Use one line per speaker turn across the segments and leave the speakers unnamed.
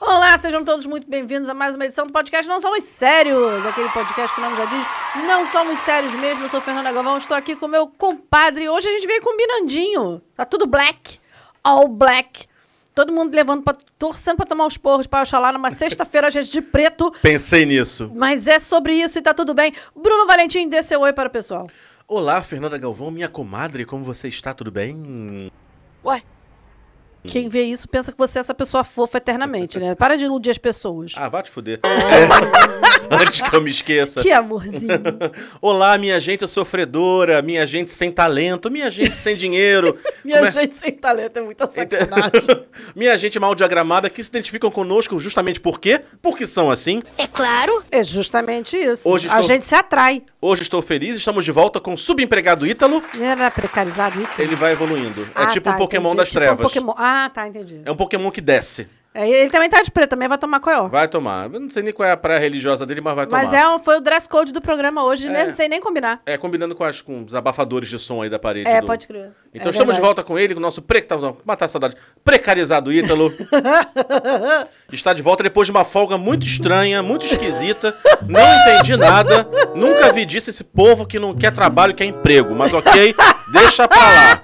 Olá, sejam todos muito bem-vindos a mais uma edição do podcast Não Somos Sérios, aquele podcast que o nome já diz, não somos sérios mesmo, eu sou Fernanda Galvão, estou aqui com meu compadre, hoje a gente veio com o Mirandinho, tá tudo black, all black, todo mundo levando, pra, torcendo pra tomar os porros, pra lá numa sexta-feira a gente de preto,
Pensei nisso.
mas é sobre isso e tá tudo bem. Bruno Valentim, dê seu oi para o pessoal.
Olá, Fernanda Galvão, minha comadre, como você está? Tudo bem?
Quem vê isso pensa que você é essa pessoa fofa eternamente, né? Para de iludir as pessoas.
Ah, vá te fuder. É. Antes que eu me esqueça.
Que amorzinho.
Olá, minha gente sofredora, minha gente sem talento, minha gente sem dinheiro,
Minha
Como é?
gente sem talento é muita sacanagem.
minha gente mal diagramada que se identificam conosco justamente por quê? Porque são assim.
É claro.
É justamente isso.
Hoje
A
estou-
gente se atrai.
Hoje estou feliz, estamos de volta com o subempregado Ítalo.
Não Era precarizado isso?
Ele vai evoluindo. É
Ah,
tipo
tá,
um Pokémon
entendi.
das
Tipo um
trevas.
Pokémon. Ah, tá, entendi.
É um Pokémon que desce.
É, ele também tá de preto, também vai tomar coió.
Vai tomar. Eu não sei nem qual é a praia religiosa dele, mas vai tomar.
Mas é, um- foi o dress code do programa hoje, né?
É.
Não sei nem combinar.
É, combinando com, as, com os abafadores de som aí da parede.
É,
do-
pode crer.
Então
É
estamos
verdade.
de volta com ele, com o nosso pre... tá, não, matar a saudade. precarizado Ítalo. Está de volta depois de uma folga muito estranha, muito esquisita. Não entendi nada. Nunca vi disso esse povo que não quer trabalho, quer emprego. Mas ok, deixa pra lá.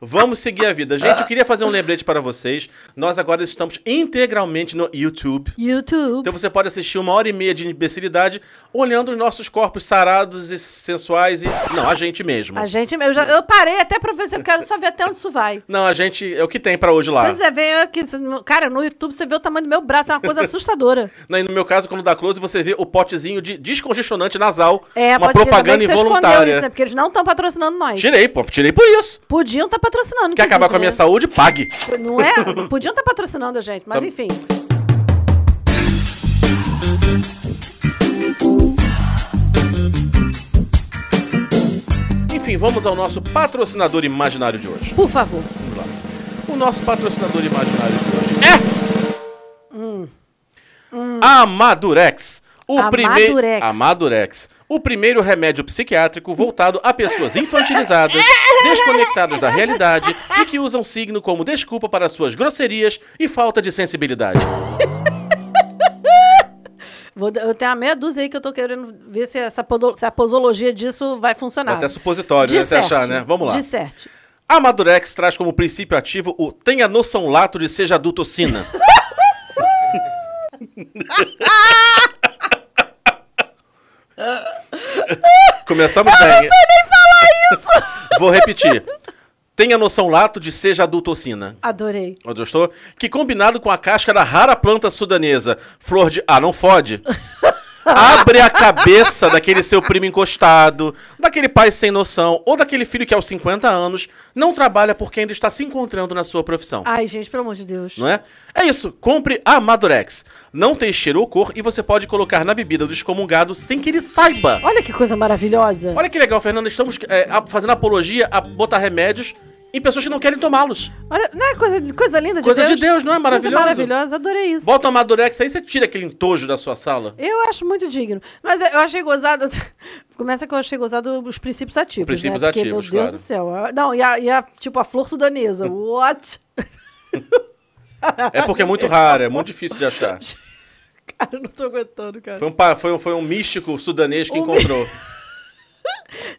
Vamos seguir a vida. Gente, eu queria fazer um lembrete para vocês. Nós agora estamos integralmente no YouTube.
YouTube.
Então você pode assistir uma hora e meia de imbecilidade olhando os nossos corpos sarados e sensuais e. Não, a gente mesmo.
A gente. Eu, já, eu parei até pra ver se eu quero só ver até onde isso vai.
Não, a gente. É o que tem pra hoje lá.
Pois é, vem aqui. Cara, no YouTube você vê o tamanho do meu braço, é uma coisa assustadora.
Não, e No meu caso, quando dá close, você vê o potezinho de descongestionante nasal.
É,
uma
pode dizer
propaganda
também que você escondeu
involuntária.
Isso, né? Porque eles não estão patrocinando nós.
Tirei, pô, tirei por isso.
Podiam estar patrocinando.
Quer acabar com a minha
inclusive,
saúde? Pague.
né? Não é? Podiam estar patrocinando a gente, mas
Tá-
enfim.
Enfim, vamos ao nosso patrocinador imaginário de hoje.
Por favor.
Vamos lá. O nosso patrocinador imaginário de hoje é. A Madurex. O
A
primeiro.
Madurex.
A Madurex. O primeiro remédio psiquiátrico voltado a pessoas infantilizadas, desconectadas da realidade e que usam signo como desculpa para suas grosserias e falta de sensibilidade.
Vou- eu tenho uma meia dúzia aí que eu tô querendo ver se, essa podo- se a posologia disso vai funcionar.
Até supositório, né? Até
Disserte.
achar, né? Vamos lá.
Disserte.
A Madurex traz como princípio ativo o tenha noção lato de seja adultocina. Começamos bem. Eu não sei nem falar isso. Vou repetir. Tenha noção lato de seja adultocina.
Adorei.
Onde eu estou? Que combinado com a casca da rara planta sudanesa, flor de. Ah, não fode! Abre a cabeça daquele seu primo encostado, daquele pai sem noção, ou daquele filho que aos 50 anos não trabalha porque ainda está se encontrando na sua profissão.
Ai, gente, pelo amor de Deus.
Não é? É isso, compre a Madurex. Não tem cheiro ou cor e você pode colocar na bebida do excomungado sem que ele saiba.
Olha que coisa maravilhosa.
Olha que legal, Fernanda, estamos é, a- fazendo apologia a botar remédios em pessoas que não querem tomá-los.
Olha, não é coisa, coisa linda de
Coisa
Deus?
de Deus, não é?
Coisa
Maravilhoso.
maravilhosa, adorei isso.
Bota uma Madurex aí, você tira aquele entojo da sua sala.
Eu acho muito digno. Mas eu achei gozado. Começa que eu achei gozado os princípios ativos.
Princípios
né? Porque,
ativos,
Meu Deus
claro.
do céu. ah, Não, e a, e a, tipo a flor sudanesa. What?
É porque é muito raro, é muito difícil de achar.
Cara, eu não tô aguentando, cara.
Foi um, pa- foi um, foi um místico sudanês que
Um
encontrou.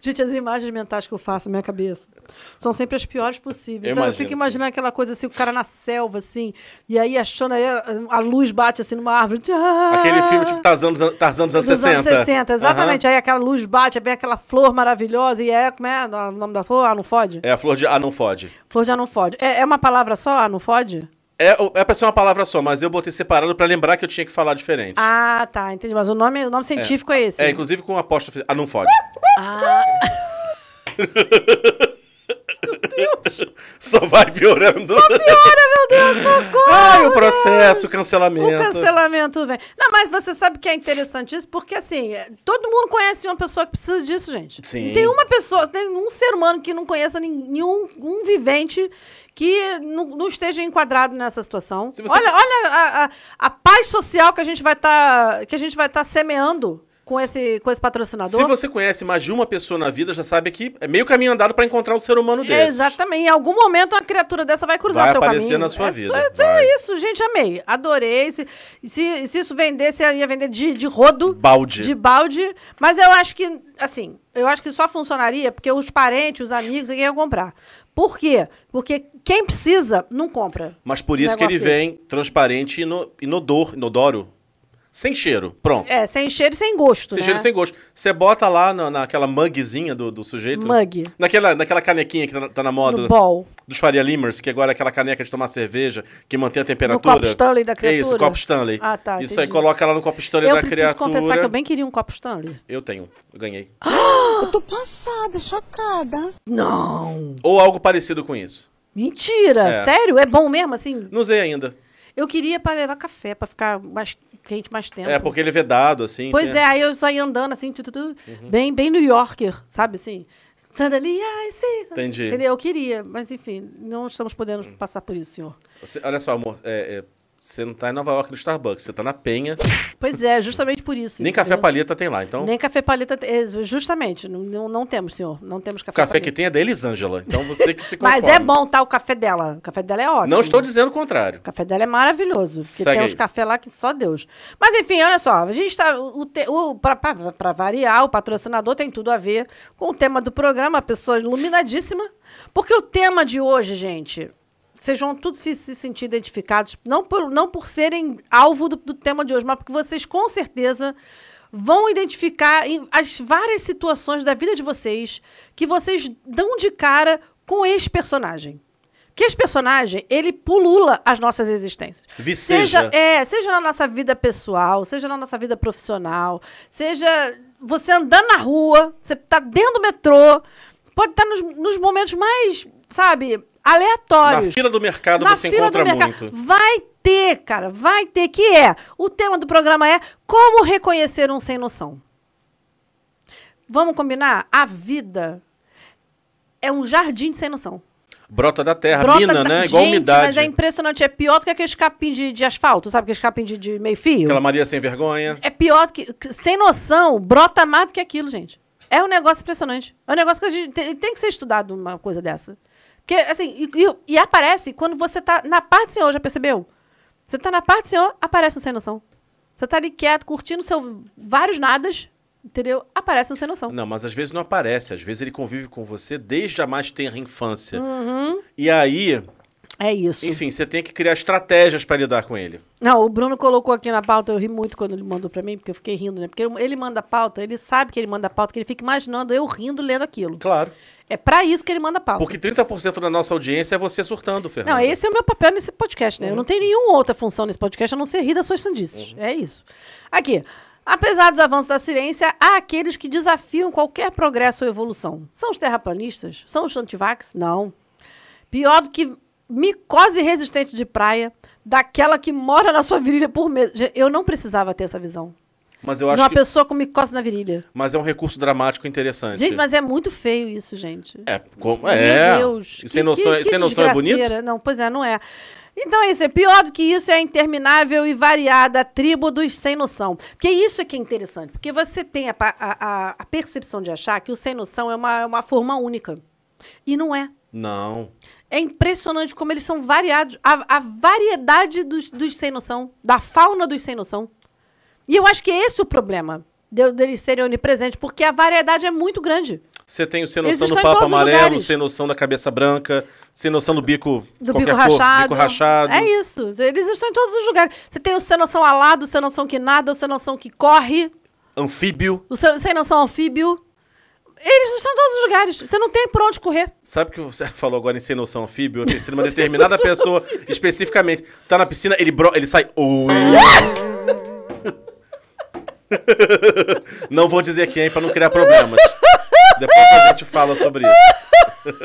Gente, as imagens mentais que eu faço na minha cabeça são sempre as piores possíveis.
Eu
sabe? Eu,
imagino,
fico
sim.
imaginando aquela coisa assim, o cara na selva, assim, e aí achando, aí a, a luz bate assim numa árvore. Ah!
Aquele filme tipo Tarzan dos, an- Tarzan dos anos
Dos
60.
anos 60, exatamente. Aí aquela luz bate, aí vem aquela flor maravilhosa, e é, como é o nome da flor? Ah, não fode?
É a flor de. Ah, não fode.
Flor já não fode. É, é uma palavra só? Ah, não fode?
É, é pra ser uma palavra só, mas eu botei separado pra lembrar que eu tinha que falar diferente.
Ah, tá, entendi. Mas o nome, o nome científico é, esse.
É, inclusive com apóstrofe. Ah, não fode. Ah. Só vai piorando. Só piora, meu Deus, socorro! Ai, o processo, o cancelamento.
O cancelamento vem. Não, mas você sabe que é interessante isso, porque assim, é, todo mundo conhece uma pessoa que precisa disso, gente.
Sim.
Não tem uma pessoa, tem um ser humano que não conheça nin- nenhum um vivente que não, não esteja enquadrado nessa situação.
Se você-
tá, Olha, olha a, a- a paz social que a gente vai estar que a gente vai estar semeando. com esse, com esse patrocinador.
Se você conhece mais de uma pessoa na vida, já sabe que é meio caminho andado pra encontrar um ser humano
É,
desse.
exatamente. Em algum momento uma criatura dessa vai cruzar
Vai
seu caminho.
aparecer na sua
É
vida,
só- É
vai.
isso, gente. Amei. Adorei. Se, se, se isso vendesse, eu ia vender de, de rodo.
Balde.
De balde. Mas eu acho que, assim, eu acho que só funcionaria porque os parentes, os amigos, ninguém ia comprar. Por quê? Porque quem precisa, não compra.
Mas por isso que ele
Um Negócio
vem transparente e ino- inodor, inodoro. Sem cheiro. Pronto.
É, sem cheiro e sem gosto,
sem
né?
cheiro sem gosto. Você bota lá na, naquela mugzinha do, do sujeito.
Mug.
Naquela, naquela canequinha que tá, na- tá na moda.
No bol.
Dos Faria Limers, que agora é aquela caneca de tomar cerveja que mantém a temperatura.
copo Stanley da criatura?
Isso, copo Stanley.
Ah, tá,
Isso aí,
entendi.
coloca lá no copo Stanley
Eu
da
preciso
criatura.
confessar que eu bem queria um copo Stanley.
Eu tenho, eu ganhei.
Eu tô passada, chocada.
Não!
Ou algo parecido com isso.
Mentira!
É.
Sério? É bom mesmo, assim?
Não usei ainda.
Eu queria para levar café, para ficar mais quente mais tempo.
É, porque ele é vedado, assim.
Pois
tem-
é, aí eu só ia andando assim, tu, tu, tu,
Uhum.
bem, bem New Yorker, sabe assim? Suddenly I see.
Entendi.
é
Hum.
Entendeu? Eu queria, mas enfim, não estamos podendo passar por isso, senhor.
Você- olha só, amor, é, é, você não tá em Nova York no Starbucks, você tá na Penha.
Pois é, justamente por isso.
nem café
entendeu?
palheta tem lá, então.
Nem café paleta. é, Justamente, não, não, não temos, senhor. Não temos
o
café
café que
paleta.
tem é da Elisângela, então você que se conforma.
Mas é bom, tá? O café dela. O café dela é ótimo.
Não estou dizendo o contrário.
O café dela é maravilhoso. Porque
Segue
tem uns
aí.
café lá que só Deus. Mas enfim, olha só. A gente tá. O, te- o, pra, pra- pra variar, o patrocinador tem tudo a ver com o tema do programa, a pessoa iluminadíssima. Porque o tema de hoje, gente. Vocês vão todos se se sentir identificados, não por, não por serem alvo do, do tema de hoje, mas porque vocês com certeza vão identificar em- as várias situações da vida de vocês que vocês dão de cara com esse personagem. Porque esse personagem, ele pulula as nossas existências.
Viceja.
Seja, é, seja na nossa vida pessoal, seja na nossa vida profissional, seja você andando na rua, você tá dentro do metrô, pode estar nos, nos momentos mais, sabe,
Na
aleatórios.
fila do mercado você encontra muito.
Vai ter, cara, vai ter, que é. O tema do programa é como reconhecer um sem noção. Vamos combinar? A vida é um jardim de sem noção.
Brota da terra,
Brota
mina,
da-
né? Igual
Gente,
umidade.
Mas é impressionante. É pior do que aquele capim de, de asfalto, sabe? Aquele capim de, de meio fio.
Aquela Maria sem vergonha.
É pior do que. que- Sem noção, brota mais do que aquilo, gente. É um negócio impressionante. É um negócio que a gente tem, tem que ser estudado uma coisa dessa. Porque, assim, e, e- e aparece quando você tá na parte do senhor, já percebeu? Você tá na parte do senhor, aparece um sem noção. Você tá ali quieto, curtindo seu vários nadas, entendeu? Aparece um sem noção.
Não, mas às vezes não aparece. Às vezes ele convive com você desde a mais tenra infância.
Uhum.
E aí,
É isso.
enfim, você tem que criar estratégias pra lidar com ele.
Não, o Bruno colocou aqui na pauta, eu ri muito quando ele mandou pra mim, porque eu fiquei rindo, né? Porque ele manda a pauta, ele sabe que ele manda a pauta, que ele fica imaginando eu rindo lendo aquilo.
Claro.
É pra isso que ele manda a pauta.
Porque 30% da nossa audiência é você surtando, Fernando.
Não, esse é o meu papel nesse podcast, né? Eu não tenho nenhuma outra função nesse podcast a não ser rir das suas sandices. É isso. Aqui. Apesar dos avanços da ciência, há aqueles que desafiam qualquer progresso ou evolução. São os terraplanistas? São os antivax? Não. Pior do que micose resistente de praia, daquela que mora na sua virilha por meses. Gente, Eu não precisava ter essa visão.
Mas eu
De
acho
uma
que...
pessoa com micose na virilha.
Mas é um recurso dramático interessante.
Gente, mas é muito feio isso, gente.
É, como... é.
Meu Deus.
E Sem
que-
noção,
que-
sem
que
noção é bonito?
desgraceira. Não, pois é, não é. Então é isso. É pior do que isso é a interminável e variada tribo dos sem noção. Porque isso é que é interessante. Porque você tem a, pa- a- a- a percepção de achar que o sem noção é uma, é uma forma única. E não é.
Não.
É impressionante como eles são variados. A, a variedade dos, dos sem noção, da fauna dos sem noção. E eu acho que esse é o problema de- deles serem onipresentes, porque a variedade é muito grande.
Você tem o sem
Eles
noção do
estão em
papo
todos os
amarelo,
lugares.
sem noção da cabeça branca, sem noção do bico
Do
qualquer
bico
cor,
rachado.
bico rachado.
É isso. Eles estão em todos os lugares. Você tem o sem noção alado, o sem noção que nada, o sem noção que corre,
Anfíbio.
o sem sem noção anfíbio. Eles estão em todos os lugares. Você não tem por onde correr.
Sabe o que você falou agora em sem noção anfíbio? Eu pensei numa determinada pessoa, especificamente. Tá na piscina, ele, bro... ele sai. Ui. não vou dizer quem pra não criar problemas. Depois a gente fala sobre isso.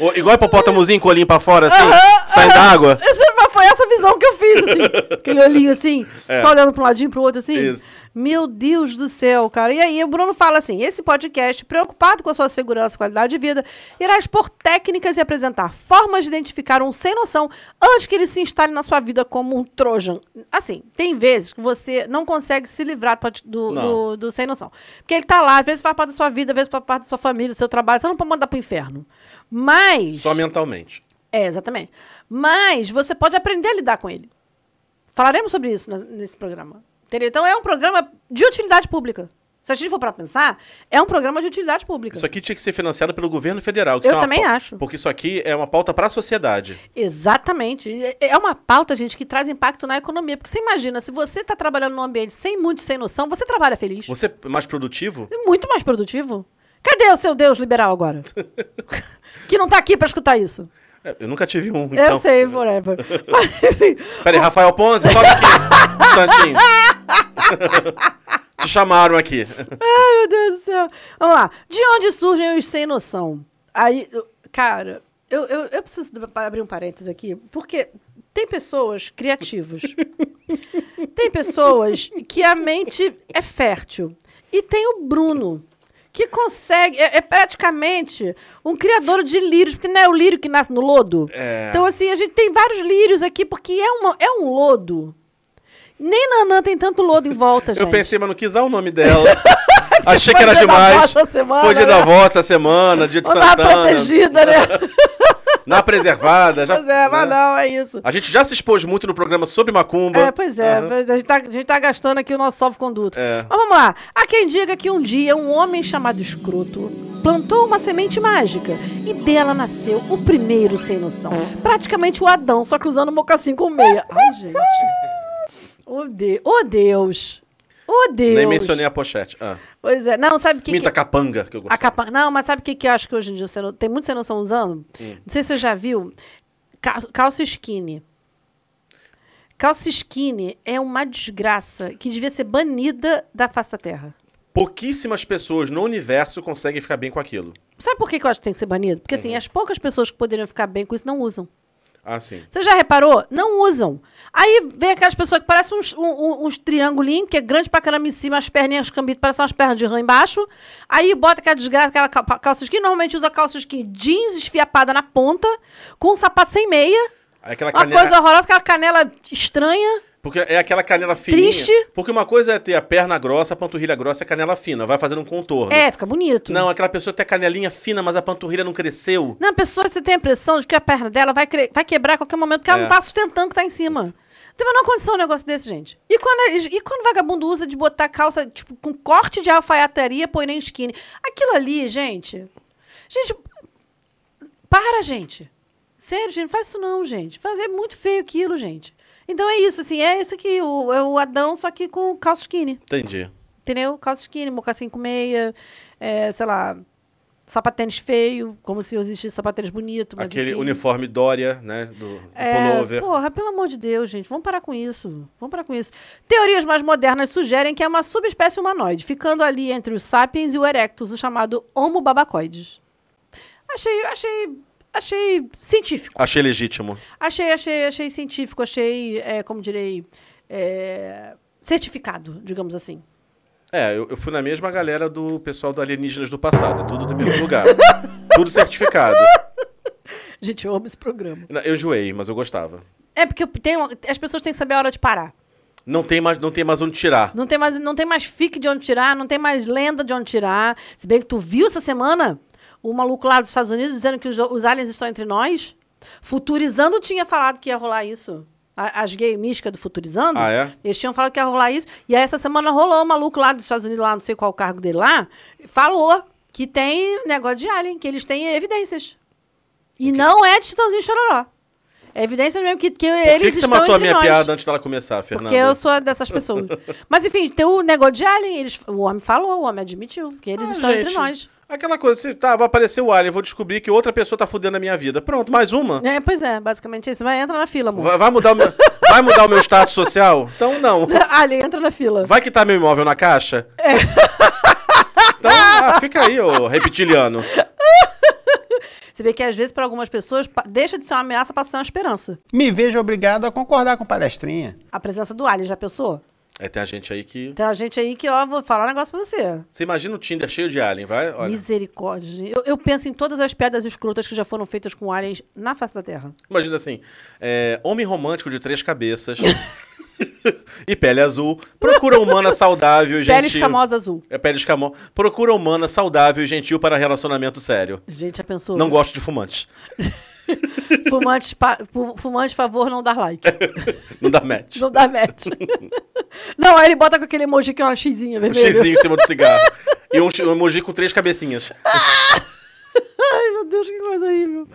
Ô, igual hipopótamozinho com o olhinho pra fora, assim, saindo da água.
Essa foi essa visão que eu fiz, assim. Aquele olhinho assim, só olhando pra um ladinho pro outro, assim.
É. Isso.
Meu Deus do céu, cara. E aí, o Bruno fala assim: esse podcast, preocupado com a sua segurança e qualidade de vida, irá expor técnicas e apresentar formas de identificar um sem noção antes que ele se instale na sua vida como um Trojan. Assim, tem vezes que você não consegue se livrar do pod- do,
Não.
do- do sem noção. Porque ele tá lá, às vezes faz parte da sua vida, às vezes faz parte da sua família, do seu trabalho. Você não pode mandar pro inferno. Mas.
Só mentalmente.
É, exatamente. Mas você pode aprender a lidar com ele. Falaremos sobre isso nas- nesse programa. Entendeu? Então é um programa de utilidade pública. Se a gente for para pensar, é um programa de utilidade pública.
Isso aqui tinha que ser financiado pelo governo federal. que
Eu
isso é uma
também
pau-
acho.
Porque isso aqui é uma pauta pra sociedade.
Exatamente. E é- É uma pauta, gente, que traz impacto na economia. Porque você imagina, se você está trabalhando num ambiente sem muito, sem noção, você trabalha feliz.
Você é mais produtivo?
É muito mais produtivo. Cadê o seu Deus liberal agora? que não tá aqui para escutar isso.
É, Eu nunca tive um, então.
Eu sei, forever. Mas, enfim,
Peraí, Rafael Ponzi, sobe aqui. um tantinho. Te chamaram aqui.
Meu Deus do céu. Vamos lá. De onde surgem os sem noção? Aí, eu- cara, eu, eu, eu preciso d- abrir um parênteses aqui, porque tem pessoas criativas. tem pessoas que a mente é fértil. E tem o Bruno. Que consegue, é, é praticamente um criador de lírios, porque não é o lírio que nasce no lodo.
É.
Então, assim, a gente tem vários lírios aqui, porque é, uma, é um lodo. Nem Nanã tem tanto lodo em volta, gente.
Eu pensei, mas não quis dar o nome dela. Achei que
foi
era
dia da avó
demais.
essa semana,
Foi dia
né?
da avó essa semana, dia de
Ou tava
Santana.
protegida, né?
Na preservada. Já,
Pois é, mas
né?
não, é isso.
A gente já se expôs muito no programa sobre Macumba.
É, pois é,
Aham.
pois- a, gente tá, a gente tá gastando aqui o nosso salvo-conduto.
É.
Mas vamos lá. Há quem diga que um dia um homem chamado Escroto plantou uma semente mágica e dela nasceu o primeiro sem noção. Praticamente o Adão, só que usando mocassim com meia. Ai, gente. Oh, de... oh Deus. Oh, Deus.
Nem mencionei a pochete. Ah.
Pois é. Não, sabe o que... que-
Minta capanga, que eu
A
gostei.
capa... Não, mas sabe o que, que eu acho que hoje em dia você não- tem muito sem noção usando? Não sei se você já viu. Cal- Calça skinny. Calça skinny é uma desgraça que devia ser banida da face da terra.
Pouquíssimas pessoas no universo conseguem ficar bem com aquilo.
Sabe por que, que eu acho que tem que ser banido? Porque assim, as poucas pessoas que poderiam ficar bem com isso não usam.
Ah, sim.
Você já reparou? Não usam. Aí vem aquelas pessoas que parecem uns, um- um- uns triangulinhos, que é grande pra caramba em cima, as perninhas cambitas, parecem umas pernas de rã embaixo. Aí bota aquela desgraça, aquela ca- calça skin. Normalmente usa calça skin jeans esfiapada na ponta, com um sapato sem meia.
Aí Aquela
Uma
canela,
coisa horrorosa, aquela canela estranha.
Porque é aquela canela fininha.
Triste.
Porque uma coisa é ter a perna grossa, a panturrilha grossa e a canela fina. Vai fazendo um contorno.
É, fica bonito.
Não, aquela pessoa tem a canelinha fina, mas a panturrilha não cresceu.
Não, a pessoa, você tem a impressão de que a perna dela vai, cre- vai quebrar a qualquer momento, porque ela
É.
não tá sustentando o que tá em cima. Não tem a menor condição um negócio desse, gente. E quando, e quando o vagabundo usa de botar calça, tipo, com corte de alfaiataria, porém skinny? Aquilo ali, gente... Gente, para, gente. Sério, gente, não faz isso não, gente. Faz, é muito feio aquilo, gente. Então é isso, assim, é isso aqui. O, é o Adão, só que com calça skinny.
Entendi.
Entendeu? Calça skinny, mocassim com meia, é, sei lá, sapatênis feio, como se existisse sapatênis bonito, mas
Aquele
enfim.
uniforme Dória, né? Do, do
É,
pullover.
porra, pelo amor de Deus, gente, vamos parar com isso. Vamos parar com isso. Teorias mais modernas sugerem que é uma subespécie humanoide, ficando ali entre os sapiens e o erectus, o chamado Homo babacoides. Achei, achei, achei científico.
Achei legítimo.
Achei, achei, achei científico, achei, é, como direi, é, certificado, digamos assim.
É, eu, eu fui na mesma galera do pessoal do Alienígenas do passado. é Tudo do mesmo lugar. tudo certificado.
Gente, eu amo esse programa.
Não, Eu joei, mas eu gostava.
É porque eu tenho- as pessoas têm que saber a hora de parar.
Não tem mais, não tem mais onde tirar.
Não tem, mais, não tem mais fique de onde tirar, não tem mais lenda de onde tirar. Se bem que tu viu essa semana o maluco lá dos Estados Unidos dizendo que os, os aliens estão entre nós. Futurizando tinha falado que ia rolar isso. A- As gay místicas do Futurizando.
Ah, é?
Eles tinham falado que ia rolar isso. E aí essa semana rolou o maluco lá dos Estados Unidos, lá não sei qual o cargo dele lá, falou que tem negócio de alien, que eles têm evidências. E não é de Titãozinho Chororó. É evidência mesmo que, que
Por
eles
que, que você
estão
matou a
entre
minha
nós.
piada antes dela começar, Fernanda?
Porque eu sou dessas pessoas. Mas enfim, tem o negócio de Alien, eles, o homem falou, o homem admitiu, que eles
Ah,
estão entre
gente,
nós.
Aquela coisa, assim, tá, vai aparecer o alien, vou descobrir que outra pessoa tá fudendo a minha vida. Pronto, mais uma.
É, pois é, basicamente é isso. Mas entra na fila, amor.
Vai, vai mudar, o meu, vai mudar o meu status social? Então não.
Alien, entra na fila.
Vai que tá meu imóvel na caixa? É. Então, ah, fica aí, ô reptiliano.
Você vê que às vezes, para algumas pessoas, pa- deixa de ser uma ameaça para ser uma esperança.
Me vejo obrigado a concordar com palestrinha.
A presença do Alien, já pensou?
Aí É, tem a gente aí que.
Tem a gente aí que, ó, vou falar um negócio pra você.
Você imagina o Tinder cheio de alien, vai? Olha.
Misericórdia. gente. Eu, eu penso em todas as piadas escrotas que já foram feitas com aliens na face da Terra.
Imagina assim: é, homem romântico de três cabeças e pele azul. Procura humana saudável e
Pele
gentil.
escamosa azul.
É pele escamó. Procura humana saudável e gentil para relacionamento sério.
Gente, já pensou?
Não gosto de fumantes.
Fumantes, pa- fu- fumante, favor, não dar like.
Não dá match.
Não dá match. não, aí ele bota com aquele emoji que é uma xizinha
Um
vermelha.
xizinho em cima do cigarro. E um, chi- um emoji com três cabecinhas.
Ai, meu Deus, que coisa horrível.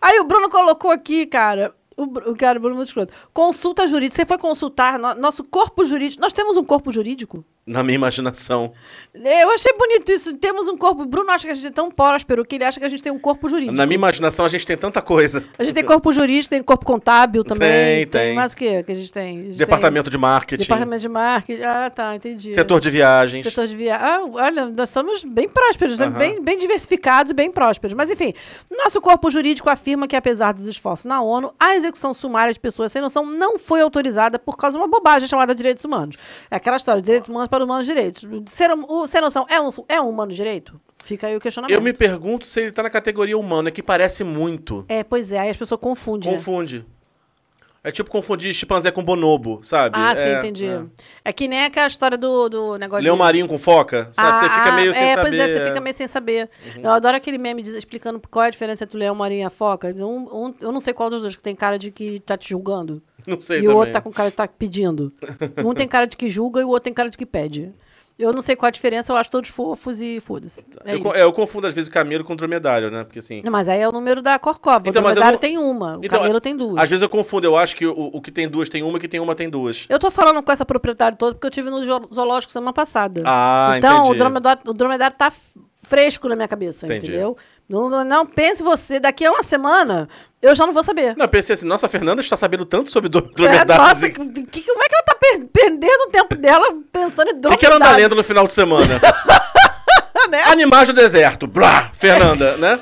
Aí o Bruno colocou aqui, cara. O, Bru- o cara, o Bruno é muito escroto. Consulta jurídica. Você foi consultar no- nosso corpo jurídico. Nós temos um corpo jurídico?
Na minha imaginação.
Eu achei bonito isso. Temos um corpo. O Bruno acha que a gente é tão próspero que ele acha que a gente tem um corpo jurídico.
Na minha imaginação a gente tem tanta coisa.
A gente tem corpo jurídico, tem corpo contábil também.
Tem, tem.
mais o quê que a gente tem? A gente
Departamento de
tem...
marketing.
Departamento de marketing. Ah, tá, entendi.
Setor de viagens.
Setor de viagem. Ah, olha, nós somos bem prósperos, né?
Aham.
bem, bem diversificados e bem prósperos. Mas, enfim, nosso corpo jurídico afirma que, apesar dos esforços na ONU, a execução sumária de pessoas sem noção não foi autorizada por causa de uma bobagem chamada direitos humanos. É aquela história, direitos humanos para humanos direitos. Ser, hum- o sem noção é um, é um humano direito? Fica aí o questionamento.
Eu me pergunto se ele tá na categoria humana, que parece muito.
É, pois é, aí as pessoas confundem. né?
Confunde. É tipo confundir chimpanzé com bonobo, sabe?
Ah, sim,
É,
entendi.
é.
É. que nem aquela história do, do negócio
Leão
de...
marinho com foca, sabe? você fica
Ah,
meio sem
é,
saber. Uhum.
Pois é, você fica meio sem saber. Eu adoro aquele meme diz- explicando qual é a diferença entre o leão marinho e a foca. Um, um- eu não sei qual dos dois que tem cara de que tá te julgando.
Não sei
e
também.
o outro tá com cara de tá pedindo. um tem cara de que julga e o outro tem cara de que pede. Eu não sei qual a diferença, eu acho todos fofos e foda-se. É
eu,
isso.
co- é, eu confundo às vezes o camelo com o dromedário, né? Porque assim...
Não, Mas aí é o número da Corcova.
Então,
o
mas eu
dromedário
não-
tem uma, o
Então,
camelo
a-
tem duas.
Às vezes eu confundo, eu acho que o, o que tem duas tem uma, o que tem uma tem duas.
Eu tô falando com essa proprietária toda porque eu tive no zo- zoológico semana passada.
Ah,
então,
entendi.
o dromedário, o dromedário tá f- fresco na minha cabeça,
Entendi.
entendeu? Não, não, não pense você, daqui a uma semana eu já não vou saber.
Não, eu pensei assim, nossa, a Fernanda está sabendo tanto sobre dro-
É,
dromedário.
nossa,
assim.
que, que- como é que ela tá per- perdendo o tempo dela pensando em
O
dromedário?
que, que ela anda lendo no final de semana?
né?
Animais do deserto. Blá, Fernanda, né?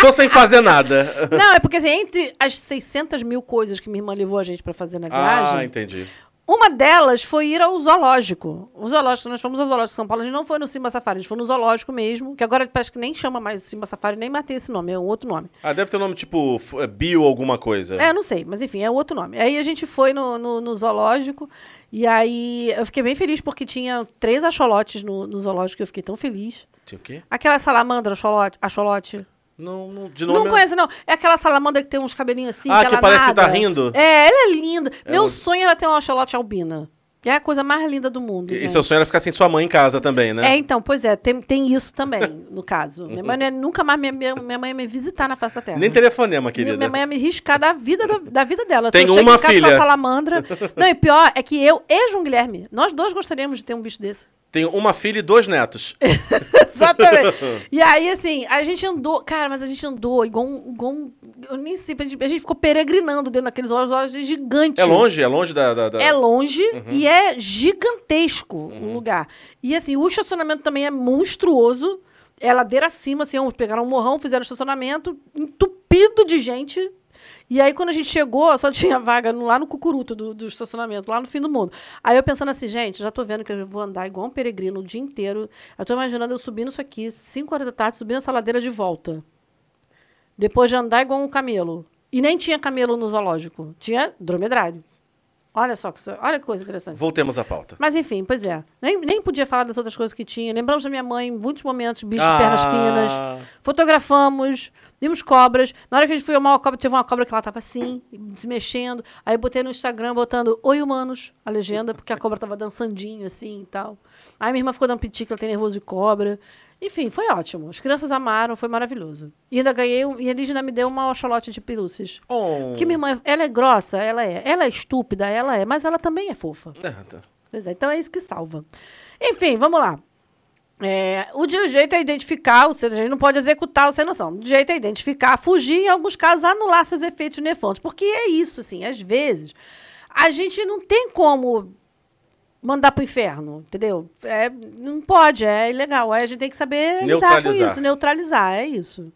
Tô sem fazer nada.
Não, é porque assim, entre as 600 mil coisas que minha irmã levou a gente pra fazer na
Ah,
viagem,
entendi.
Uma delas foi ir ao zoológico. O zoológico, nós fomos ao zoológico de São Paulo, a gente não foi no Simba Safari, a gente foi no zoológico mesmo, que agora parece que nem chama mais Simba Safari, nem matei esse nome, é um outro nome.
Ah, deve ter um nome tipo f- é, Bio alguma coisa.
É, não sei, mas enfim, é outro nome. Aí a gente foi no, no, no zoológico, e aí eu fiquei bem feliz porque tinha três axolotes no, no zoológico, eu fiquei tão feliz.
Tinha Tipo, o quê?
Aquela salamandra axolote, axolote.
Não, não- de nome.
Não conhece, não. É aquela salamandra que tem uns cabelinhos assim.
Ah, que
ela
parece que
nada.
tá rindo?
É, ela é linda. Meu
um-
sonho era ter uma axolote albina. É a coisa mais linda do mundo.
E
gente.
seu sonho era ficar sem sua mãe em casa também, né?
É, então, pois é, tem, tem isso também, no caso. Minha mãe não ia- nunca mais minha, minha, minha mãe ia me visitar na face da terra.
Nem telefonema,
então. minha,
querida.
minha mãe ia me riscar da vida, da, da vida dela. Se
Tem
eu chego
uma
em casa com
filha.
a salamandra. Não, e pior é que eu e João Guilherme, nós dois gostaríamos de ter um bicho desse.
Tenho uma filha e dois netos.
Exatamente. E aí, assim, a gente andou, cara, mas a gente andou igual um. Igual um eu nem sei, a gente, a gente ficou peregrinando dentro daqueles olhos, olhos gigantes.
É longe, é longe da. da- da-
É longe e é gigantesco o lugar. E assim, o estacionamento também é monstruoso. É ladeira acima, assim, um- pegaram um morrão, fizeram estacionamento, entupido de gente. E aí, quando a gente chegou, só tinha vaga no- lá no cucuruto do, do estacionamento, lá no fim do mundo. Aí eu pensando assim, gente, já tô vendo que eu vou andar igual um peregrino o dia inteiro. Eu tô imaginando eu subindo isso aqui, 5 horas da tarde, subindo essa ladeira de volta. Depois de andar igual um camelo. E nem tinha camelo no zoológico. Tinha dromedário. Olha só que, so- olha que coisa interessante.
Voltemos à pauta.
Mas enfim, pois é. Nem, nem podia falar das outras coisas que tinha. Lembramos da minha mãe, em muitos momentos, bichos de pernas
Ah.
finas. Fotografamos, vimos cobras. Na hora que a gente foi amar uma cobra, teve uma cobra que ela tava assim, se mexendo. Aí eu botei no Instagram botando Oi Humanos, a legenda, porque a cobra tava dançandinho assim e tal. Aí minha irmã ficou dando piti, que ela tem nervoso de cobra. Enfim, foi ótimo. As crianças amaram, foi maravilhoso. E ainda ganhei, um- e a Lígia ainda me deu uma oxalote de pelúcias.
Oh.
Porque minha irmã, ela é grossa, ela é. Ela é estúpida, ela é, mas ela também é fofa.
Ah, tá.
Pois é, então é isso que salva. Enfim, vamos lá. É, o de um jeito é identificar, ou seja, a gente não pode executar o sem noção. De jeito é identificar, fugir, em alguns casos, anular seus efeitos nefantes. Porque é isso, assim, às vezes, a gente não tem como mandar pro inferno, entendeu? É, não pode, é ilegal. Aí a gente tem que saber lidar com
Neutralizar.
isso, neutralizar, é isso.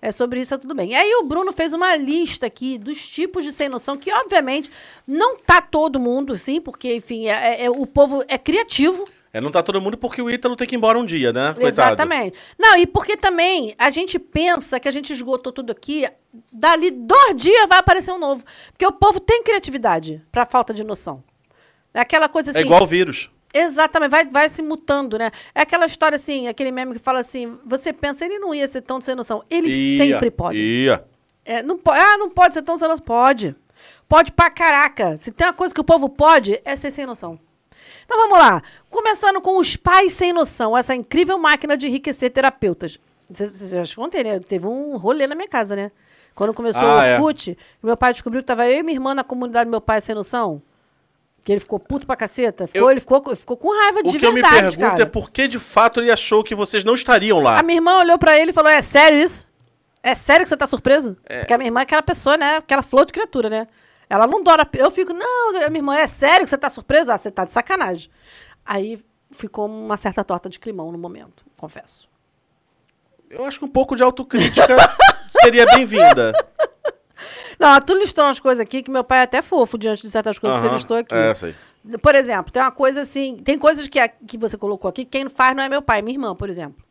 É sobre isso, tá tudo bem. E aí o Bruno fez uma lista aqui dos tipos de sem noção, que obviamente não tá todo mundo, sim, porque, enfim, é- é- é- o povo é criativo.
É, não tá todo mundo porque o Ítalo tem que ir embora um dia, né? Coitado.
Exatamente. Não, e porque também a gente pensa que a gente esgotou tudo aqui, dali dois dias vai aparecer um novo. Porque o povo tem criatividade pra falta de noção. É aquela coisa assim.
É igual o vírus.
Exatamente, vai, vai se mutando, né? É aquela história assim, aquele meme que fala assim: você pensa, ele não ia ser tão sem noção. Eles
Ia,
sempre podem.
Ia.
É, não po- ah, não pode ser tão sem noção. Pode. Pode pra caraca. Se tem uma coisa que o povo pode, é ser sem noção. Então vamos lá. Começando com os pais sem noção, essa incrível máquina de enriquecer terapeutas. Vocês vocês já contei, né? Teve um rolê na minha casa, né? Quando começou
Ah, é.
o Orkut, meu pai descobriu que tava eu e minha irmã na comunidade do meu pai sem noção. Que ele ficou puto pra caceta. Ficou,
Eu-
Ele ficou, co- ficou com raiva
O
de
que eu me
verdade,
pergunto
cara.
é por que de fato ele achou que vocês não estariam lá.
A minha irmã olhou pra ele e falou: É sério isso? É sério que você tá surpreso? Porque a minha irmã é aquela pessoa, né? Aquela flor de criatura, né? Ela não dora. Eu fico, não, minha irmã, é sério que você tá surpreso? Ah, você tá de sacanagem. Aí ficou uma certa torta de climão no momento, confesso.
Eu acho que um pouco de autocrítica seria bem-vinda.
Não, tu listou umas coisas aqui que meu pai é até fofo diante de certas coisas que
Aham,
você listou aqui.
é, sei.
Por exemplo, tem uma coisa assim. Tem coisas que, a- que você colocou aqui, quem faz não é meu pai, é minha irmã, por exemplo.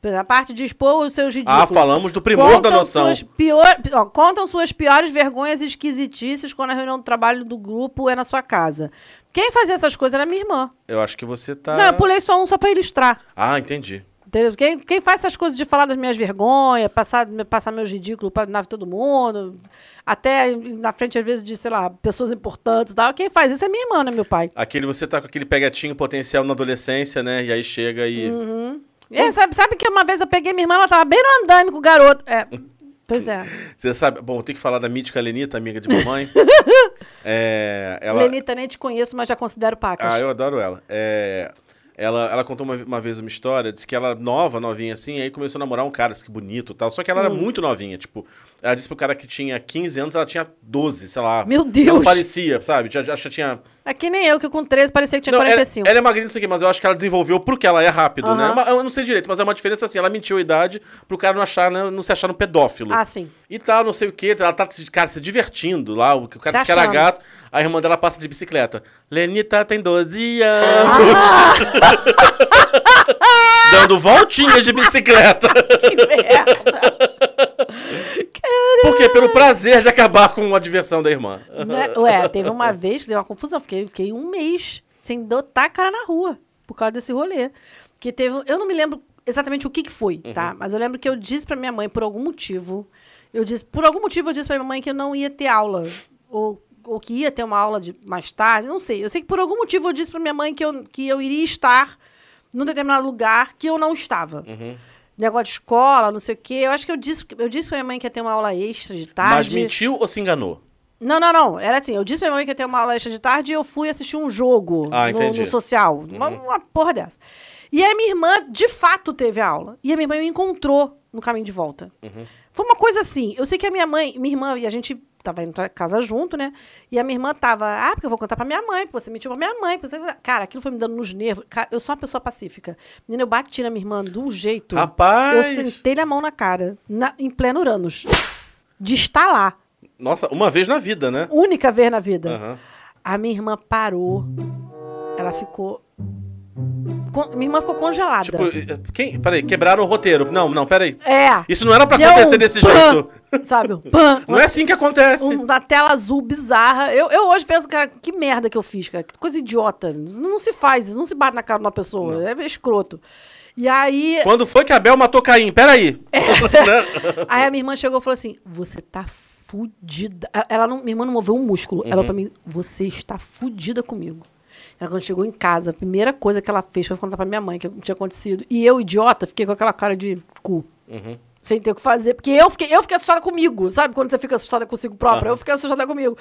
Por exemplo, A parte de expor os seus ridículos.
Ah, falamos do primor da noção.
Suas pior- ó, contam suas piores vergonhas e esquisitices quando a reunião do trabalho do grupo é na sua casa. Quem fazia essas coisas era minha irmã.
Eu acho que você tá.
Não, eu pulei só um só pra ilustrar.
Ah, entendi.
Entendeu? Quem, quem faz essas coisas de falar das minhas vergonhas, passar, passar meus ridículos pra- na todo mundo, até na frente, às vezes, de, sei lá, pessoas importantes e tal, quem faz isso é minha irmã, não é meu pai.
Aquele você tá com aquele pegatinho potencial na adolescência, né? E aí chega e. Hum.
É, sabe, sabe que uma vez eu peguei minha irmã, ela tava bem no andame com o garoto. É, pois é.
Você sabe. Bom, tem que falar da mítica Lenita, amiga de mamãe. é. Ela.
Lenita, nem te conheço, mas já considero pacas.
Ah, eu adoro ela. É, Ela, ela contou uma, uma vez uma história, disse que ela nova, novinha assim, aí começou a namorar um cara, disse que bonito e tal. Só que
Hum.
ela era muito novinha, tipo, ela disse pro cara que tinha 15 anos, ela tinha 12, sei lá.
Meu
Ela não
Deus!
parecia, sabe? Tinha- Acho que tinha
É que nem eu, que com 13 parecia que tinha
Não, ela,
45.
ela é magrinha, não sei o quê, mas eu acho que ela desenvolveu porque ela é rápido,
Aham.
né? Mas Eu não sei direito, mas é uma diferença assim. Ela mentiu a idade pro cara não, achar, né, não se achar um pedófilo.
Ah, sim.
E tal, não sei o quê. Ela tá, se- cara, se divertindo lá. O, o cara
Se
disse que era
Tá achando.
gato. A irmã dela passa de bicicleta. Lenita tem 12 anos. Dando voltinhas de bicicleta.
Que merda!
Porque pelo prazer de acabar com a diversão da irmã.
Né? Ué, teve uma vez que deu uma confusão. Fiquei, fiquei um mês sem dotar a cara na rua por causa desse rolê. Que teve. um- Eu não me lembro exatamente o que, que foi, tá? Mas eu lembro que eu disse pra minha mãe, por algum motivo. Eu disse, por algum motivo, eu disse pra minha mãe que eu não ia ter aula. Ou, ou que ia ter uma aula de mais tarde. Não sei. Eu sei que por algum motivo eu disse pra minha mãe que eu, que eu iria estar num determinado lugar que eu não estava. Negócio de escola, não sei o quê. Eu acho que eu disse, eu disse pra minha mãe que ia ter uma aula extra Tá de
Mas
tarde.
mentiu ou se enganou?
Não, não, não. Era assim, eu disse pra minha mãe que ia ter uma aula extra de tarde e eu fui assistir um jogo
Ah,
no,
entendi. Uhum.
no social. Uma, uma porra dessa. E aí minha irmã, de fato, teve a aula. E a minha mãe me encontrou no caminho de volta.
Uhum.
Foi uma coisa assim. Eu sei que a minha mãe, minha irmã, e a gente tava indo pra casa junto, né? E a minha irmã tava, ah, porque eu vou contar pra minha mãe, porque você mentiu pra minha mãe. porque você-" Cara, aquilo foi me dando nos nervos. Cara, eu sou uma pessoa pacífica. Menina, eu bati na minha irmã de um jeito.
Rapaz!
Eu sentei-lhe a mão na cara, na- em pleno Uranus. De estar lá
Nossa, uma vez na vida, né?
única vez na vida.
Aham.
A minha irmã parou. Ela ficou. con- Minha irmã ficou congelada.
Tipo, eh, quem? Peraí, quebraram o roteiro. Não, não, peraí.
é.
Isso não era pra
Deu
acontecer
um
desse
pã,
jeito.
Sabe? Um pã,
Não é assim que acontece.
um- uma tela azul bizarra. Eu, eu hoje penso, cara, que merda que eu fiz, cara. Que coisa idiota. Isso não se faz, isso não se bate na cara de uma pessoa. É escroto. E aí,
Quando foi que a Bel matou Caim? Peraí. Né?
aí a minha irmã chegou e falou assim: Você tá fudida. A- Ela não, minha irmã não moveu um músculo. Ela pra mim: Você está fudida comigo. Ela, quando chegou em casa, a primeira coisa que ela fez foi contar pra minha mãe que tinha acontecido. E eu, idiota, fiquei com aquela cara de cu. Sem ter o que fazer. Porque eu fiquei, eu fiquei assustada comigo, sabe? Quando você fica assustada consigo própria, eu fiquei assustada comigo.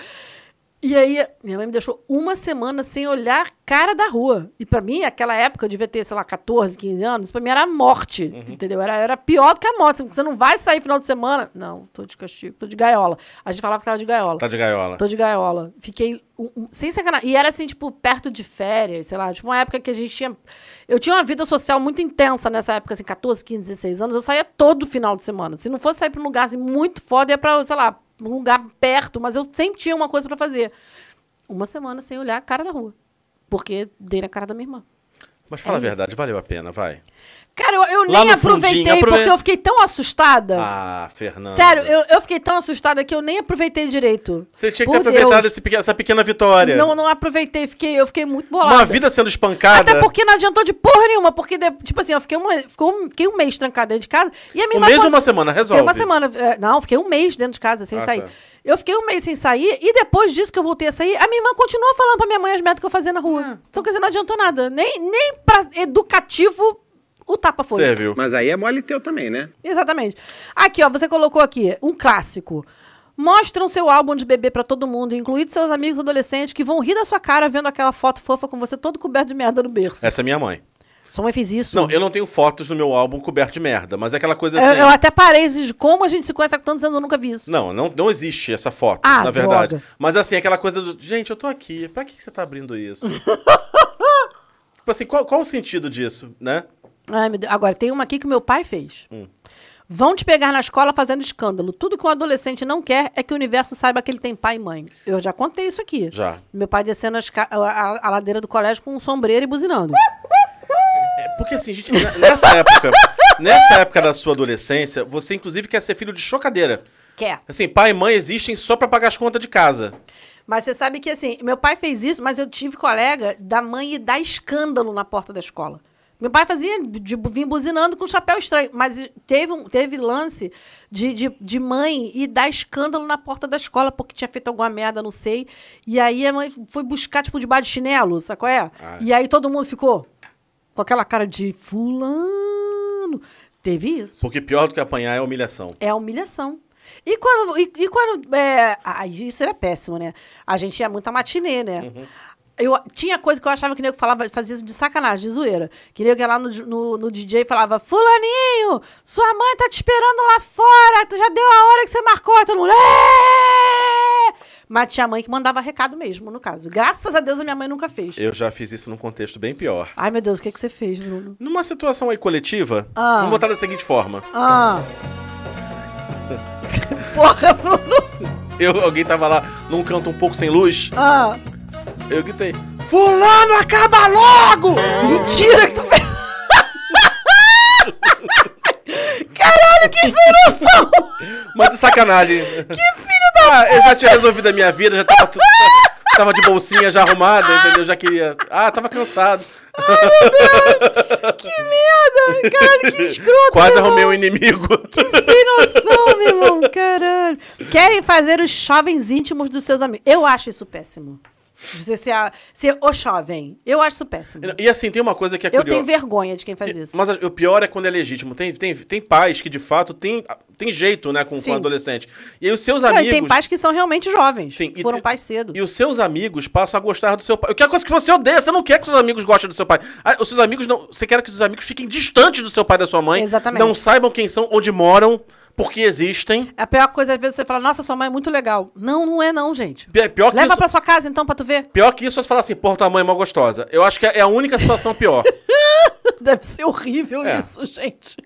E aí, minha mãe me deixou uma semana sem olhar a cara da rua. E pra mim, aquela época, eu devia ter, sei lá, 14, 15 anos, pra mim era a morte, entendeu? Era, era pior do que a morte. assim, Você não vai sair final de semana. Não, tô de castigo, tô de gaiola. A gente falava que tava de gaiola.
Tá de gaiola.
Tô de gaiola. Fiquei um- um- sem sacanagem. E era assim, tipo, perto de férias, sei lá. Tipo, uma época que a gente tinha. Eu tinha uma vida social muito intensa nessa época, assim, 14, 15, 16 anos. Eu saía todo final de semana. Se não fosse sair pra um lugar assim, muito foda, ia pra, sei lá, um lugar perto. Mas eu sempre tinha uma coisa pra fazer. Uma semana sem olhar a cara da rua. Porque dei na cara da minha irmã.
Mas fala
É
a verdade, valeu a pena, vai.
Cara, eu, eu
Lá
nem
no fundinho,
aproveitei porque
aprove-
eu fiquei tão assustada.
Ah, Fernando.
Sério, eu, eu fiquei tão assustada que eu nem aproveitei direito.
Você tinha que
Por
ter aproveitado
Deus.
esse pequeno- essa pequena vitória.
Não, não aproveitei, fiquei, eu fiquei muito bolada.
Uma vida sendo espancada.
Até porque não adiantou de porra nenhuma, porque, de- tipo assim, eu fiquei, uma, ficou um, fiquei um mês trancada dentro de casa. E a minha
Um
irmã
mês ou
quando-
uma semana? Resolve.
Fiquei uma semana. é, Não, fiquei um mês dentro de casa sem
Ah,
sair.
tá.
Eu fiquei um mês sem sair e depois disso que eu voltei a sair, a minha irmã continuou falando pra minha mãe as merdas que eu fazia na rua. Então, quer dizer, não adiantou nada. Nem, nem pra educativo o tapa foi.
Serviu.
Mas aí é mole teu também, né?
Exatamente. Aqui, ó, você colocou aqui um clássico. Mostram seu álbum de bebê pra todo mundo, incluindo seus amigos adolescentes que vão rir da sua cara vendo aquela foto fofa com você todo coberto de merda no berço.
Essa é minha mãe.
Sua mãe fez isso.
Não, eu não tenho fotos no meu álbum coberto de merda, mas é aquela coisa
Eu,
assim.
eu até parei de como a gente se conhece há tantos anos, eu nunca vi isso.
Não, não, não existe essa foto,
Ah,
na verdade.
droga.
Mas assim, aquela coisa do. Gente, eu tô aqui. Pra que que você tá abrindo isso? tipo assim, qual, qual o sentido disso, né?
Ai, meu Deus. Agora, tem uma aqui que o meu pai fez.
Hum.
Vão te pegar na escola fazendo escândalo. Tudo que um adolescente não quer é que o universo saiba que ele tem pai e mãe. Eu já contei isso aqui.
Já.
Meu pai descendo a, esca- a- a- a ladeira do colégio com um sombreiro e buzinando.
Uh! É, porque assim, gente, n- nessa época. Nessa época da sua adolescência, você inclusive quer ser filho de chocadeira.
Quer.
Assim, pai e mãe existem só pra pagar as contas de casa.
Mas você sabe que assim, meu pai fez isso, mas eu tive colega da mãe e dar escândalo na porta da escola. Meu pai fazia, de, vim buzinando com um chapéu estranho, mas teve, um, teve lance de, de, de mãe e dar escândalo na porta da escola porque tinha feito alguma merda, não sei. E aí a mãe foi buscar, tipo, debaixo de chinelo, sabe qual é? E aí todo mundo ficou com aquela cara de fulano. Teve isso.
Porque pior do que apanhar é humilhação.
É a humilhação. E quando. E, e quando é, ah, isso era péssimo, né? A gente ia muito a matinê, né? Eu, tinha coisa que eu achava que o nego falava, fazia isso de sacanagem, de zoeira. Que nego ia lá no, no, no DJ e falava: Fulaninho, sua mãe tá te esperando lá fora, tu já deu a hora que você marcou, todo mundo. "É!" Mas tinha mãe que mandava recado mesmo, no caso. Graças a Deus a minha mãe nunca fez.
Eu já fiz isso num contexto bem pior.
Ai, meu Deus, o que, que você fez, Bruno?
Numa situação aí coletiva,
Ah.
vamos botar da seguinte forma.
Ah! Porra, Bruno!
Eu, alguém tava lá num canto um pouco sem luz,
Ah!
eu gritei: Fulano, acaba logo!
Mentira que tu fez! Caralho, que sem noção!
Mas de sacanagem. Que filho da ah, Eu já tinha resolvido a minha vida, já tava tudo. tava de bolsinha já arrumada, entendeu? Já queria. Ah, tava cansado.
Que merda! Caralho, que escroto!
Quase
meu
arrumei
irmão.
um inimigo.
Sem noção, meu irmão, caralho. Querem fazer os jovens íntimos dos seus amigos. Eu acho isso péssimo. Você ser, a- ser o jovem. Eu acho isso péssimo.
E assim, tem uma coisa que é
Eu
curiosa.
tenho vergonha de quem faz isso.
Mas o pior é quando é legítimo. Tem, tem, tem pais que, de fato, tem, tem jeito, né, com, com
Sim.
adolescente. E aí os seus
Não, e
amigos.
tem pais que são realmente jovens.
Sim, e
foram
tem-
pais cedo.
E os seus amigos passam a gostar do seu pai. O que é a coisa que você odeia? Você não quer que seus amigos gostem do seu pai. Ah, Os seus amigos não. Você quer que os amigos fiquem distantes do seu pai e da sua mãe.
Exatamente.
Não saibam quem são, onde moram, porque existem.
A pior coisa, às vezes, você fala, nossa, sua mãe é muito legal. Não, não é não, gente.
Pi- Pior que
Leva
isso.
pra sua casa, então, pra tu ver.
Pior que isso, você fala assim, porra, tua mãe é mó gostosa. Eu acho que é a única situação pior.
Deve ser horrível
É.
isso, gente.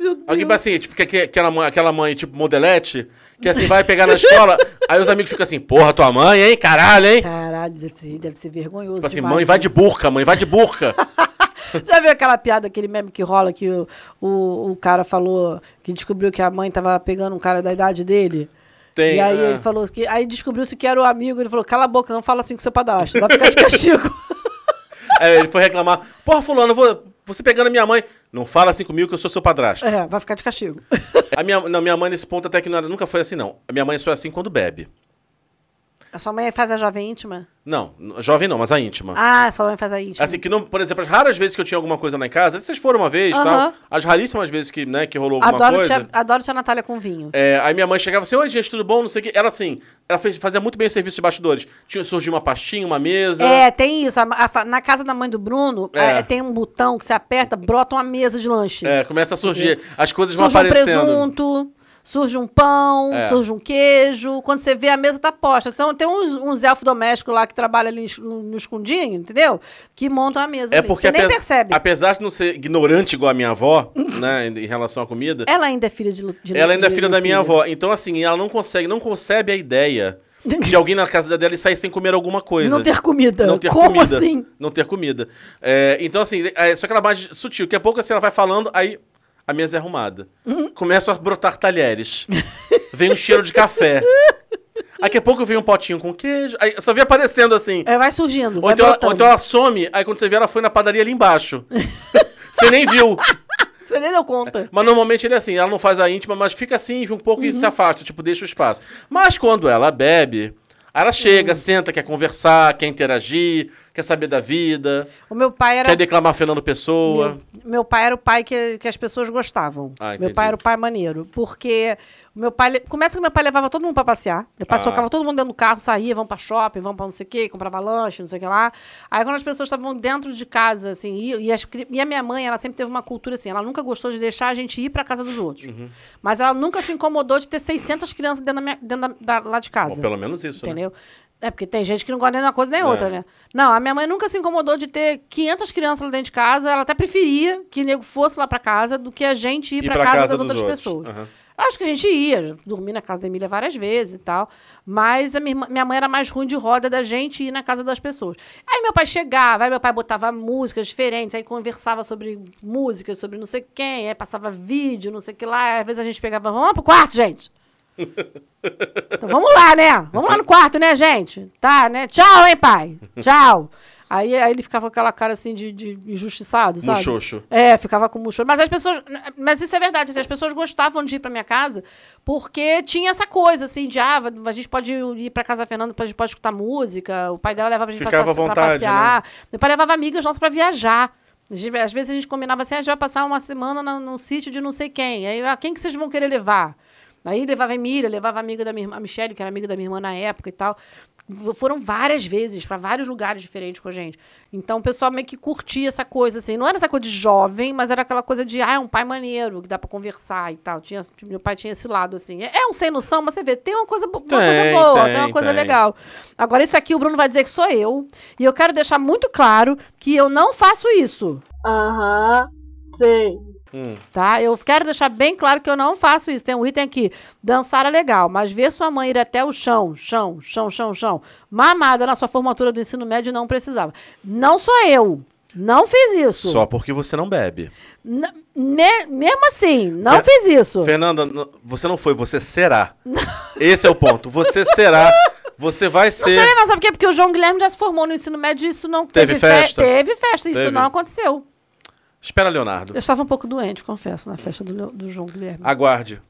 Meu Deus.
Alguém fala assim, tipo, que, que- aquela, mãe, aquela mãe, tipo, modelete, que assim, vai pegar na escola, aí os amigos ficam assim, porra, tua mãe, hein? Caralho, hein?
Caralho, deve ser, deve ser vergonhoso.
Tipo assim,
demais
mãe, vai de
isso.
burca, mãe, vai de burca.
Já viu aquela piada, aquele meme que rola que o, o, o cara falou que descobriu que a mãe tava pegando um cara da idade dele?
Tem,
e aí
é.
ele falou que. Aí descobriu-se que era o amigo. Ele falou: cala a boca, não fala assim com seu padrasto, vai ficar de castigo.
Aí É, ele foi reclamar, porra, fulano, eu vou- você pegando a minha mãe. Não fala assim comigo que eu sou seu padrasto.
é, vai ficar de castigo.
A minha, não, minha mãe nesse ponto até que não era- nunca foi assim, não. A minha mãe só é assim quando bebe.
A sua mãe faz a jovem íntima?
Não, n- jovem não, mas a íntima.
Ah, sua mãe faz a íntima.
Assim, que não, por exemplo, as raras vezes que eu tinha alguma coisa lá em casa, vocês foram uma vez e
Aham.
tal, as raríssimas vezes que, né, que rolou alguma
adoro,
coisa.
tia, adoro tia Natália com vinho.
É, aí minha mãe chegava assim, oi gente, tudo bom? Não sei o que. Ela assim, ela fez- fazia muito bem o serviço de bastidores. Tinha, surgiu uma pastinha, uma mesa.
É, tem isso. A- a fa- na casa da mãe do Bruno,
Né? É.
é, tem um botão que você aperta, brota uma mesa de lanche.
É, começa a surgir. As coisas vão
surge um
aparecendo.
presunto, surge um pão,
É.
surge um queijo. Quando você vê, a mesa tá posta. Então, tem uns, uns elfos domésticos lá que trabalham ali es- no, no escondinho, entendeu? Que montam a mesa.
É
ali.
porque
você nem
ape-
percebe.
apesar de não ser ignorante igual a minha avó, né, em em relação à comida,
Ela ainda é filha de, Lu- de
ela ainda é
de
filha da minha
Lucília.
avó. Então assim, ela não consegue, não concebe a ideia de alguém na casa dela e sair sem comer alguma coisa.
Não ter comida.
Não ter
Como
comida.
assim?
Não ter comida. É, então, assim, é, só que ela é mais sutil. Daqui a pouco, assim, ela vai falando, aí a mesa é arrumada.
Uhum.
Começam a brotar talheres. vem um cheiro de café. Daqui a pouco vem um potinho com queijo. Aí só vem aparecendo, assim.
É, vai surgindo.
ou,
vai
então ela,
brotando.
ou então ela some, aí quando você vê, ela foi na padaria ali embaixo. você nem viu.
Você nem deu conta.
Mas normalmente ele é assim, ela não faz a íntima, mas fica assim, um pouco e
Uhum.
se afasta, tipo, deixa o espaço. Mas quando ela bebe, aí ela chega,
Uhum.
senta, quer conversar, quer interagir, quer saber da vida,
O meu pai era
quer declamar Fernando Pessoa.
Meu, meu pai era o pai que, que as pessoas gostavam.
Ah, entendi.
meu pai era o pai maneiro. Porque o meu pai. le- Começa que meu pai levava todo mundo pra passear. Meu pai
Ah.
socava todo mundo dentro do carro, saía, vão pra shopping, vão pra não sei o quê, comprava lanche, não sei o que lá. Aí quando as pessoas estavam dentro de casa, assim, e, e as cri- e a minha mãe, ela sempre teve uma cultura assim, ela nunca gostou de deixar a gente ir pra casa dos outros.
Uhum.
Mas ela nunca se incomodou de ter 600 crianças dentro, da minha- dentro da- da- lá de casa.
Bom, pelo menos isso, né? É.
Entendeu? É porque tem gente que não gosta nem de uma coisa nem outra, né? Não, a minha mãe nunca se incomodou de ter 500 crianças lá dentro de casa. Ela até preferia que o nego fosse lá pra casa do que a gente ir, pra, casa, das
dos
outras
outros.
pessoas.
Aham.
Acho que a gente ia, dormi na casa da Emília várias vezes e tal. Mas a minha, irmã- minha mãe era mais ruim de roda da gente ir na casa das pessoas. Aí meu pai chegava, aí meu pai botava músicas diferentes, aí conversava sobre músicas, sobre não sei quem, aí passava vídeo, não sei o que lá. Aí às vezes a gente pegava, vamos lá pro quarto, gente. Então vamos lá, né? Vamos lá no quarto, né, gente? Tá, né? Tchau, hein, pai? Tchau. Aí, aí ele ficava com aquela cara assim de, de injustiçado,
Um
sabe?
Muxoxo.
É, ficava com murcho. Mas as pessoas. Mas isso é verdade, assim, as pessoas gostavam de ir pra minha casa porque tinha essa coisa, assim, de ah, a gente pode ir pra casa da Fernanda, a gente pode escutar música, o pai dela levava a gente
Ficava
pra,
à
pra
vontade, né?
passear. Meu pai levava amigas nossas pra viajar. A gente- Às vezes a gente combinava assim, "Ah, a gente vai passar uma semana no, no sítio de não sei quem. Aí, ah, quem que vocês vão querer levar? Aí levava a Emília, levava a amiga da minha irmã, a Michelle, que era amiga da minha irmã na época e tal. V- Foram várias vezes, pra vários lugares diferentes com a gente. Então o pessoal meio que curtia essa coisa, assim. Não era essa coisa de jovem, mas era aquela coisa de, ah, é um pai maneiro, que dá pra conversar e tal. Tinha, meu pai tinha esse lado, assim. É é um sem noção, mas você vê, tem uma coisa, bo- uma coisa
Tem,
boa, tem,
tem,
uma coisa
tem.
legal legal. Agora, isso aqui o Bruno vai dizer que sou eu. E eu quero deixar muito claro que eu não faço isso.
Aham, sei.
Hum.
Tá? Eu quero deixar bem claro que eu não faço isso. Tem um item aqui. Dançar é legal, mas ver sua mãe ir até o chão, chão, chão, chão, chão, mamada na sua formatura do ensino médio não precisava. Não sou eu. Não fiz isso.
Só porque você não bebe.
N- me- mesmo assim, não
Fe-
fiz isso.
Fernanda, n- você não foi, você será. Esse é o ponto. Você será. Você vai ser.
Não sei, mas sabe por quê? Porque o João Guilherme já se formou no ensino médio e isso não
Teve
fe-
festa?
Teve festa, isso
Teve.
não aconteceu.
Espera, Leonardo.
Eu estava um pouco doente, confesso, na festa do, Leo- do João Guilherme.
Aguarde.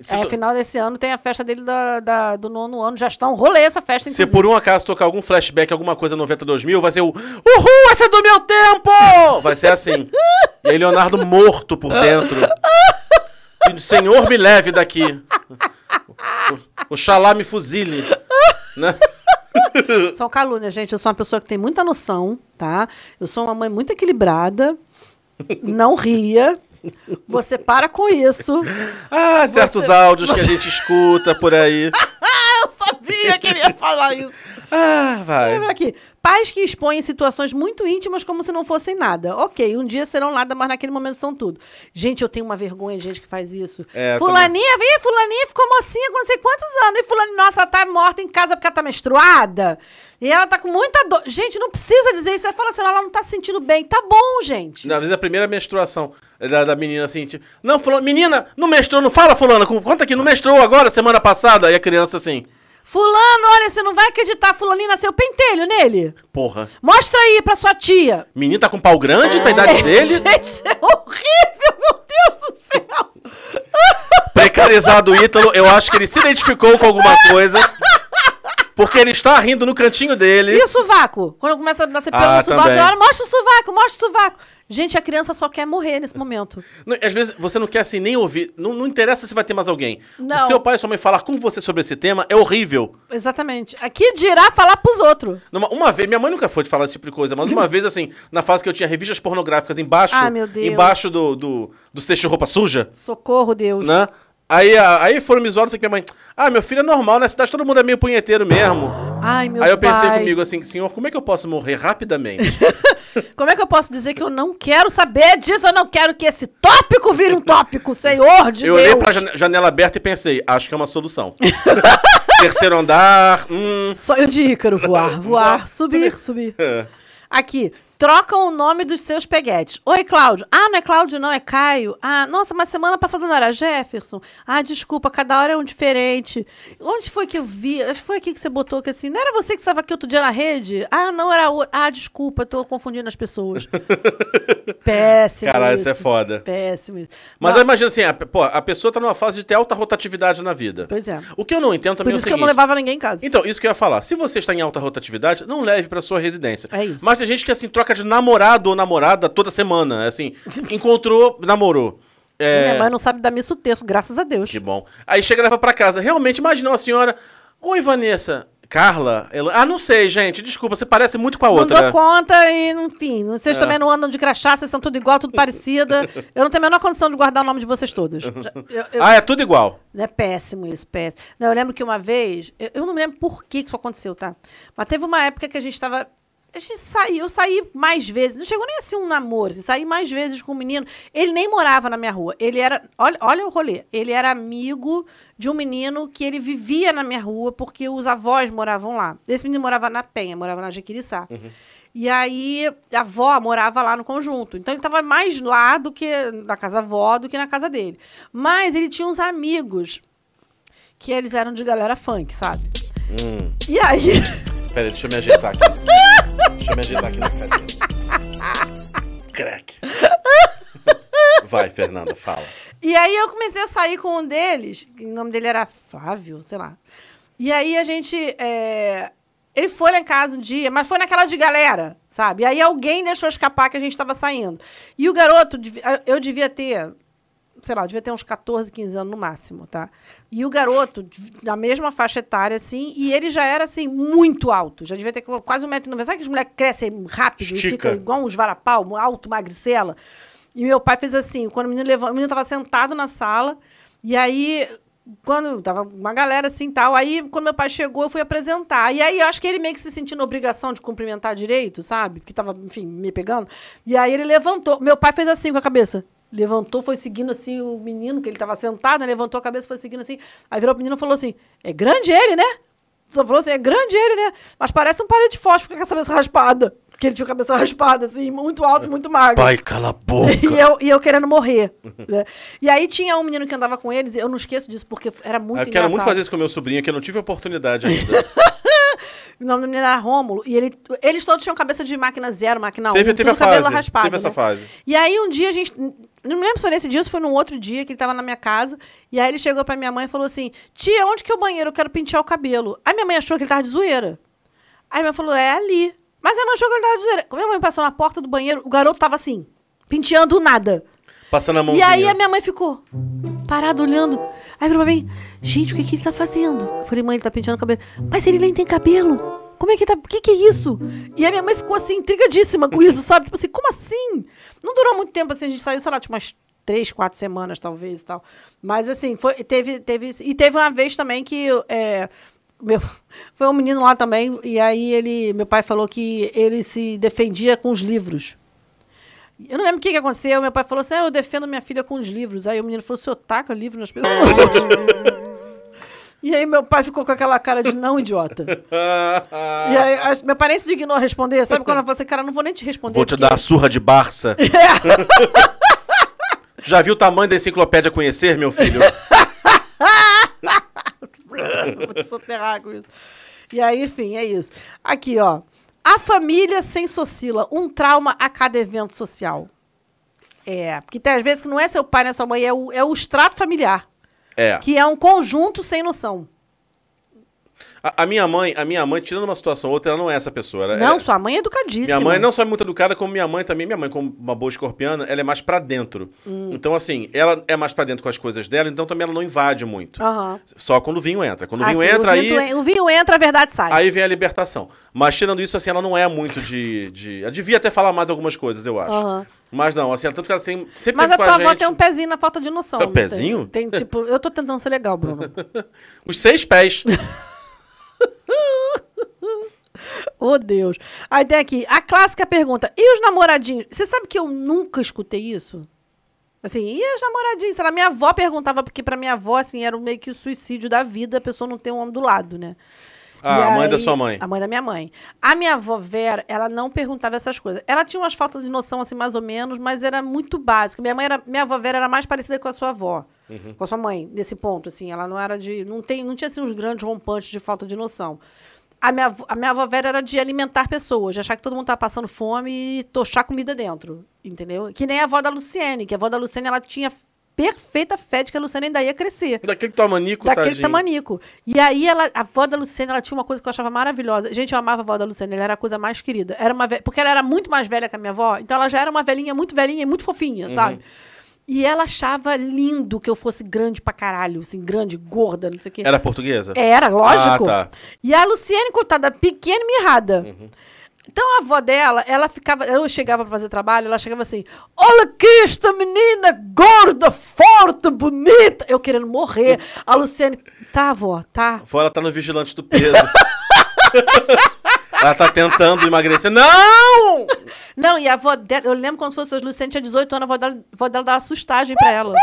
Se
É,
tu-
final desse ano tem a festa dele da, da- do nono ano. Já está um rolê essa festa,
Se
inclusive.
por um acaso tocar algum flashback, alguma coisa 90 2000, vai ser o Uhul, esse é do meu tempo! Vai ser assim. E aí Leonardo morto por dentro. E o Senhor me leve daqui. O xalá me fuzile. Né?
São calúnias, gente. Eu sou uma pessoa que tem muita noção, tá? Eu sou uma mãe muito equilibrada. Não ria. Você para com isso.
Ah, certos áudios que a gente escuta por aí.
Eu sabia que ele ia falar isso.
Ah, vai.
Aqui. Pais que expõem situações muito íntimas como se não fossem nada. Ok, um dia serão nada, mas naquele momento são tudo. Gente, eu tenho uma vergonha de gente que faz isso.
É, eu
fulaninha, vi, fulaninha ficou mocinha com não sei quantos anos. E fulaninha, nossa, ela tá morta em casa porque ela tá menstruada. E ela tá com muita dor. Gente, não precisa dizer isso. Você fala assim, ela não tá se sentindo bem. Tá bom, gente.
Na vez é a primeira menstruação da, da menina assim, tipo, não, fulano, menina, não menstruou, não fala fulano, com- conta aqui, não menstruou agora, semana passada, e a criança assim,
Fulano, olha, você não vai acreditar. Fulaninha nasceu pentelho nele.
porra,
Mostra aí pra sua tia.
menina tá com pau grande pra idade dele?
Gente, isso é horrível, meu Deus do céu.
Precarizado Ítalo, eu acho que ele se identificou com alguma coisa. Porque ele está rindo no cantinho dele.
E o sovaco? Quando começa a nascer pelo
Ah,
no sovaco,
também.
na hora, mostra o sovaco, mostra o sovaco. Gente, a criança só quer morrer nesse momento.
Não, Às vezes você não quer assim nem ouvir. Não, não interessa se vai ter mais alguém.
Não.
O seu pai ou sua mãe falar com você sobre esse tema é horrível.
Exatamente. Aqui dirá falar pros outros.
Numa- uma vez, minha mãe nunca foi de falar esse tipo de coisa, mas uma vez, assim, na fase que eu tinha revistas pornográficas embaixo.
Ah, meu Deus.
Embaixo do, do, do cesto de roupa suja,
Socorro, Deus.
né? Aí, a- aí foram me zoar, não sei o que minha mãe. Ah, meu filho é normal, na cidade todo mundo é meio punheteiro mesmo.
Ai, meu
aí eu pensei
pai.
comigo assim, senhor, como é que eu posso morrer rapidamente?
Como é que eu posso dizer que eu não quero saber disso? Eu não quero que esse tópico vire um tópico, Senhor de
eu
Deus.
olhei pra jane- janela aberta e pensei, acho que é uma solução. Terceiro andar, hum.
Sonho de Ícaro, voar, voar, subir, subir.
É.
Aqui, trocam o nome dos seus peguetes. Oi, Cláudio. Ah, não é Cláudio, não, é Caio. Ah, nossa, mas semana passada não era Jefferson. Ah, desculpa, cada hora é um diferente. Onde foi que eu vi? Acho que foi aqui que você botou que assim, não era você que estava aqui outro dia na rede? Ah, não, era... o- Ah, desculpa, tô confundindo as pessoas. Péssimo
Caralho,
isso.
isso é foda.
Péssimo isso.
Mas
Não,
aí imagina assim, a, pe- pô, a pessoa tá numa fase de ter alta rotatividade na vida.
Pois é.
O que eu não entendo
Por
também é o
isso que eu
seguinte.
não levava ninguém em casa.
Então, isso que eu ia falar. Se você está em alta rotatividade, não leve pra sua residência.
É isso.
Mas tem gente que assim troca de namorado ou namorada toda semana, assim, encontrou, namorou. É,
Minha mãe não sabe dar missa o terço, graças a Deus.
que bom. Aí chega e leva pra casa. Realmente, imagina uma senhora. Oi, Vanessa. Carla? Ela... Ah, não sei, gente. Desculpa, você parece muito com a
Não
outra. né?
dou conta e, enfim, vocês também não andam de crachá, vocês são tudo igual, tudo parecida. eu não tenho a menor condição de guardar o nome de vocês todas. Já- eu- eu-
Ah, é tudo igual.
é péssimo isso, péssimo. Não, eu lembro que uma vez, eu, eu não me lembro por que que isso aconteceu, tá? Mas teve uma época que a gente tava. A gente saiu, eu saí mais vezes. Não chegou nem assim um namoro, assim, saí mais vezes com um menino. Ele nem morava na minha rua. Ele era. Olha, olha o rolê. Ele era amigo de um menino que ele vivia na minha rua porque os avós moravam lá. Esse menino morava na Penha, morava na Jaquiriçá. E aí a avó morava lá no conjunto. Então ele estava mais lá do que na casa da avó do que na casa dele. Mas ele tinha uns amigos que eles eram de galera funk, sabe? E aí.
Pera aí, deixa eu me ajeitar aqui. deixa eu me ajeitar aqui na cadeira. Crack. Vai, Fernanda, fala.
E aí eu comecei a sair com um deles, que o nome dele era Flávio, sei lá. E aí a gente. é, Ele foi lá em casa um dia, mas foi naquela de galera, sabe? E aí alguém deixou escapar que a gente tava saindo. E o garoto, devi- eu devia ter. Sei lá, eu devia ter uns 14, 15 anos no máximo, tá? E o garoto, da mesma faixa etária, assim, e ele já era, assim, muito alto. Já devia ter quase 1,90m. Sabe que os moleques crescem rápido e
Estica.
ficam igual uns varapau, um alto, magricela. E meu pai fez assim, quando o menino levou, o menino tava sentado na sala, e aí quando tava uma galera assim tal, aí quando meu pai chegou, eu fui apresentar. E aí eu acho que ele meio que se sentiu na obrigação de cumprimentar direito, sabe? Porque tava, enfim, me pegando. E aí ele levantou, meu pai fez assim com a cabeça. Levantou, foi seguindo assim o menino que ele tava sentado, né? levantou a cabeça, foi seguindo assim. Aí virou o menino e falou assim: "É grande ele, né?" Só falou assim, é grande ele, né? Mas parece um parede de fósforo com a cabeça raspada. Porque ele tinha a cabeça raspada, assim, muito alto, muito magro.
Pai, cala a boca.
E é eu, e eu querendo morrer. né? E aí tinha um menino que andava com eles, eu não esqueço disso, porque era muito
eu
engraçado.
quero É muito fazer isso com meu sobrinho, que eu não tive oportunidade ainda.
O nome do menino era Rômulo, e ele, eles todos tinham cabeça de máquina zero, máquina 1,
Teve- teve a
cabelo
fase,
raspado.
teve essa
né?
fase.
E aí um dia a gente. Não me lembro se foi nesse dia ou se foi num outro dia que ele tava na minha casa. E aí ele chegou pra minha mãe e falou assim: Tia, onde que é o banheiro? Eu quero pentear o cabelo. Aí minha mãe achou que ele tava de zoeira. Aí minha mãe falou: É ali. Mas a mãe achou que ele tava de zoeira. Quando minha mãe passou na porta do banheiro, o garoto tava assim, penteando nada.
Passando a
E
mãozinha.
aí a minha mãe ficou parada olhando. Aí virou pra mim, gente, o que, que ele tá fazendo? Eu falei, mãe, ele tá penteando o cabelo. Mas ele nem tem cabelo. Como é que ele tá? O que, que é isso? E a minha mãe ficou assim, intrigadíssima com isso, sabe? Tipo assim, como assim? Não durou muito tempo assim, a gente saiu, sei lá, tipo umas três, quatro semanas, talvez e tal. Mas assim, foi, teve, teve. isso. E teve uma vez também que. é, meu, foi um menino lá também, e aí ele. Meu pai falou que ele se defendia com os livros. Eu não lembro o que, que aconteceu. Meu pai falou assim: ah, eu defendo minha filha com os livros. Aí o menino falou: o senhor taca livro nas pessoas? e aí meu pai ficou com aquela cara de não idiota. E aí as- meu pai nem se dignou a responder. Sabe quando você, cara, não vou nem te responder.
Vou te
porque-
dar a surra de Barça. Tu já viu o tamanho da enciclopédia conhecer, meu filho?
Vou te soterrar com isso. E aí, enfim, é isso. Aqui, ó. A família sem socila, um trauma a cada evento social. É, porque tem às vezes que não é seu pai, não é sua mãe, é o, é o extrato familiar,
É.
que é um conjunto sem noção.
A, a minha mãe, a minha mãe, tirando uma situação ou outra, ela não é essa pessoa. Ela,
Não,
ela-
sua mãe é educadíssima.
minha mãe não só é muito educada, como minha mãe também. Minha mãe, como uma boa escorpiana, ela é mais pra dentro.
Hum.
Então, assim, ela é mais pra dentro com as coisas dela, então também ela não invade muito.
Aham.
Só quando o vinho entra. Quando o
Ah,
vinho
sim,
entra, aí.
vinho en- O vinho entra, a verdade sai.
Aí vem a libertação. Mas tirando isso, assim, ela não é muito de. de... Ela devia até falar mais algumas coisas, eu acho.
Aham.
Mas não, assim, ela- tanto que ela sem- sempre
Mas
teve
a
com
tua avó
gente.
tem um pezinho na falta de noção.
É um
não tem?
pezinho?
Tem, tipo, eu tô tentando ser legal, Bruno.
Os seis pés.
oh, Deus. Aí tem aqui, a clássica pergunta, e os namoradinhos? Você sabe que eu nunca escutei isso? Assim, e os namoradinhos? Sei lá, minha avó perguntava, porque pra minha avó, assim, era meio que o suicídio da vida, a pessoa não ter um homem do lado, né?
Ah,
E
a mãe da
aí-
sua mãe.
A mãe da minha mãe. A minha avó Vera, ela não perguntava essas coisas. Ela tinha umas faltas de noção, assim, mais ou menos, mas era muito básica. Minha mãe era, minha avó Vera era mais parecida com a sua avó, com a sua mãe, nesse ponto, assim. Ela não era de, não tem, não tinha assim uns grandes rompantes de falta de noção. A minha, avó- a minha avó Vera era de alimentar pessoas, de achar que todo mundo tá passando fome e tochar comida dentro, entendeu? Que nem a avó da Luciene, que a avó da Luciene, ela tinha perfeita fé de que a Luciene ainda ia crescer
Daquele tamanico,
daquele
tadinho.
tamanico. E aí ela, a avó da Luciana, ela tinha uma coisa que eu achava maravilhosa. Gente, eu amava a avó da Luciana, ela era a coisa mais querida. Era uma ve- porque ela era muito mais velha que a minha avó, então ela já era uma velhinha muito velhinha e muito fofinha, sabe? E ela achava lindo que eu fosse grande pra caralho, assim, grande, gorda, não sei o quê.
Era portuguesa?
Era, lógico.
Ah, tá. Uhum.
E a Luciane, coitada, pequena e mirrada. Então a avó dela, ela ficava. Eu chegava pra fazer trabalho, ela chegava assim: Olha aqui esta menina gorda, forte, bonita. Eu querendo morrer. A Luciane, tá, avó, tá.
Fora ela tá no vigilante do peso. ela tá tentando emagrecer. Não!
Não, e a avó dela, eu lembro quando fosse a Luciane tinha 18 anos, a avó dela, a avó dela dava sustagem pra ela.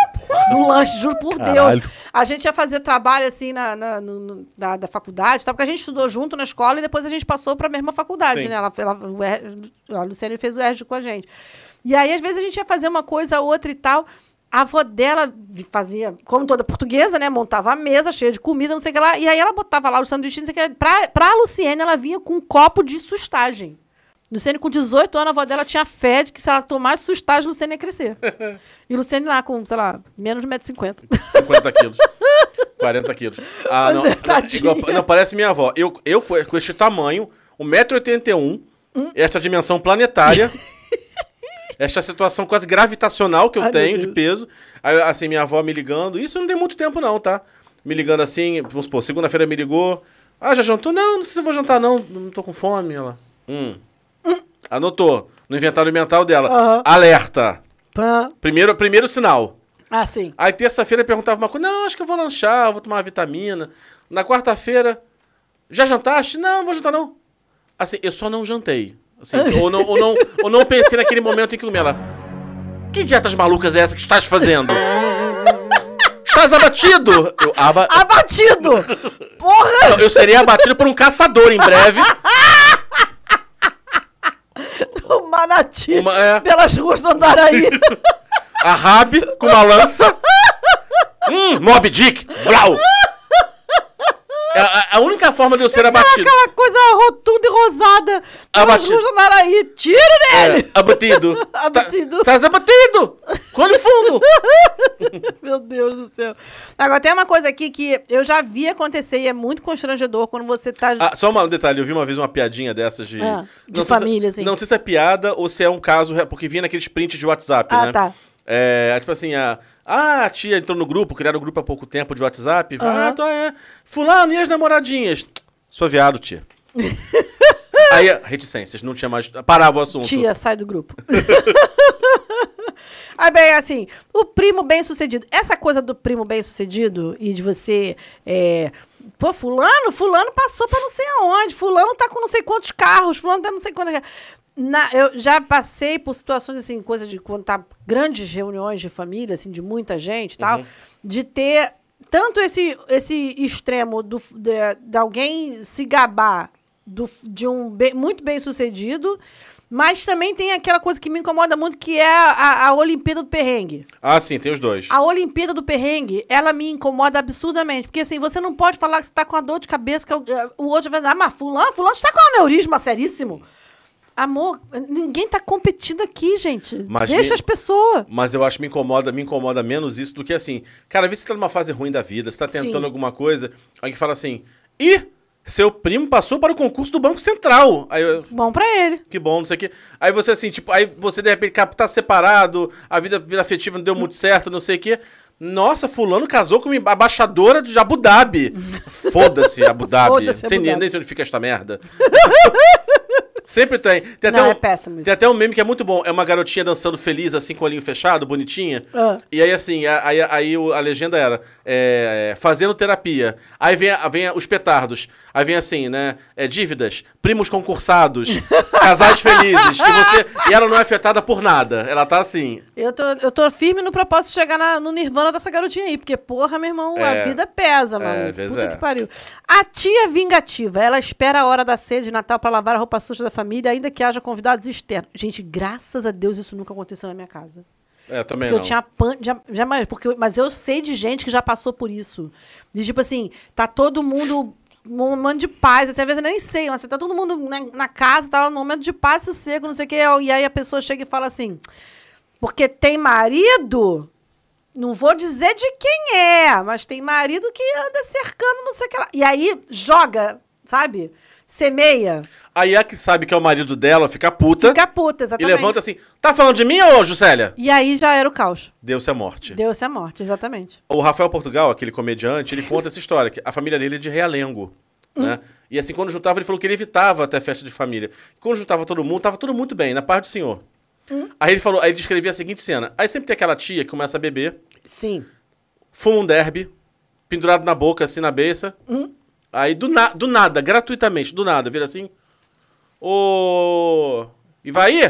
No lanche, juro por
Caralho.
Deus. A gente ia fazer trabalho assim na, na, no- no- da, da faculdade, tá? porque a gente estudou junto na escola e depois a gente passou pra mesma faculdade,
Sim.
né? Ela, ela- o Er- a Luciane fez o ERJ com a gente. E aí, às vezes, a gente ia fazer uma coisa, outra e tal. A avó dela fazia, como toda portuguesa, né? Montava a mesa cheia de comida, não sei o que lá. E aí ela botava lá os sanduíches, não sei o que lá. Pra, pra Luciene, ela vinha com um copo de sustagem. Luciene, com 18 anos, a avó dela tinha fé de que se ela tomasse sustagem, Luciene ia crescer. e Luciene lá com, sei lá, menos de 1,50m.
50 quilos. 40 quilos. Ah,
Mas
não.
é
Não,
tadinha.
igual- não, parece minha avó. Eu, eu com com este tamanho, 1,81m,
Hum?
esta dimensão planetária, esta situação quase gravitacional que eu
Ai, meu
tenho de
Deus.
peso. Aí, assim, minha avó me ligando. Isso não tem muito tempo, não, tá? Me ligando assim, vamos supor, segunda-feira me ligou. Ah, já jantou? Não, não sei se eu vou jantar, não. Não tô com fome. Ela. Hum. Anotou. No inventário mental dela.
Aham.
Alerta.
Pã.
Primeiro, primeiro sinal.
Ah, sim.
Aí terça-feira perguntava uma coisa, não, acho que eu vou lanchar, eu vou tomar uma vitamina. Na quarta-feira, já jantaste? Não, não vou jantar não. Assim, eu só não jantei. Assim, ou, não, ou, não, ou não pensei naquele momento em que eu comi ela. Que dietas malucas é essa que estás fazendo? estás abatido! Eu, aba...
Abatido! Porra!
Não, eu serei abatido por um caçador em breve.
O Manati!
Uma- é. Tá
Pelas ruas do Andaraí!
A Rabi com uma lança. Hum, Mob Dick! Blau! É A, a única forma de eu ser abatido.
Aquela coisa rotunda e rosada! Pelas
Abatido.
ruas do Andaraí! Tiro nele!
É, abatido.
Abatido.
Tá- Estás abatido. Cone fundo.
Meu Deus do céu! Agora, tem uma coisa aqui que eu já vi acontecer e é muito constrangedor quando você tá...
Ah, só uma- um detalhe. Eu vi uma vez uma piadinha dessas de...
Ah, de
sei se-
família, assim.
Não sei se é piada ou se é um caso... re- Porque vinha naqueles prints de WhatsApp,
Ah,
né?
tá.
É, tipo assim, a... Ah, a tia entrou no grupo, criaram o grupo há pouco tempo de WhatsApp. Ah,
Aham.
então é. Fulano, e as namoradinhas? Sou viado, tia. Aí, reticências, não tinha mais. Parava o assunto.
Tia, sai do grupo. Aí, bem, assim, o primo bem-sucedido. Essa coisa do primo bem-sucedido e de você. é, Pô, fulano, fulano passou pra não sei aonde, fulano tá com não sei quantos carros, fulano tá não sei quantos. Na, eu já passei por situações assim, coisa de quando tá grandes reuniões de família, assim, de muita gente e tal, de ter tanto esse, esse extremo do, de, de alguém se gabar do, de um bem- muito bem sucedido, mas também tem aquela coisa que me incomoda muito, que é a, a Olimpíada do Perrengue.
Ah, sim, tem os dois.
A Olimpíada do Perrengue, ela me incomoda absurdamente. Porque assim, você não pode falar que você tá com a dor de cabeça, que o, o outro vai dizer, ah, mas fulano, fulano está com aneurisma seríssimo. Amor, ninguém tá competindo aqui, gente.
Mas
Deixa
me-
as pessoas.
Mas eu acho que me incomoda, me incomoda menos isso do que assim. Cara, às vezes você tá numa fase ruim da vida, você tá tentando
Sim.
alguma coisa, alguém fala assim, ih, Seu primo passou para o concurso do Banco Central. Aí eu,
Bom pra ele.
que bom, não sei o quê. Aí você assim, tipo, aí você de repente cap- tá separado, a vida, vida afetiva não deu muito certo, não sei o quê. Nossa, fulano casou com uma embaixadora de Abu Dhabi. Foda-se, Abu Dhabi.
Foda-se, Abu
Sem nem,
Dhabi.
nem sei onde fica esta merda. Sempre tem. Tem até,
Não,
um,
é péssimo isso.
tem até um meme que é muito bom. É uma garotinha dançando feliz, assim, com o olhinho fechado, bonitinha.
Ah.
E aí, assim, a- aí, aí o- a legenda era é, fazendo terapia. Aí vem, a- vem a- os petardos. Aí vem assim, né? É, dívidas, primos concursados, casais felizes. E, você, e ela não é afetada por nada. Ela tá assim.
Eu tô, eu tô firme no propósito de chegar na- no nirvana dessa garotinha aí, porque, porra, meu irmão, a
É.
vida pesa, mano.
É, às vezes
Puta
é.
que pariu. A tia vingativa, ela espera a hora da ceia de Natal pra lavar a roupa suja da família, ainda que haja convidados externos. Gente, graças a Deus isso nunca aconteceu na minha casa.
É, eu também
Porque eu
não.
tinha pan... já- jamais, porque eu- mas eu sei de gente que já passou por isso. De tipo assim, tá todo mundo num momento de paz, assim, às vezes eu nem sei, mas tá todo mundo na, na casa, tá num momento de paz, sossego, não sei o quê, e aí a pessoa chega e fala assim: "Porque tem marido, não vou dizer de quem é, mas tem marido que anda cercando não sei o que lá". E aí joga, sabe? Semeia,
Aí a que sabe que é o marido dela fica puta
fica puta,
Tá. e
exatamente.
levanta assim: tá falando de mim ou Juscelia?
E aí já era o caos.
Deu-se a morte.
Deu-se a morte, exatamente.
O Rafael Portugal, aquele comediante, ele conta essa história, que a família dele é de Realengo, né? E assim, quando juntava, ele falou que ele evitava até festa de família. Quando juntava todo mundo, tava tudo muito bem, na parte do senhor. Aí ele falou, aí ele descrevia a seguinte cena. Aí sempre tem aquela tia que começa a beber,
Sim.
fuma um derby, pendurado na boca, assim, na beça. Aí do, na- do nada, gratuitamente, do nada, vira assim. Ô. Ivaí?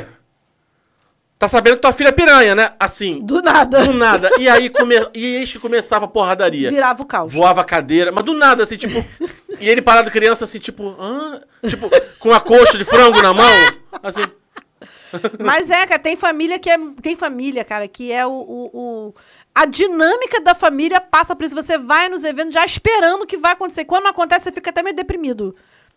Tá sabendo que tua filha é piranha, né? Assim.
Do nada.
Do nada. E aí come... e eis que começava a porradaria.
Virava o caos.
Voava a cadeira, mas do nada, assim, tipo. e ele parado criança, assim, tipo. Hã? Tipo, com a coxa de frango na mão. Assim.
Mas é, cara, tem família que é. Tem família, cara, que é o. o- o- a dinâmica da família passa por isso. Você vai nos eventos já esperando o que vai acontecer. Quando não acontece, você fica até meio deprimido.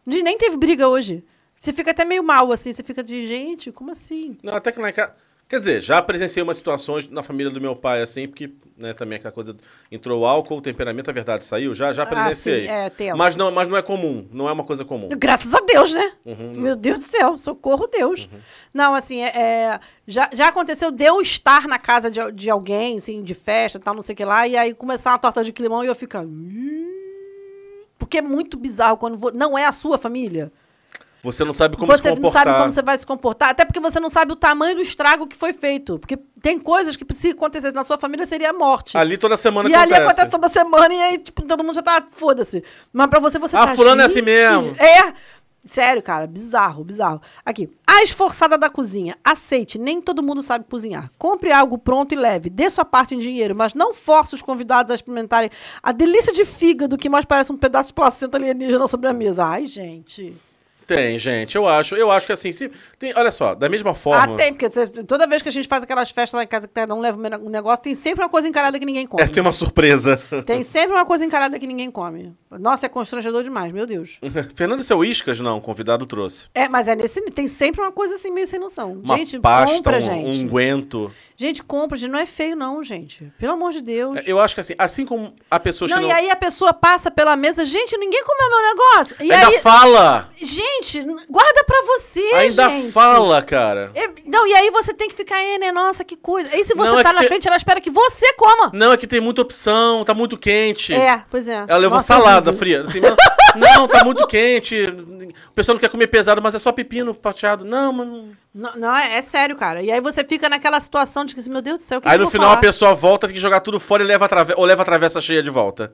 Gente, Nem teve briga hoje. Você fica até meio mal, assim. Você fica de, gente, como assim?
Não, até que lá em casa. Quer dizer, já presenciei umas situações na família do meu pai, assim, porque, né, também aquela coisa. Entrou o álcool, o temperamento, a verdade saiu, já, já
sim,
presenciei.
é, tenso.
mas, não, mas não é comum, não é uma coisa comum.
Graças a Deus, né?
Uhum.
Meu Deus do céu, socorro Deus. Não, assim, é, é, já, já aconteceu de eu estar na casa de, al- de alguém, assim, de festa e tal, não sei o que lá, e aí começar uma torta de climão e eu ficar. "Ih", Porque é muito bizarro quando vo- não é a sua família.
Você não sabe como se
você não
comportar.
sabe como você vai se comportar, até porque você não sabe o tamanho do estrago que foi feito. Porque tem coisas que, se acontecesse na sua família, seria a morte.
Ali toda semana
E ali acontece toda semana, e aí, tipo, todo mundo já tá, foda-se. Mas pra você, você
Ah,
tá,
fulano é assim
"Gente,
mesmo."
É! Sério, cara, bizarro, bizarro. Aqui. A esforçada da cozinha. Aceite, nem todo mundo sabe cozinhar. Compre algo pronto e leve. Dê sua parte em dinheiro, mas não force os convidados a experimentarem a delícia de fígado que mais parece um pedaço de placenta alienígena sobre a mesa. Ai, gente.
Tem, gente, eu acho. Eu acho que assim, se. Tem, olha só, da mesma forma.
Ah, tem, porque cê- toda vez que a gente faz aquelas festas lá em casa que cada um leva um men- um negócio, tem sempre uma coisa encarada que ninguém come.
É, tem uma surpresa.
Tem sempre uma coisa encarada que ninguém come. Nossa, é constrangedor demais, meu Deus.
Fernando seu iscas, não, o convidado trouxe.
É, mas é nesse. Tem sempre uma coisa assim meio sem noção.
Uma
gente,
pasta,
compra,
um, um
gente.
unguento.
Gente, compra, gente. Não é feio, não, gente. Pelo amor de Deus.
É, Eu acho que assim, assim como há pessoas
não,
que não.
e aí a pessoa passa pela mesa, gente, ninguém comeu meu negócio. E
ainda
aí.
fala!
Gente, n- guarda pra você,
ainda
gente.
fala, cara!
É, não, e aí você tem que ficar, é, né, nossa, que coisa. Aí se você
Não, é
tá
que
na
tem-
frente, ela espera que você coma.
Não, é que tem muita opção, tá muito quente.
É, pois é.
Ela levou
Nossa,
salada
horrível.
fria. Assim, não, não, tá muito quente. O pessoal não quer comer pesado, mas é só pepino fatiado. Não, mano.
Não, não, é, é sério, cara. E aí você fica naquela situação de que, assim, meu Deus do céu, o que
Aí
que eu
no
vou
final
falar?
a pessoa volta, tem que jogar tudo fora e leva a trave... ou leva a travessa cheia de volta.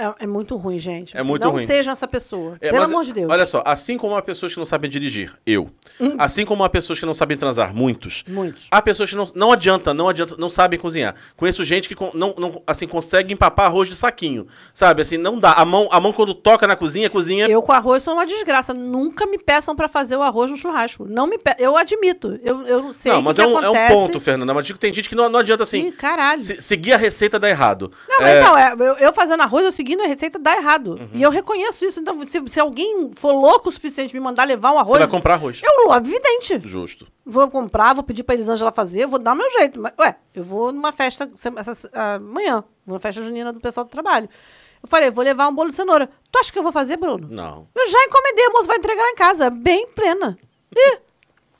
É, é muito ruim, gente.
É muito
não
ruim.
sejam essa pessoa.
É,
Pelo
mas,
amor de Deus. Hum.
Olha só, assim como há pessoas que não sabem dirigir, eu. Assim como há pessoas que não sabem transar, muitos.
Muitos.
Há pessoas que não, não adianta, não adianta, não sabem cozinhar. Conheço gente que con- não, não, assim, consegue empapar arroz de saquinho. Sabe, assim, não dá. A mão, a mão quando toca na cozinha, cozinha...
Eu com arroz sou uma desgraça. Nunca me peçam pra fazer o arroz no churrasco. Não me pe... Eu admito. Eu, eu não sei
não,
o
mas
que
é,
que
um, é um
acontece.
ponto, Fernanda. Mas digo que tem gente que não, não adianta, assim,
Ih, caralho.
se- seguir a receita dá errado.
Não,
É, Uhum.
mas não, é, eu, eu fazendo arroz, eu seguindo a receita, dá errado. E eu reconheço isso. Então, se, se alguém for louco o suficiente me mandar levar um arroz...
Você vai comprar arroz.
Eu, evidente.
Justo.
Vou comprar, vou pedir pra Elisângela fazer, vou dar o meu jeito. Mas, ué, eu vou numa festa sem- essa- se- amanhã. Vou na festa junina do pessoal do trabalho. Eu falei, vou levar um bolo de cenoura. Tu acha que eu vou fazer, Bruno?
Não.
Eu já encomendei, a moça vai entregar lá em casa, bem plena. Ih,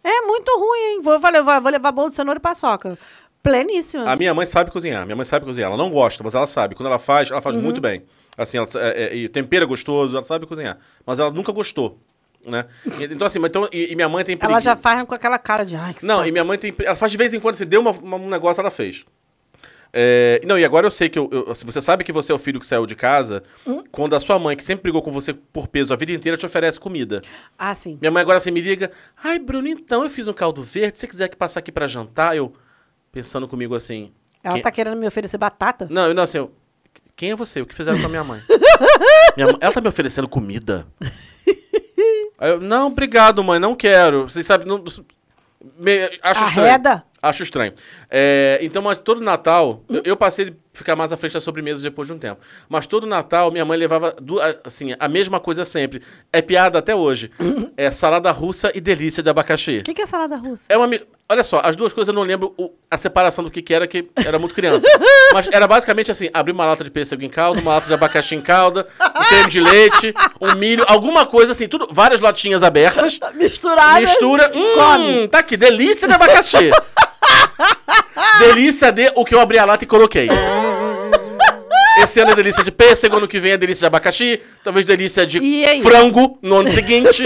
é muito ruim, hein? Vou, eu falei, vou, vou levar bolo de cenoura e paçoca. Pleníssima.
A minha mãe sabe cozinhar. Minha mãe sabe cozinhar. Ela não gosta, mas ela sabe. Quando ela faz, ela faz
Uhum.
muito bem. Assim, ela sa- é, é, e tempera gostoso, ela sabe cozinhar. Mas ela nunca gostou, né? E- Então, assim, mas então, e, e minha mãe tem
Ela
preguiça.
já faz com aquela cara de, ai, que
Não,
saco."
e minha mãe tem. Ela faz de vez em quando, se deu uma- uma- um negócio, ela fez. É, não, e agora eu sei que eu, eu- assim, você sabe que você é o filho que saiu de casa
Hum?
quando a sua mãe, que sempre brigou com você por peso a vida inteira, te oferece comida.
Ah, sim.
Minha mãe agora assim me liga: Ai, Bruno, então eu fiz um caldo verde, se você quiser que passar aqui pra jantar, eu. Pensando comigo assim.
Ela
"Quem-
tá querendo me oferecer batata?
Não, eu não assim, eu... Quem é você? O que fizeram com a minha mãe? Minha mãe- Ela tá me oferecendo comida. Aí eu, não, obrigado, mãe, não quero. Vocês sabem, não. Me- acho estranho.
Arreda.
Acho estranho. É, então, mas todo Natal, eu, eu passei a ficar mais à frente da sobremesa depois de um tempo. Mas todo Natal, minha mãe levava du- a- assim, a mesma coisa sempre. É piada até hoje. É salada russa e delícia de abacaxi.
O que, que é salada russa?
É uma. mi- Olha só, as duas coisas eu não lembro o- a separação do que, que era, que era muito criança. Mas era basicamente assim: abrir uma lata de pêssego em calda, uma lata de abacaxi em calda, um creme de leite, um milho, alguma coisa assim, tudo, várias latinhas abertas.
Misturada.
Mistura. Hum,
Come.
Tá aqui, delícia de abacaxi. delícia de o que eu abri a lata e coloquei. Esse ano é delícia de pêssego, ano que vem é delícia de abacaxi, talvez delícia
E é
de
aí?
frango no ano seguinte.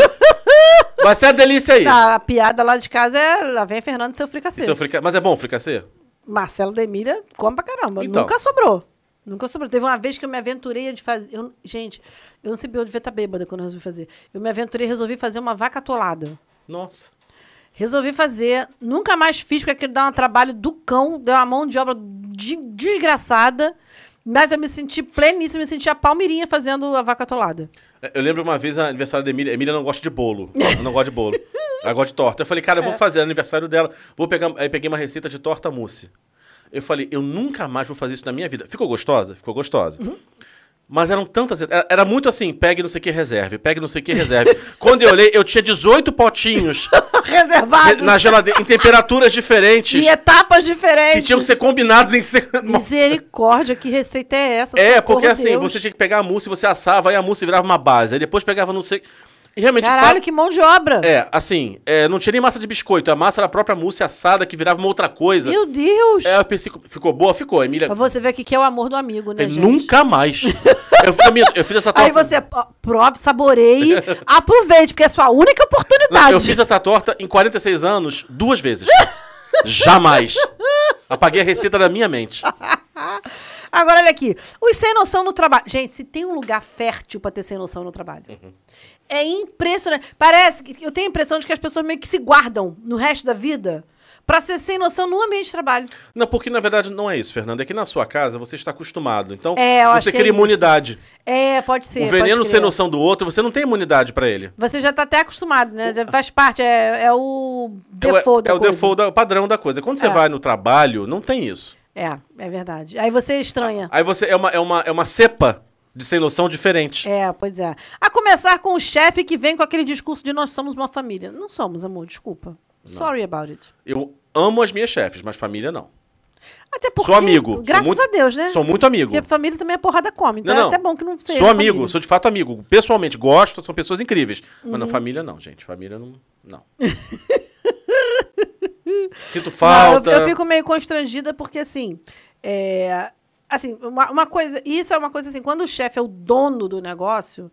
Vai ser a delícia aí.
A piada lá de casa é, lá vem Fernando e seu fricassê.
Esse é o frica- Mas é bom fricassê?
Marcelo da Emília come pra caramba.
Então.
Nunca sobrou. Nunca sobrou. Teve uma vez que eu me aventurei a de fazer. eu- gente, eu não sei, eu devia estar tá bêbada quando eu resolvi fazer. Eu me aventurei e resolvi fazer uma vaca atolada.
Nossa.
Resolvi fazer, nunca mais fiz, porque aquilo dá um trabalho do cão, deu uma mão de obra de- desgraçada. Mas eu me senti pleníssima, me senti a palmeirinha fazendo a vaca atolada.
É, Eu lembro uma vez no aniversário da Emília. A Emília não gosta de bolo. Ela não gosta de bolo. Ela gosta de torta. Eu falei, cara, eu vou fazer aniversário dela. Vou pegar. Aí peguei uma receita de torta mousse. Eu falei, eu nunca mais vou fazer isso na minha vida. Ficou gostosa? Ficou gostosa. Mas eram tantas. era- Era muito assim: pegue não sei o que, reserve. Pegue não sei o que, reserve. Quando eu olhei, eu tinha 18 potinhos
Reservado!
na geladeira, em temperaturas diferentes,
E é etapas
que
diferentes.
tinham que ser combinados em. se-
Misericórdia, que receita é essa?
É,
Socorro,
porque assim,
Deus.
você tinha que pegar a mousse, você assava, aí a mousse virava uma base. Aí depois pegava não sei. E realmente. fa-
Caralho, que mão de obra!
É, assim, é, não tinha nem massa de biscoito. A massa era a própria mousse assada que virava uma outra coisa.
Meu Deus!
É, eu pensei, ficou boa? Ficou. A Emília,
Pra você ver o que que é o amor do amigo, né,
é,
gente?
nunca mais. eu, eu minto, eu fiz essa torta...
Aí você ó, prove, saboreie, aproveite, porque é a sua única
Não,
oportunidade.
eu fiz essa torta em 46 anos duas vezes. Jamais. Apaguei a receita da minha mente.
Agora, olha aqui. Os sem noção no trabalho. Gente, se tem um lugar fértil pra ter sem noção no trabalho.
Uhum.
É impressionante. Parece que eu tenho a impressão de que as pessoas meio que se guardam no resto da vida pra ser sem noção no ambiente de trabalho.
Não, porque na verdade não é isso, Fernando. É que na sua casa você está acostumado. Então
É, eu acho
você
que é
cria
isso.
imunidade.
É, pode ser.
o
pode
veneno sem
crer.
noção do outro, você não tem imunidade pra ele.
Você já tá até acostumado, né? Já Faz parte, é, é o
É o-
default
é
da
o
coisa.
default, da- o padrão da coisa. Quando você
É.
vai no trabalho, não tem isso.
É, é verdade. Aí você estranha.
Aí você é uma, é uma, é uma cepa de sem noção diferente.
É, pois é. A começar com o chefe que vem com aquele discurso de nós somos uma família. Não somos, amor, desculpa. Sorry about it.
Eu amo as minhas chefes, mas família não.
Até porque.
sou amigo. sou
Graças
muito-
a Deus, né?
Sou muito amigo.
Porque a família também é porrada come. Então é até bom que não seja.
Sou amigo,
família.
sou de fato amigo. Pessoalmente, gosto, são pessoas incríveis. Mas
Uhum.
não, família não, gente. Família não. Não. Sinto
Não, eu-
falta.
eu, fico meio constrangida porque, assim. é, assim, uma, uma coisa. Isso é uma coisa assim, quando o chefe é o dono do negócio,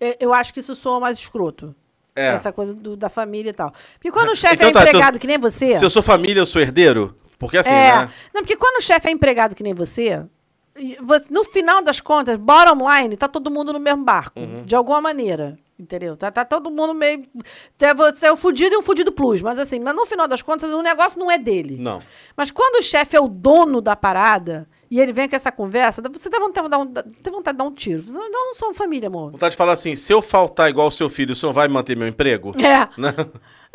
é, eu acho que isso soa mais escroto.
É.
Essa coisa do- da família e tal. Porque quando o chefe
Então
é
tá, se eu-
empregado que nem você.
Se eu sou família, eu sou herdeiro? Porque assim,
é.
né?
Não, porque quando o chefe é empregado que nem você, e você- no final das contas, bottom line, tá todo mundo no mesmo barco,
Uhum.
de alguma maneira. Entendeu? Tá, tá todo mundo meio. Até você é um fudido e um fudido plus. Mas assim, mas no final das contas, o negócio não é dele.
Não.
Mas quando o chefe é o dono da parada e ele vem com essa conversa, dá- você dá vontade, de dar um- dá- tem vontade de dar um tiro. Você não, não sou família, amor.
Vontade de falar assim: se eu faltar igual o seu filho, o senhor vai manter meu emprego? Né?
É.
Não.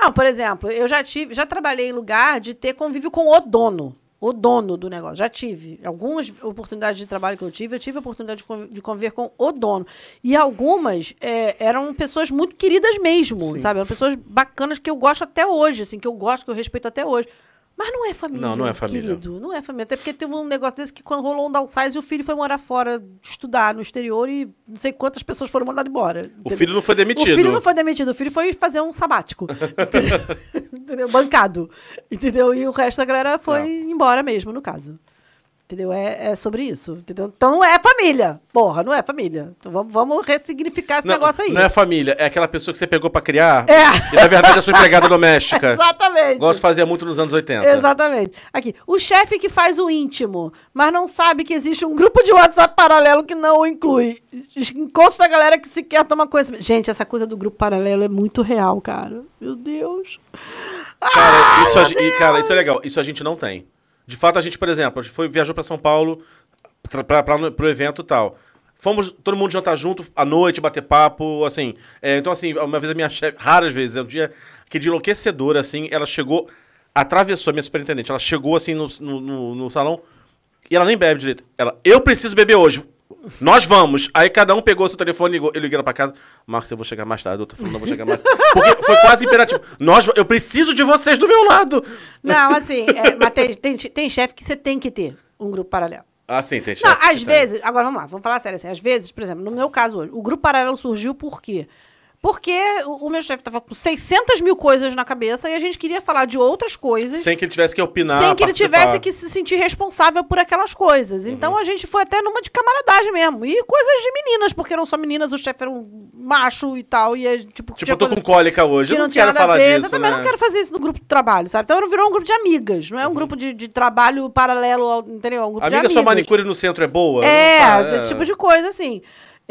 Não, por exemplo, eu já tive, já trabalhei em lugar de ter convívio com o dono. O dono do negócio. Já tive. Algumas oportunidades de trabalho que eu tive, eu tive a oportunidade de con- de conviver com o dono. E algumas é, eram pessoas muito queridas mesmo, sabe? Eram pessoas bacanas que eu gosto até hoje, assim, que eu gosto, que eu respeito até hoje. Mas não é família.
Não, não é família.
Querido, não é família. Até porque teve um negócio desse que quando rolou um downsize, o filho foi morar fora, estudar no exterior e não sei quantas pessoas foram mandadas embora.
O
entendeu?
filho não foi demitido.
O filho não foi demitido, o filho foi fazer um sabático. entendeu? entendeu? Bancado. Entendeu? E o resto da galera foi
Tá.
embora mesmo, no caso. Entendeu? É, é sobre isso. Entendeu? Então não é família. Porra, não é família. Então vamos, vamos ressignificar esse
Não-
negócio aí.
Não é família, é aquela pessoa que você pegou pra criar.
É.
E na verdade é sua empregada doméstica.
Exatamente.
Igual se fazia muito nos anos 80.
Exatamente. Aqui. O chefe que faz o íntimo, mas não sabe que existe um grupo de WhatsApp paralelo que não o inclui. Encontro da galera que sequer toma conhecimento. Gente, essa coisa do grupo paralelo é muito real, cara. Meu Deus. Ah,
Cara, isso a gen- e, cara, isso é legal. Isso a gente não tem. De fato, a gente, por exemplo, a gente foi, viajou pra São Paulo tra- pra, pra, pro evento e tal. Fomos todo mundo jantar junto à noite, bater papo, assim. É, então, assim, uma vez a minha chefe, raras vezes, é um dia que de enlouquecedora, assim, ela chegou, atravessou a minha superintendente, ela chegou, assim, no, no, no- no salão e ela nem bebe direito. Ela, eu preciso beber hoje. Nós vamos. Aí cada um pegou seu telefone e ligou. Eu liguei ela pra casa. Marcos, eu vou chegar mais tarde. Outro falou, não vou chegar mais tarde. Porque foi quase imperativo. Nós, eu preciso de vocês do meu lado.
Não, assim, é, mas tem, tem, tem chefe que você tem que ter um grupo paralelo.
Ah, sim, tem chefe.
Não,
que
às
tem.
vezes, agora vamos lá, vamos falar sério assim. Às vezes, por exemplo, no meu caso hoje, o grupo paralelo surgiu por quê? Porque o, o meu chefe tava com 600 mil coisas na cabeça e a gente queria falar de outras coisas.
Sem que ele tivesse que opinar.
sem que ele
participar. Uhum.
tivesse que se sentir responsável por aquelas coisas. Então a gente foi até numa de camaradagem mesmo. E coisas de meninas, porque não só meninas, o chefe era um macho e tal. E, é, tipo,
Tipo,
tinha
eu tô
coisa
com cólica hoje.
que
Eu
não
não
tinha
quero
nada a
falar
ver.
disso.
eu também
né? Uhum.
não quero fazer isso no grupo de trabalho, sabe? Então virou um grupo de amigas, não é um grupo de, de trabalho paralelo, ao- entendeu? É um grupo
Amiga,
de
sua
amigas.
manicure no centro é boa?
É,
Não tá,
esse tipo de coisa, assim.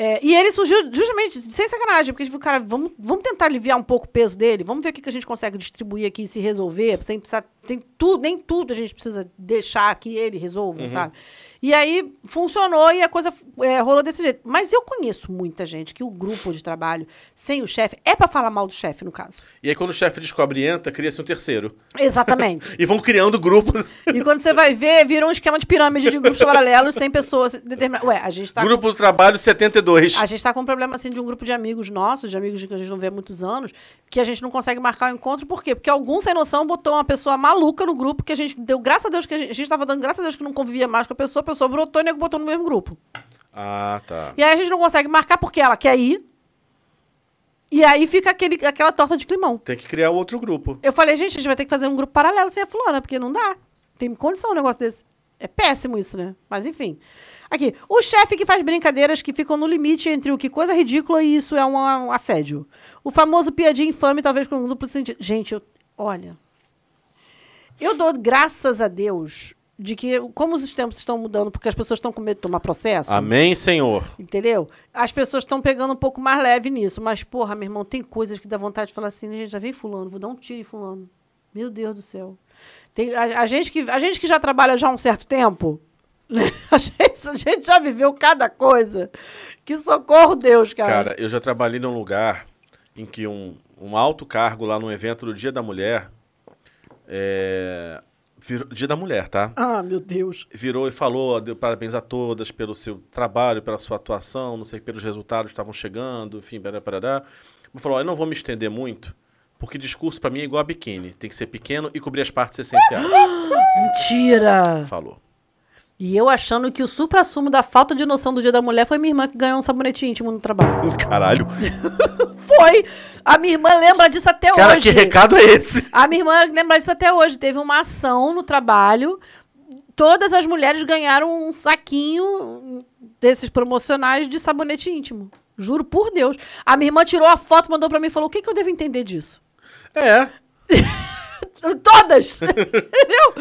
É, e ele surgiu justamente sem sacanagem, porque a gente falou, cara, vamos, vamos tentar aliviar um pouco o peso dele, vamos ver o que, que a gente consegue distribuir aqui e se resolver, sem precisar. Tem tudo, nem tudo a gente precisa deixar que ele resolva, sabe? E aí funcionou e a coisa é, rolou desse jeito. Mas eu conheço muita gente que o grupo de trabalho, sem o chefe, é pra falar mal do chefe, no caso.
E aí, quando o chefe descobre e entra, cria-se um terceiro.
Exatamente.
E vão criando grupos.
e quando você vai ver, vira um esquema de pirâmide de grupos paralelos, sem pessoas determinadas. Ué, a gente tá com-
Grupo do Trabalho 72.
A gente tá com um problema assim de um grupo de amigos nossos, de amigos que a gente não vê há muitos anos, que a gente não consegue marcar o encontro. Por quê? Porque algum sem noção botou uma pessoa maluca no grupo que a gente deu, graças a Deus, que a gente, a gente tava dando graças a Deus que não convivia mais com a pessoa, a pessoa brotou e o nego botou no mesmo grupo.
Ah, tá.
E aí a gente não consegue marcar porque ela quer ir. E aí fica aquele, aquela torta de climão.
Tem que criar outro grupo.
Eu falei, gente, a gente vai ter que fazer um grupo paralelo sem a fulana, porque não dá. Tem condição um negócio desse. É péssimo isso, né? Mas enfim. Aqui, o chefe que faz brincadeiras que ficam no limite entre o que coisa ridícula e isso é um, um assédio. O famoso piadinha infame, talvez com um duplo sentido. Gente, eu, olha. Eu dou graças a Deus de que, como os tempos estão mudando, porque as pessoas estão com medo de tomar processo.
Amém, Senhor.
Entendeu? As pessoas estão pegando um pouco mais leve nisso. Mas, porra, meu irmão, tem coisas que dá vontade de falar assim, gente, já vem fulano, vou dar um tiro em fulano. Meu Deus do céu. Tem, a, a gente que, a gente que já trabalha já há um certo tempo, né? a, gente, a gente já viveu cada coisa. Que socorro, Deus, cara.
Cara, eu já trabalhei num lugar em que um, um alto cargo lá no evento do Dia da Mulher. é, virou- Dia da Mulher, tá?
Ah, meu Deus.
virou e falou, deu parabéns a todas pelo seu trabalho, pela sua atuação, não sei, pelos resultados que estavam chegando, enfim, parará, parará. Mas falou, ó, eu não vou me estender muito, porque discurso pra mim é igual a biquíni, tem que ser pequeno e cobrir as partes essenciais.
Mentira!
falou.
E eu achando que o supra-sumo da falta de noção do Dia da Mulher foi minha irmã que ganhou um sabonete íntimo no trabalho.
Caralho.
Foi! A minha irmã lembra disso até
Cara,
hoje.
que recado é esse?
A minha irmã lembra disso até hoje. Teve uma ação no trabalho. Todas as mulheres ganharam um saquinho desses promocionais de sabonete íntimo. Juro por Deus. A minha irmã tirou a foto, mandou pra mim e falou: o que, que eu devo entender disso?
É.
Todas! Entendeu?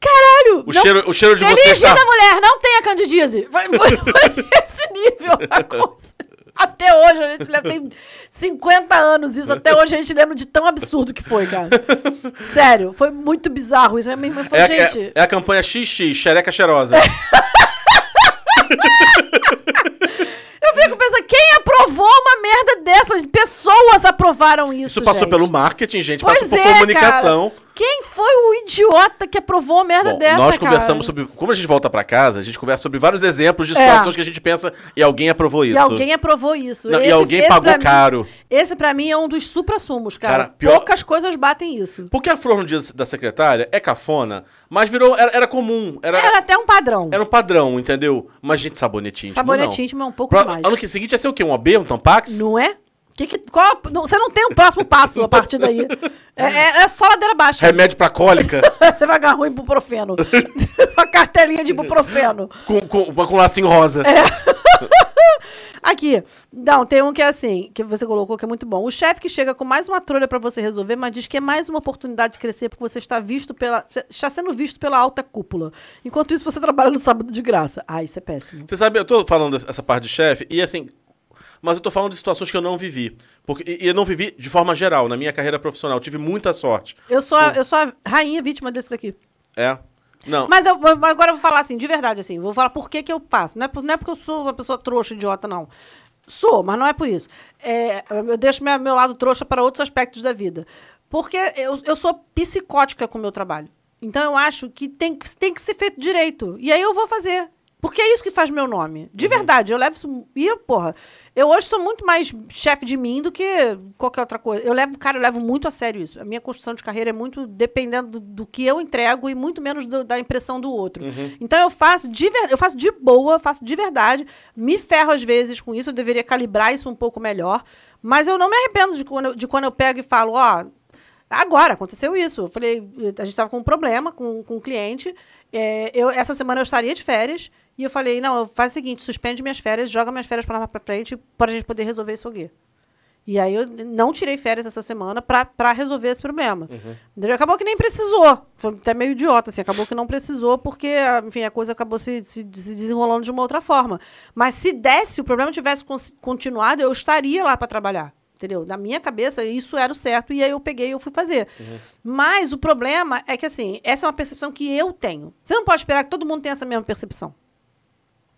Caralho!
O, cheiro, o cheiro de você tá-
Feliz dia
está...
da mulher, não tem a candidíase. Foi, foi, foi esse nível a coisa. Até hoje a gente leva, tem 50 anos isso, até hoje a gente lembra de tão absurdo que foi, cara. Sério, foi muito bizarro isso. Minha irmã falou,
É, a-
gente, É
é, é a campanha XX, xereca cheirosa. é,
eu fico pensando, quem aprovou uma merda dessas? Pessoas aprovaram isso,
Isso passou
gente.
pelo marketing, gente,
Pois
passou por
é,
comunicação.
cara. Quem foi o idiota que aprovou a merda
Bom,
dessa, cara?
nós conversamos sobre. Como a gente volta pra casa, a gente conversa sobre vários exemplos de
É.
situações que a gente pensa e alguém aprovou isso.
E alguém aprovou isso.
Não, e
Esse-
alguém
esse
pagou
pra mim-
caro.
esse pra mim é um dos suprassumos, cara.
Cara, pior-
Poucas coisas batem isso.
Porque a flor no dia da secretária é cafona, mas virou. Era, era comum. Era,
Era
era...
até um padrão.
um padrão, entendeu? Mas, gente, sabonete íntimo.
Sabonete
não.
íntimo é um pouco
Pro-
mais.
Ano que seguinte ia ser o quê? Um AB, um Tampax?
Não é? Que que- qual- não, você não tem um próximo passo a partir daí. É, é- é só ladeira abaixo.
Remédio pra cólica?
Você vai agarrar um ibuprofeno. Uma cartelinha de ibuprofeno.
com, com, com lacinho rosa.
É. Aqui. Não, tem um que é assim, que você colocou que é muito bom. O chefe que chega com mais uma trolha pra você resolver, mas diz que é mais uma oportunidade de crescer porque você está visto pela se- está sendo visto pela alta cúpula. Enquanto isso você trabalha no sábado de graça. Ah, isso é péssimo.
Você sabe, eu tô falando des- essa parte de chefe, e assim. Mas eu tô falando de situações que eu não vivi. Porque, e e eu não vivi de forma geral, na minha carreira profissional. Eu tive muita sorte.
Eu sou a, eu sou a rainha vítima desses aqui.
É? Não.
Mas eu, mas agora eu vou falar assim, de verdade, assim. Vou falar por que, que eu passo. Não é, por- não é porque eu sou uma pessoa trouxa, idiota, não. Sou, mas não é por isso. É, eu deixo minha- meu lado trouxa para outros aspectos da vida. Porque eu, eu sou psicótica com o meu trabalho. Então eu acho que tem, que- tem que ser feito direito. E aí eu vou fazer. Porque é isso que faz meu nome. De verdade, eu levo isso. E, eu, porra, eu hoje sou muito mais chefe de mim do que qualquer outra coisa. Eu levo, cara, eu levo muito a sério isso. A minha construção de carreira é muito dependendo do, do que eu entrego e muito menos do- da impressão do outro. Então eu faço de ver- eu faço de boa, faço de verdade. Me ferro às vezes com isso, eu deveria calibrar isso um pouco melhor. Mas eu não me arrependo de quando eu, de quando eu pego e falo, ó, Agora, aconteceu isso. Eu falei, a gente estava com um problema com, com um cliente. É, eu, essa semana eu estaria de férias. E eu falei, não, faz o seguinte, suspende minhas férias, joga minhas férias para lá para frente para a gente poder resolver isso aqui. E aí eu não tirei férias essa semana para resolver esse problema. Entendeu? Acabou que nem precisou. Foi até meio idiota, assim. Acabou que não precisou porque, enfim, a coisa acabou se, se, se desenrolando de uma outra forma. Mas se desse, se o problema tivesse cons- continuado, eu estaria lá para trabalhar. Entendeu? Na minha cabeça, isso era o certo. E aí eu peguei e eu fui fazer. Mas o problema é que, assim, essa é uma percepção que eu tenho. Você não pode esperar que todo mundo tenha essa mesma percepção.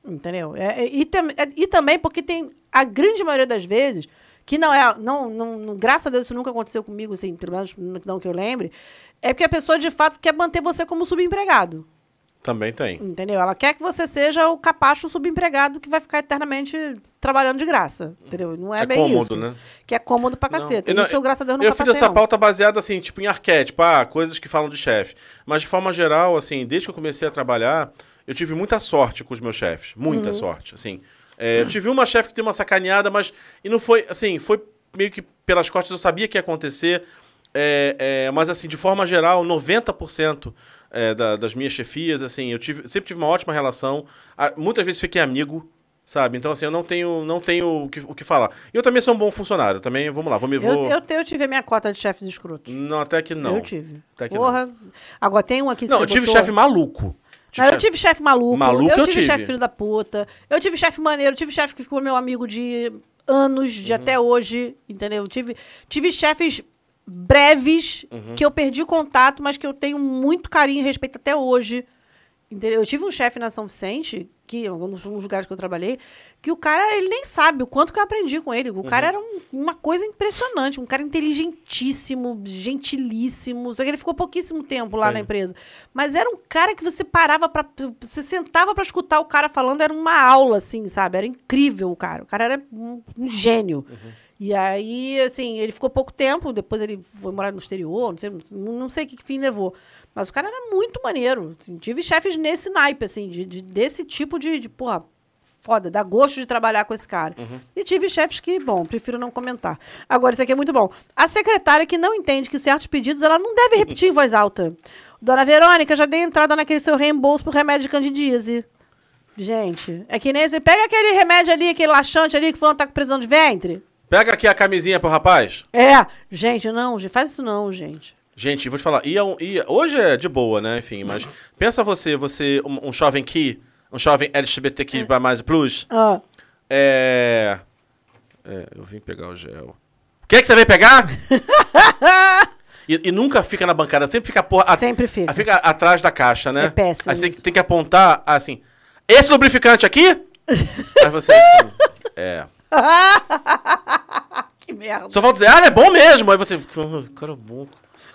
Entendeu? É, é, e, tam- é, e também porque tem a grande maioria das vezes, que não é. Não, não, não- graças a Deus isso nunca aconteceu comigo, assim, pelo menos n- não que eu lembre, é porque a pessoa de fato quer manter você como subempregado.
Também tem.
Entendeu? Ela quer que você seja o capacho subempregado que vai ficar eternamente trabalhando de graça. Entendeu? Não é,
É
bem
cômodo,
isso.
né?
Que é cômodo pra
Não.
caceta.
Eu não-
isso eu, graças a Deus, nunca
Eu fiz
passei,
essa
não.
pauta baseada, assim, tipo, em arquétipo. Ah, coisas que falam de chefe. Mas, de forma geral, assim, desde que eu comecei a trabalhar, eu tive muita sorte com os meus chefes. Muita
Uhum.
sorte, assim. É, eu tive uma chefe que tem uma sacaneada, mas... E não foi, assim, foi meio que pelas costas. Eu sabia que ia acontecer. É, é, mas, assim, de forma geral, 90% é, da- das minhas chefias, assim, eu tive, sempre tive uma ótima relação. Ah, muitas vezes fiquei amigo. Sabe? Então, assim, eu não tenho, não tenho o, que, o que falar. E eu também sou um bom funcionário. Também, vamos lá, vou me.
Eu,
Vou...
eu, eu tive a minha cota de chefes escrotos.
Não, até que não.
Eu tive.
Até que
Porra. Agora tem um aqui que
não. Não,
você
eu tive
botou.
chefe maluco. Tive
Não, eu
chefe-
tive chefe maluco, eu
Maluco eu
tive
tive.
chefe filho da puta, eu tive chefe maneiro, eu tive chefe que ficou meu amigo de anos, de até hoje, entendeu? Tive, tive chefes breves que eu perdi contato, mas que eu tenho muito carinho e respeito até hoje. Entendeu? Eu tive um chefe na São Vicente, que é um dos um dos lugares que eu trabalhei, que o cara, ele nem sabe o quanto que eu aprendi com ele. O cara era um- uma coisa impressionante, um cara inteligentíssimo, gentilíssimo. Só que ele ficou pouquíssimo tempo lá na
Entendi.
empresa. Mas era um cara que você parava para Você sentava pra escutar o cara falando, era uma aula, assim, sabe? Era incrível o cara. O cara era um, um gênio. E aí, assim, ele ficou pouco tempo, depois ele foi morar no exterior, não sei, não sei que fim levou. Mas o cara era muito maneiro. assim. tive chefes nesse naipe, assim, de, de- desse tipo de, de, porra, foda, dá gosto de trabalhar com esse cara. E tive chefes que, bom, prefiro não comentar. Agora, isso aqui é muito bom. A secretária que não entende que certos pedidos ela não deve repetir em voz alta. Dona Verônica, já dei entrada naquele seu reembolso pro remédio de candidíase. Gente, é que nem você pega aquele remédio ali, aquele laxante ali que fulano tá com prisão de ventre.
Pega aqui a camisinha pro rapaz.
É, gente, não, gente, faz isso não, gente.
Gente, vou te falar. Ia um, ia- hoje é de boa, né? Enfim, mas pensa você, você, um, um jovem que. Um jovem LGBTQ mais plus.
Ah,
É... é. Eu vim pegar o gel. O que, que você veio pegar? e, e nunca fica na bancada, sempre fica a porra. a-
Sempre fica.
a- Fica atrás da caixa, né?
É péssimo
Aí você
isso.
tem que apontar assim. Esse lubrificante aqui? Aí você. assim, é.
que merda.
Só falta dizer, ah, ele é bom mesmo. Aí você. Cara, é bom.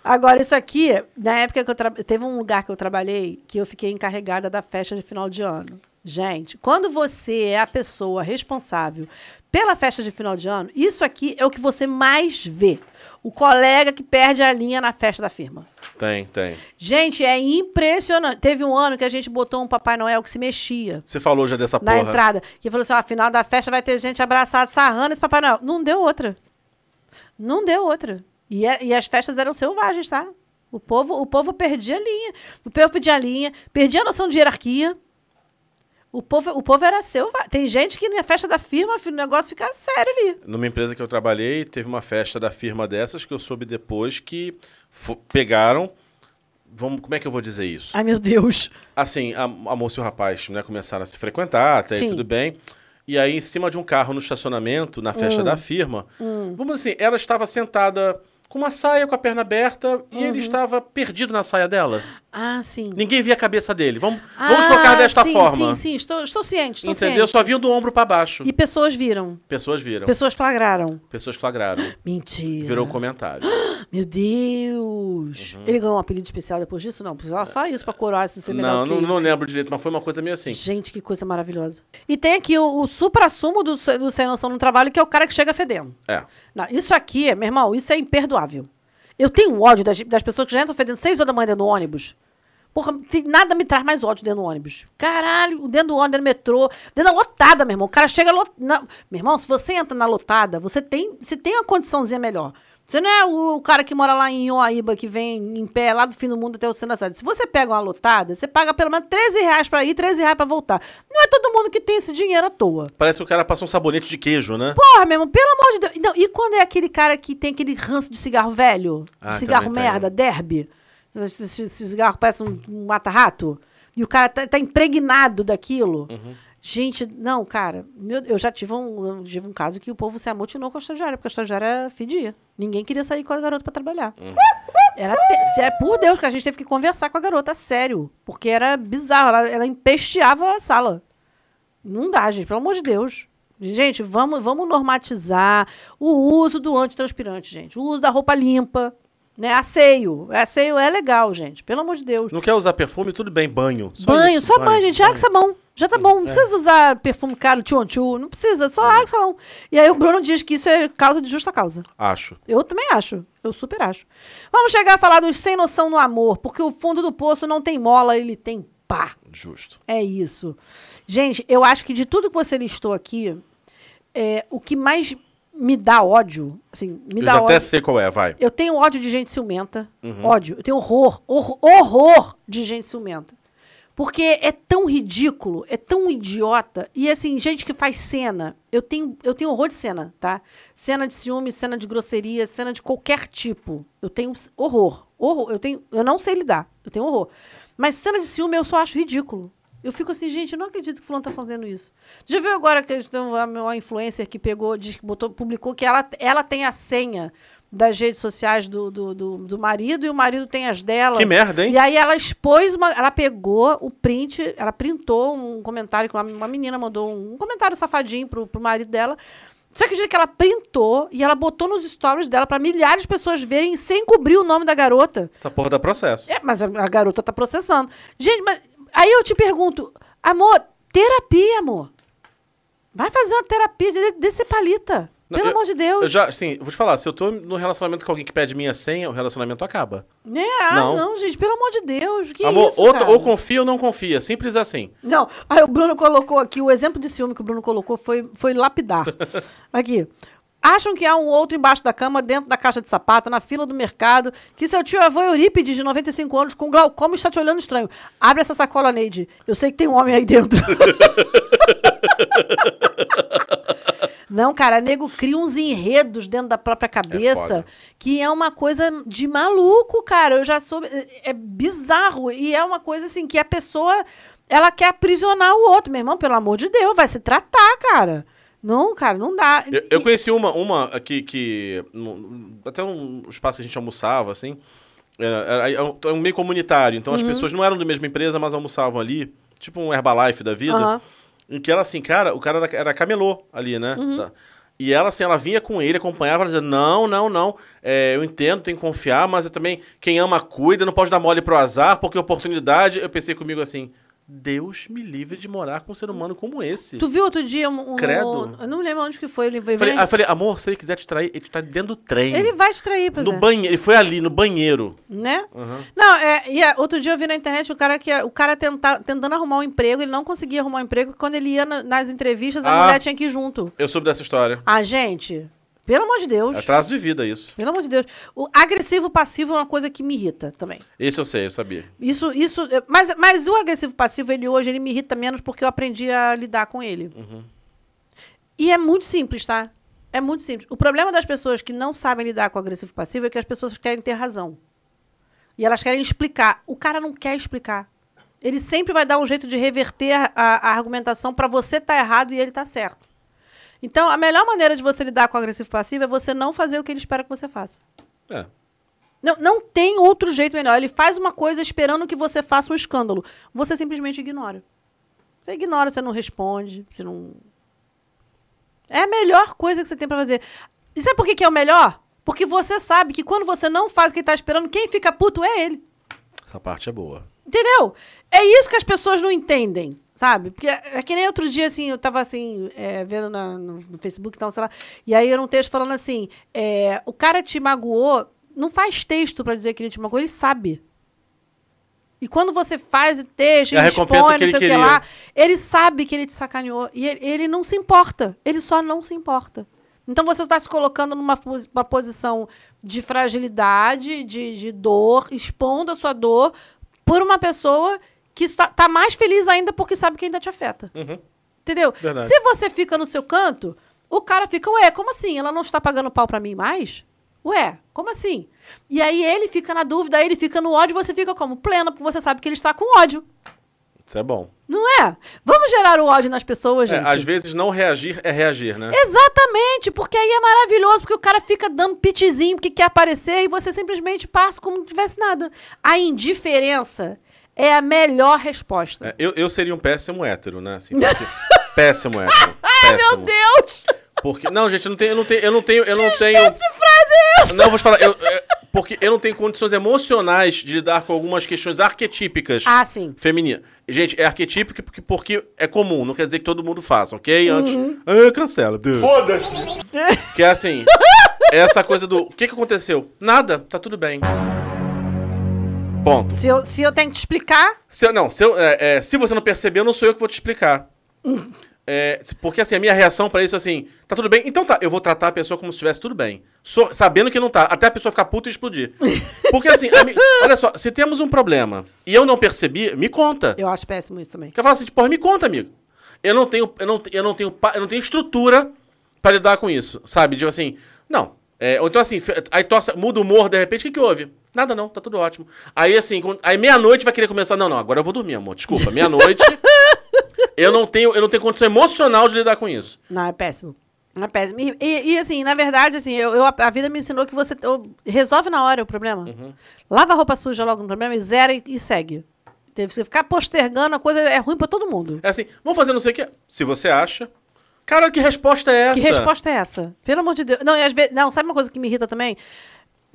Agora, isso aqui, na época que eu tra... teve um lugar que eu trabalhei que eu fiquei encarregada da festa de final de ano. Gente, quando você é a pessoa responsável pela festa de final de ano, isso aqui é o que você mais vê. O colega que perde a linha na festa da firma.
Tem, tem.
Gente, é impressionante. Teve um ano que a gente botou um Papai Noel que se mexia
Você falou já dessa
na
porra.
entrada. Que falou assim: ó, final da festa vai ter gente abraçada, sarrando esse Papai Noel. Não deu outra. Não deu outra. E, é- e as festas eram selvagens, tá? O povo, o povo perdia a linha. O povo perdia a linha, perdia a noção de hierarquia. O povo, o povo era selvagem. Tem gente que na festa da firma, filho, o negócio fica sério ali.
Numa empresa que eu trabalhei, teve uma festa da firma dessas que eu soube depois que fo- pegaram. Vamos, como é que eu vou dizer isso?
Ai, meu Deus.
Assim, a, a moça e o rapaz né, começaram a se frequentar, até aí
Sim.
tudo bem. E aí, em cima de um carro no estacionamento, na festa
Hum.
da firma, vamos assim, ela estava sentada com uma saia com a perna aberta e
Uhum.
ele estava perdido na saia dela.
Ah, sim.
Ninguém via a cabeça dele. Vamos, vamos
Ah,
colocar desta
sim,
forma.
Sim, sim, estou, estou ciente. Estou
Entendeu?
ciente.
Só viam do ombro pra baixo.
E pessoas viram.
Pessoas viram.
Pessoas flagraram.
Pessoas flagraram.
Mentira.
Virou um comentário.
Meu Deus! Ele ganhou um apelido especial depois disso? Não, precisava só isso pra coroar se você é melhor
Uhum. Não,
do
não,
que
não
isso.
lembro direito, mas foi uma coisa meio assim.
Gente, que coisa maravilhosa. E tem aqui o, o supra-sumo do, se- do sem noção no trabalho, que é o cara que chega fedendo.
É.
Não, isso aqui, meu irmão, isso é imperdoável. Eu tenho ódio das, das pessoas que já entram fedendo seis horas da manhã dentro do ônibus. Porra, tem- nada me traz mais ódio dentro do ônibus. Caralho, dentro do ônibus, dentro do metrô, dentro da lotada, meu irmão. O cara chega lot... na- Meu irmão, se você entra na lotada, você tem, você tem uma condiçãozinha melhor. Você não é o cara que mora lá em Oaíba, que vem em pé lá do fim do mundo até o centro da cidade. Se você pega uma lotada, você paga pelo menos 13 reais pra ir, 13 reais pra voltar. Não é todo mundo que tem esse dinheiro à toa.
Parece que o cara passou um sabonete de queijo, né?
Porra, meu irmão, pelo amor de Deus. Não, e quando é aquele cara que tem aquele ranço de cigarro velho?
Ah,
de cigarro
também tem.
merda, derby? Esse, esse- esse cigarro que parece um, um mata-rato? E o cara tá, tá impregnado daquilo?
Uhum.
Gente, não, cara. meu- eu já tive um, eu tive um caso que o povo se amotinou com a estagiária, porque a estagiária fedia. Ninguém queria sair com a garota pra trabalhar. Era te- se é por Deus que a gente teve que conversar com a garota, sério. Porque era bizarro. Ela, ela empesteava a sala. Não dá, gente, pelo amor de Deus. Gente, vamos, vamos normatizar o uso do antitranspirante, gente. O uso da roupa limpa, né? Asseio. Asseio é legal, gente. Pelo amor de Deus.
Não quer usar perfume? Tudo bem, banho. Só
banho,
isso,
só banho, gente. Água e sabão. Já tá
é.
bom. Não precisa usar perfume caro, tchon tchon. Não precisa, só água e sabão. E aí o Bruno diz que isso é causa de justa causa.
Acho.
Eu também acho. Eu super acho. Vamos chegar a falar dos sem noção no amor, porque o fundo do poço não tem mola, ele tem pá.
Justo.
É isso. Gente, eu acho que de tudo que você listou aqui, é, o que mais me dá ódio, assim, me
Eu
dá
já
ódio.
até Uhum. sei qual é, vai.
Eu tenho ódio de gente ciumenta. Ódio. Eu tenho horror, horror, horror de gente ciumenta. Porque é tão ridículo, é tão idiota. E assim, gente que faz cena. Eu tenho, eu tenho horror de cena, tá? Cena de ciúme, cena de grosseria, cena de qualquer tipo. Eu tenho horror. Horror. Eu, tenho, eu não sei lidar. Eu tenho horror. Mas cena de ciúme eu só acho ridículo. Eu fico assim, gente, eu não acredito que o fulano tá fazendo isso. Já viu agora que eles tão- a uma influencer que pegou, diz que botou, publicou que ela, ela tem a senha das redes sociais do, do, do, do marido e o marido tem as dela.
Que merda, hein?
E aí ela expôs uma. Ela pegou o print, ela printou um comentário que uma, uma menina mandou um comentário safadinho pro, pro marido dela. Só que o jeito que ela printou e ela botou nos stories dela pra milhares de pessoas verem sem cobrir o nome da garota.
Essa porra dá processo.
É, mas a, a garota tá processando. Gente, mas aí eu te pergunto, amor, terapia, amor. Vai fazer uma terapia de, de ser palita.
Não,
Pelo
eu-
amor de Deus.
Eu já, assim, vou te falar, se eu tô no relacionamento com alguém que pede minha senha, o relacionamento acaba.
Né? Ah,
Não.
não. gente, pelo amor de Deus. Que
Amor,
isso,
ou,
cara?
ou confia ou não confia. Simples assim.
Não, aí o Bruno colocou aqui, o exemplo de ciúme que o Bruno colocou foi, foi lapidar. aqui. Acham que há um outro embaixo da cama, dentro da caixa de sapato, na fila do mercado, que seu tio avô é Eurípides, de 95 anos, com glaucoma, está te olhando estranho. Abre essa sacola, Neide. Eu sei que tem um homem aí dentro. Não, cara, nego cria uns enredos dentro da própria cabeça
foda.
que é uma coisa de maluco, cara. Eu já soube. é- É bizarro. E é uma coisa assim que a pessoa ela quer aprisionar o outro. Meu irmão, pelo amor de Deus, vai se tratar, cara. Não, cara, não dá.
Eu, eu conheci uma, uma aqui que. num- Até um espaço que a gente almoçava, assim. Era, era- é um- é um meio comunitário. Então as pessoas não eram da mesma empresa, mas almoçavam ali. Tipo um Herbalife da vida.
Aham.
Em que ela, assim, cara, o cara era, era camelô ali, né? Tá. E ela, assim, ela vinha com ele, acompanhava, ela dizia, não, não, não, é, eu entendo, tem que confiar, mas eu também, quem ama, cuida, não pode dar mole pro azar, porque oportunidade... Eu pensei comigo assim, Deus me livre de morar com um ser humano como esse.
Tu viu outro dia um. um-
Credo.
eu não lembro onde que foi. Ele,
Eu falei, assim, aí eu falei, amor, se ele quiser te trair, ele te trai dentro do trem.
ele vai te trair, pois
no
é.
banheiro, ele foi ali, no banheiro.
né? Não, é, e é, outro dia eu vi na internet o cara que é, o cara tenta, tentando arrumar um emprego, ele não conseguia arrumar um emprego, e quando ele ia na- nas entrevistas, a
Ah.
mulher tinha que ir junto.
Eu soube dessa história.
Ah, gente, pelo amor de Deus.
É Atraso de vida, isso.
Pelo amor de Deus. O agressivo passivo é uma coisa que me irrita também.
Esse eu sei, eu sabia.
Isso, isso. é, Mas, mas o agressivo passivo, ele hoje, ele me irrita menos porque eu aprendi a lidar com ele. E é muito simples, tá? É muito simples. O problema das pessoas que não sabem lidar com o agressivo passivo é que as pessoas querem ter razão. E elas querem explicar. O cara não quer explicar. Ele sempre vai dar um jeito de reverter a, a- a argumentação para você estar errado e ele tá certo. Então, a melhor maneira de você lidar com o agressivo passivo é você não fazer o que ele espera que você faça.
É.
Não, não tem outro jeito melhor. Ele faz uma coisa esperando que você faça um escândalo. Você simplesmente ignora. Você ignora, você não responde, você não. É a melhor coisa que você tem pra fazer. E sabe por que, que é o melhor? Porque você sabe que quando você não faz o que ele tá esperando, quem fica puto é ele.
Essa parte é boa.
Entendeu? É isso que as pessoas não entendem, sabe? Porque é é que nem outro dia, assim, eu tava assim, é, vendo na- no, no Facebook e tal, sei lá, e aí era um texto falando assim: é, o cara te magoou, não faz texto pra dizer que ele te magoou, ele sabe. E quando você faz o texto,
É a
ele
recompensa
expõe,
que
não
ele
sei o que
queria.
lá, ele sabe que ele te sacaneou. E ele, ele não se importa. Ele só não se importa. Então você está se colocando numa pos- uma posição de fragilidade, de, de dor, expondo a sua dor por uma pessoa que está tá mais feliz ainda porque sabe que ainda te afeta. Entendeu?
Verdade.
Se você fica no seu canto, o cara fica, ué, como assim? Ela não está pagando pau pra mim mais? Ué, como assim? E aí ele fica na dúvida, aí ele fica no ódio, você fica como? Plena, porque você sabe que ele está com ódio.
Isso é bom.
Não é? Vamos gerar o ódio nas pessoas,
É,
gente.
às vezes não reagir é reagir, né?
Exatamente, porque aí é maravilhoso, porque o cara fica dando pitizinho porque quer aparecer e você simplesmente passa como não tivesse nada. A indiferença é a melhor resposta.
É, eu, eu seria um péssimo hétero, né? Assim, porque- péssimo hétero. Ai,
Meu Deus!
Porque, não, gente, eu não tenho. Eu não tenho. Eu não tenho. Eu não tenho
Essa frase é essa!
não, vou te falar. eu- é, porque eu não tenho condições emocionais de lidar com algumas questões arquetípicas.
Ah, sim.
Feminina. Gente, é arquetípico porque, porque é comum, não quer dizer que todo mundo faça, ok? Antes. Ah, cancela. Foda-se! Que é assim. essa coisa do. O que, que aconteceu? Nada, tá tudo bem. Ponto.
Se eu, se eu tenho que te explicar,
Se, eu- não, se, eu- é, é, se você não percebeu, não sou eu que vou te explicar. É, se- porque assim, a minha reação pra isso é assim, tá tudo bem? Então tá, eu vou tratar a pessoa como se estivesse tudo bem. So- sabendo que não tá, até a pessoa ficar puta e explodir. Porque assim, ami- olha só, se temos um problema e eu não percebi, me conta.
eu acho péssimo isso também.
Porque eu falo assim, porra, me conta, amigo. Eu não tenho, eu não, te- eu não tenho, pa- eu não tenho estrutura pra lidar com isso, sabe? Tipo assim, não. É, ou então assim, fe- aí torce, muda o humor, de repente, o que, que houve? Nada não, tá tudo ótimo. Aí assim, quando- aí meia-noite vai querer começar, não, não, agora eu vou dormir, amor, desculpa, meia-noite. eu não tenho, eu não tenho condição emocional de lidar com isso.
Não, é péssimo. É péssimo. E, e- e, assim, na verdade, assim, eu, eu- a vida me ensinou que você eu- resolve na hora o problema. Lava a roupa suja logo no problema e zera e, e segue. Entendeu? Você ficar postergando a coisa é ruim pra todo mundo.
É assim, vamos fazer não sei o que, se você acha. Cara, que resposta é essa?
Que resposta é essa? Pelo amor de Deus. Não, e às vezes. Não, sabe uma coisa que me irrita também?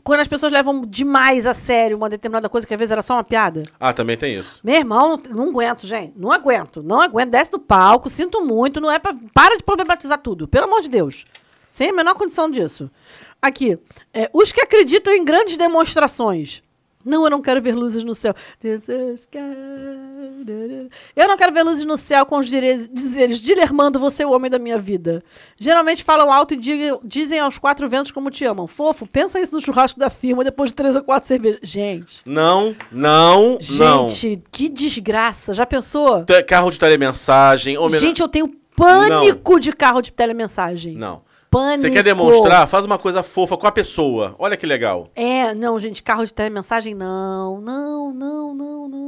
Quando as pessoas levam demais a sério uma determinada coisa que às vezes era só uma piada.
Ah, também tem isso.
Meu irmão, não, não aguento, gente. Não aguento, não aguento. Desce do palco, sinto muito, não é pra. Para de problematizar tudo, pelo amor de Deus. Sem a menor condição disso. Aqui, é, os que acreditam em grandes demonstrações. Não, eu não quero ver luzes no céu. This is God. Eu não quero ver luzes no céu com os dire- dizeres, Dilermando, você é o homem da minha vida. Geralmente falam alto e digam- dizem aos quatro ventos como te amam. Fofo, pensa isso no churrasco da firma depois de três ou quatro cervejas. Gente.
Não, não, não.
Gente, que desgraça. Já pensou?
Te- Carro de telemensagem, homena-
Gente, eu tenho pânico de carro de telemensagem.
Não.
Pânico.
Você quer demonstrar? Faz uma coisa fofa com a pessoa. Olha que legal.
É, não, gente, carro de telemensagem não. Não, não, não, não.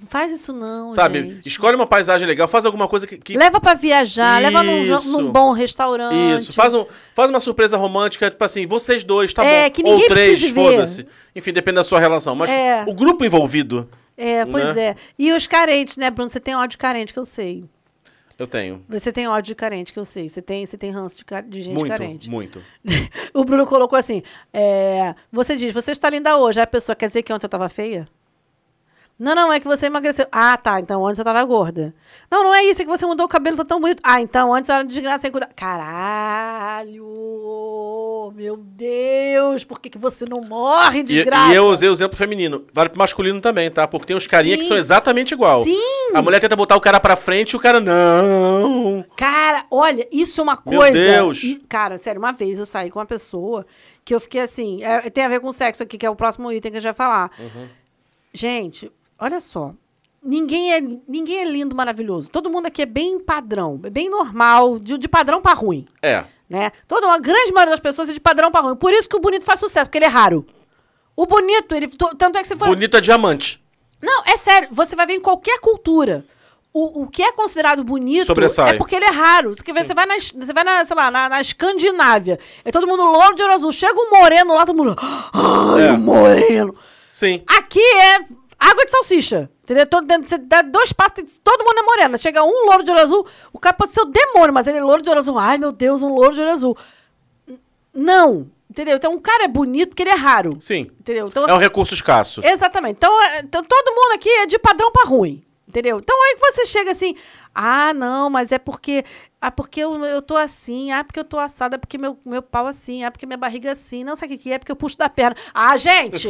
Não faz isso não,
Sabe?
gente.
Escolhe uma paisagem legal, faz alguma coisa que. que-
Leva pra viajar, leva num, ja-
Isso.
num bom restaurante.
Isso. Faz, um, faz uma surpresa romântica, tipo assim, vocês dois, tá
É,
bom.
que
Ou
ninguém
três,
precise ver.
foda-se. Enfim, depende da sua relação. Mas
É.
o grupo envolvido.
É, pois
Né?
é. E os carentes, né, Bruno? Você tem ódio de carente, que eu sei.
Eu tenho.
Você tem ódio de carente, que eu sei. Você tem, você tem ranço de, ca- de gente
muito,
carente.
muito.
O Bruno colocou assim: é, você diz, você está linda hoje. Aí a pessoa quer dizer que ontem eu estava feia? Não, não, é que você emagreceu. Ah, tá, então ontem eu estava gorda. Não, não é isso, é que você mudou o cabelo, tá tão bonito. Ah, então antes eu era desgraça sem cuidar. Caralho! Meu Deus, por que, que você não morre,
E,
desgraça?
e eu usei o exemplo feminino. Vale pro masculino também, tá? Porque tem uns carinha que
Sim.
são exatamente igual.
Sim!
A mulher tenta botar o cara pra frente e o cara, não.
Cara, olha, isso é uma
Meu
coisa.
Deus!
E, cara, sério, uma vez eu saí com uma pessoa que eu fiquei assim. é, tem a ver com sexo aqui, que é o próximo item que a gente vai falar.
Uhum.
Gente, olha só. Ninguém é, ninguém é lindo, maravilhoso. Todo mundo aqui é bem padrão, é bem normal, de, de padrão pra ruim,
É.
né? Toda uma grande maioria das pessoas é de padrão pra ruim. Por isso que o bonito faz sucesso, porque ele é raro. O bonito, ele. to- Tanto é que você foi.
Bonita diamante.
Não, é sério. Você vai ver em qualquer cultura. O, o que é considerado bonito
Sobressai.
é porque ele é raro. Você, quer ver, você vai, na, Es- você vai na, sei lá, na, na Escandinávia. É todo mundo louro de olho azul. Chega um moreno lá, todo mundo. Ai,
É.
o moreno.
Sim.
Aqui é água de salsicha. Entendeu? Todo, dentro- você dá dois passos, tem- todo mundo é moreno. Chega um louro de olho azul, o cara pode ser o demônio, mas ele é louro de olho azul. Ai, meu Deus, um louro de olho azul. N- Não. Entendeu? Então, um cara é bonito porque ele é raro.
Sim.
Entendeu? Então,
É um recurso escasso.
Exatamente. Então, é- então, todo mundo aqui é de padrão pra ruim. Entendeu? Então aí que você chega assim, ah, não, mas é porque. Ah, porque eu, eu tô assim, ah, porque eu tô assada, é porque meu, meu pau assim, ah, porque minha barriga assim, não sei o que, que é, porque eu puxo da perna. Ah, gente!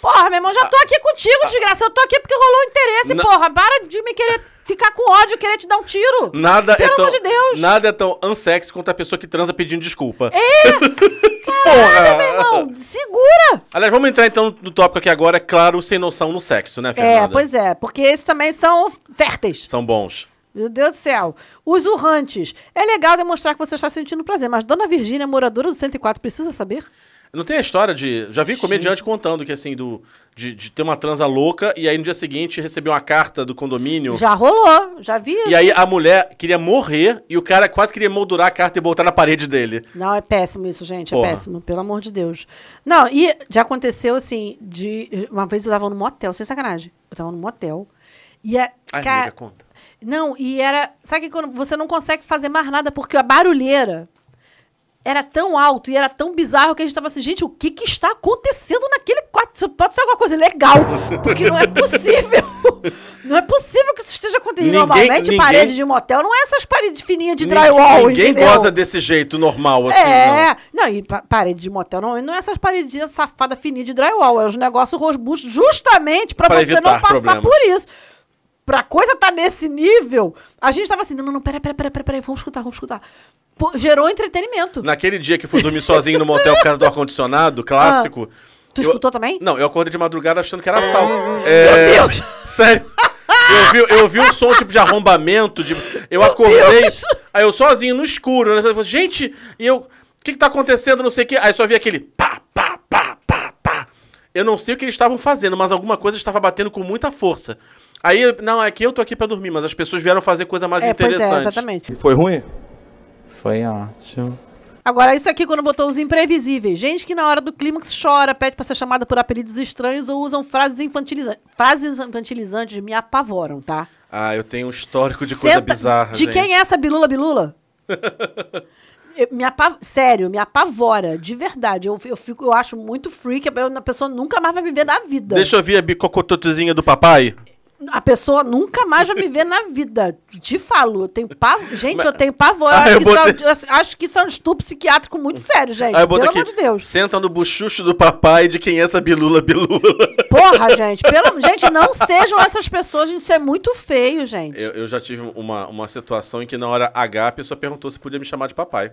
porra, meu irmão, já tô aqui contigo, desgraça. Eu tô aqui porque rolou um interesse,
Na-
porra. Para de me querer ficar com ódio, querer te dar um tiro.
Nada
Pelo
é tão,
amor de Deus.
Nada é tão unsexy quanto a pessoa que transa pedindo desculpa. É! Porra!
Meu irmão, segura!
Aliás, vamos entrar então no tópico aqui agora, é claro, sem noção no sexo, né,
É,
Fernanda?
pois é, porque esses também são férteis.
São bons.
Meu Deus do céu. Os urrantes. É legal demonstrar que você está sentindo prazer, mas Dona Virgínia, moradora do 104, precisa saber?
Não tem a história de. Já vi um comediante contando que assim, do, de, de ter uma transa louca e aí no dia seguinte receber uma carta do condomínio.
Já rolou, já vi isso.
E aí a mulher queria morrer e o cara quase queria moldurar a carta e botar na parede dele.
Não, é péssimo isso, gente.
Porra.
É péssimo, pelo amor de Deus. Não, e já aconteceu assim, de. Uma vez eu tava num motel, sem sacanagem. Eu tava num motel. E é, a.
Ai,
ca-
amiga, conta.
Não, e era. Sabe que quando você não consegue fazer mais nada porque a barulheira era tão alto e era tão bizarro que a gente tava assim, gente, o que que está acontecendo naquele quarto? Isso pode ser alguma coisa legal, porque não é possível. não é possível que isso esteja acontecendo.
Ninguém-
Normalmente,
ninguém-
parede de motel não é essas paredes fininhas de
Nin-
drywall,
Ninguém
entendeu?
goza desse jeito normal, assim.
É, não, e pa- parede de motel não, não é essas paredinhas safadas fininhas de drywall, é os negócios robustos justamente pra
Pra
você não
evitar
passar
problemas.
por isso. Pra coisa tá nesse nível, a gente tava assim, não, não, não, pera, pera, pera, pera, pera, vamos escutar, vamos escutar. Pô, gerou entretenimento.
não. Naquele dia que fui dormir sozinho no motel por causa do ar-condicionado, clássico.
Ah, Tu
eu-
escutou também? Ah,
Não, eu acordei de madrugada achando que era assalto. É,
Meu Deus!
Sério. Eu vi, eu vi um som tipo de arrombamento. De, eu acordei. Aí eu sozinho no escuro. Né? Eu falei, Gente, e eu. O que, que tá acontecendo? Não sei o quê. Aí só vi aquele pá, pá, pá, pá, pá. Eu não sei o que eles estavam fazendo, mas alguma coisa estava batendo com muita força. Aí, eu- não, é que eu tô aqui pra dormir, mas as pessoas vieram fazer coisa mais
é, pois
interessante.
é, exatamente.
Foi ruim?
Foi ótimo.
Agora, isso aqui quando botou os imprevisíveis. Gente que na hora do clímax chora, pede pra ser chamada por apelidos estranhos ou usam frases infantilizantes. Frases infantilizantes me apavoram, tá?
Ah, eu tenho um histórico de coisa
Senta-
bizarra.
De
gente.
quem é essa Bilula Bilula? Eu- me apa- Sério, me apavora, de verdade. Eu, eu, fico, eu acho muito freak. eu- A pessoa nunca mais vai me ver na vida.
Deixa eu ver a bicocototuzinha do papai.
A pessoa nunca mais vai me ver na vida. Te falo, eu tenho pavor. Gente, eu tenho pavor. Eu
Ah,
acho,
eu
que isso é um-
botei-
eu acho que isso é um estudo psiquiátrico muito sério, gente.
Aí eu boto
pelo
aqui,
amor de Deus.
senta no buchucho do papai de quem é essa bilula bilula.
Porra, gente. Pelo... Gente, não sejam essas pessoas. gente, Isso é muito feio, gente.
Eu, eu já tive uma, uma situação em que na hora H a pessoa perguntou se podia me chamar de papai.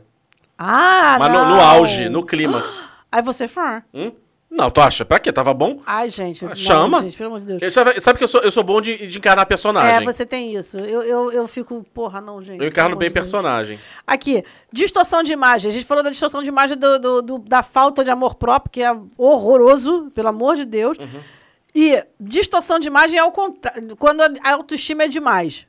Ah,
Mas no,
não.
no auge, no clímax.
Aí você... fã.
Hum? Não, tu acha? Pra quê? Tava bom?
Ai, gente. não,
Ah, Chama.
gente, pelo amor de Deus.
Eu- sabe, sabe que eu sou, eu sou bom de, de encarnar
É,
personagem.
você tem isso. Eu, eu, eu fico, porra, não, gente.
Eu encarno
pelo
bem
amor de Deus.
personagem.
Aqui, distorção de imagem. A gente falou da distorção de imagem do, do- do- da falta de amor próprio, que é horroroso, pelo amor de Deus.
Uhum.
E distorção de imagem é o contrário, quando a autoestima é demais.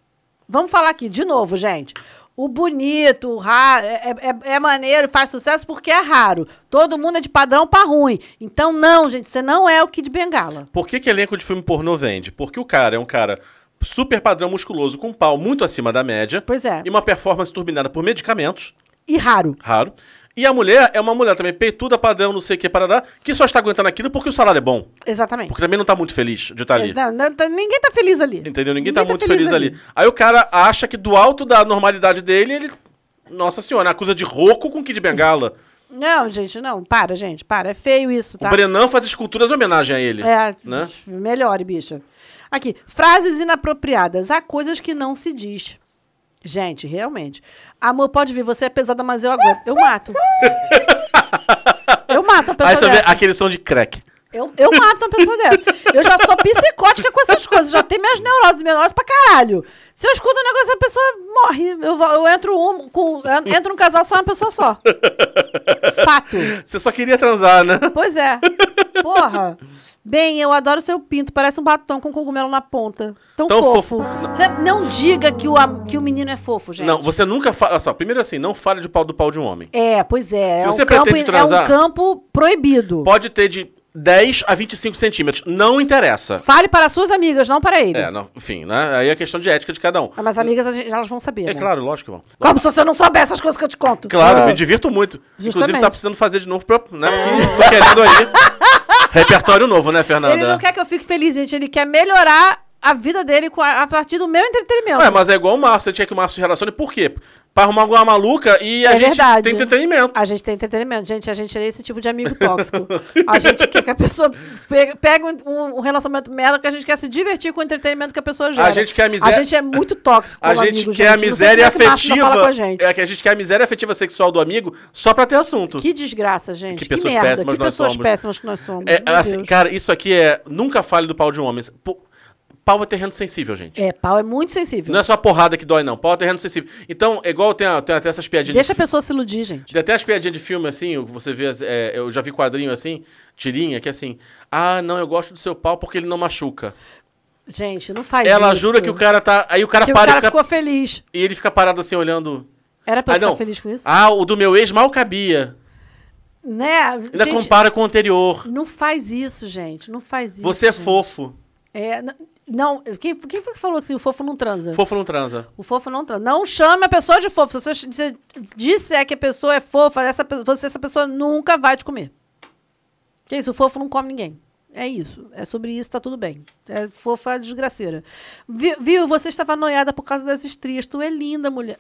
Vamos falar aqui, de novo, gente. O bonito, o raro, é, é- é maneiro, faz sucesso porque é raro. Todo mundo é de padrão pra ruim. Então, não, gente, você não é o Kid Bengala.
Por que, que elenco de filme pornô vende? Porque o cara é um cara super padrão musculoso com um pau muito acima da média
Pois é.
e uma performance turbinada por medicamentos,
E raro.
raro. E a mulher é uma mulher também peituda, padrão, não sei o que, parará, que só está aguentando aquilo porque o salário é bom.
Exatamente.
Porque também não tá muito feliz de estar ali.
Não, não, tá- ninguém tá feliz ali.
Entendeu? Ninguém tá muito feliz, ali. Aí o cara acha que do alto da normalidade dele, ele. Nossa senhora, acusa de rouco com Kid Bengala.
Não, gente, não. Para, gente. Para. É feio isso, tá?
O Brenan faz esculturas em homenagem a ele.
É,
Né?
melhore, bicha. Aqui, frases inapropriadas. Há coisas que não se diz. Gente, realmente. Amor, pode vir, você é pesada, mas eu aguento. Eu mato. Eu mato a pessoa
Aí você vê
dessa.
aquele som de crack.
Eu, eu mato uma pessoa dessa. Eu já sou psicótica com essas coisas. Já tenho minhas neuroses, minhas neuroses pra caralho. Se eu escuto um negócio, a pessoa morre. Eu, vou- eu entro um, com, entro um casal só uma pessoa só. Fato.
Você só queria transar, né?
Pois é. Porra. Bem, eu adoro seu pinto. Parece um batom com cogumelo na ponta. Tão,
Tão
fofo.
fofo. Não.
Cê Não. diga que o, am- que o menino é fofo, gente.
Não, você nunca fala. Olha só, primeiro assim, não fale de pau do pau de um homem.
É, pois é. é,
Se você
um campo,
pretende transar-
é um campo proibido.
Pode ter de 10 a 25 centímetros. Não interessa.
Fale para suas amigas, não para ele.
É, não, enfim, né? Aí é questão de ética de cada um.
Ah, Mas amigas, a gente- elas vão saber.
É
né?
claro, lógico que vão.
Como se você não soubesse essas coisas que eu te conto.
Claro,
Ah.
eu me divirto muito. Inclusive, você
Justamente.
tá precisando fazer de novo, pra, né? Porque tô querendo aí. Repertório novo, né, Fernanda?
Ele não quer que eu fique feliz, gente. Ele quer melhorar a vida dele com a, a partir do meu entretenimento.
Ué, mas é igual o Márcio, ele tinha que o Márcio se relacione, por quê? Pra arrumar alguma maluca e a
É
gente
verdade.
tem entretenimento.
A gente tem entretenimento, gente. A gente é esse tipo de amigo tóxico. A gente quer que a pessoa pega, pega um, um relacionamento merda que a gente quer se divertir com o entretenimento que a pessoa gera.
gente quer a miséria-
A gente é muito tóxico
A
como
gente
amigo,
quer a
gente. Não sei
miséria
como é que o Márcio não
afetiva.
fala com a gente.
É que a gente quer a miséria afetiva sexual do amigo só pra ter assunto.
Que desgraça, gente.
Que
Que,
pessoas
merda.
péssimas
que
nós
pessoas
somos.
péssimas que nós somos.
É,
Meu
assim,
Deus.
cara, isso aqui é. Nunca fale do pau de um homem. Pô, Pau é terreno sensível, gente.
É, pau é muito sensível.
Não é só porrada que dói, não. Pau é terreno sensível. Então, é igual tem, a- tem até essas piadinhas.
Deixa a
de fi-
pessoa se iludir, gente.
Tem até as piadinhas de filme, assim, o que você vê, as- é, eu já vi quadrinho assim, tirinha, que é assim, ah, não, eu gosto do seu pau porque ele não machuca.
Gente, não faz isso.
Ela jura que o cara tá. Aí o cara
É Que o
para
cara
e, fica,
ficou feliz.
e ele fica parado assim olhando.
Era pra
Ah,
eu ficar
não.
feliz com isso?
Ah, o do meu ex mal cabia.
Né?
Ainda
Gente,
compara com o anterior.
Não faz isso, gente. Não faz isso.
Você é
gente.
fofo.
É, n- não, quem, quem foi que falou assim? O fofo não transa.
Fofo não transa.
O fofo não transa. Não chame a pessoa de fofo. Se você ch- se disser que a pessoa é fofa, essa, pe- você, essa pessoa nunca vai te comer. Que isso, o fofo não come ninguém. É isso. É sobre isso, tá tudo bem. É fofa é desgraceira. Vi- viu, você estava noiada por causa das estrias. Tu é linda, mulher.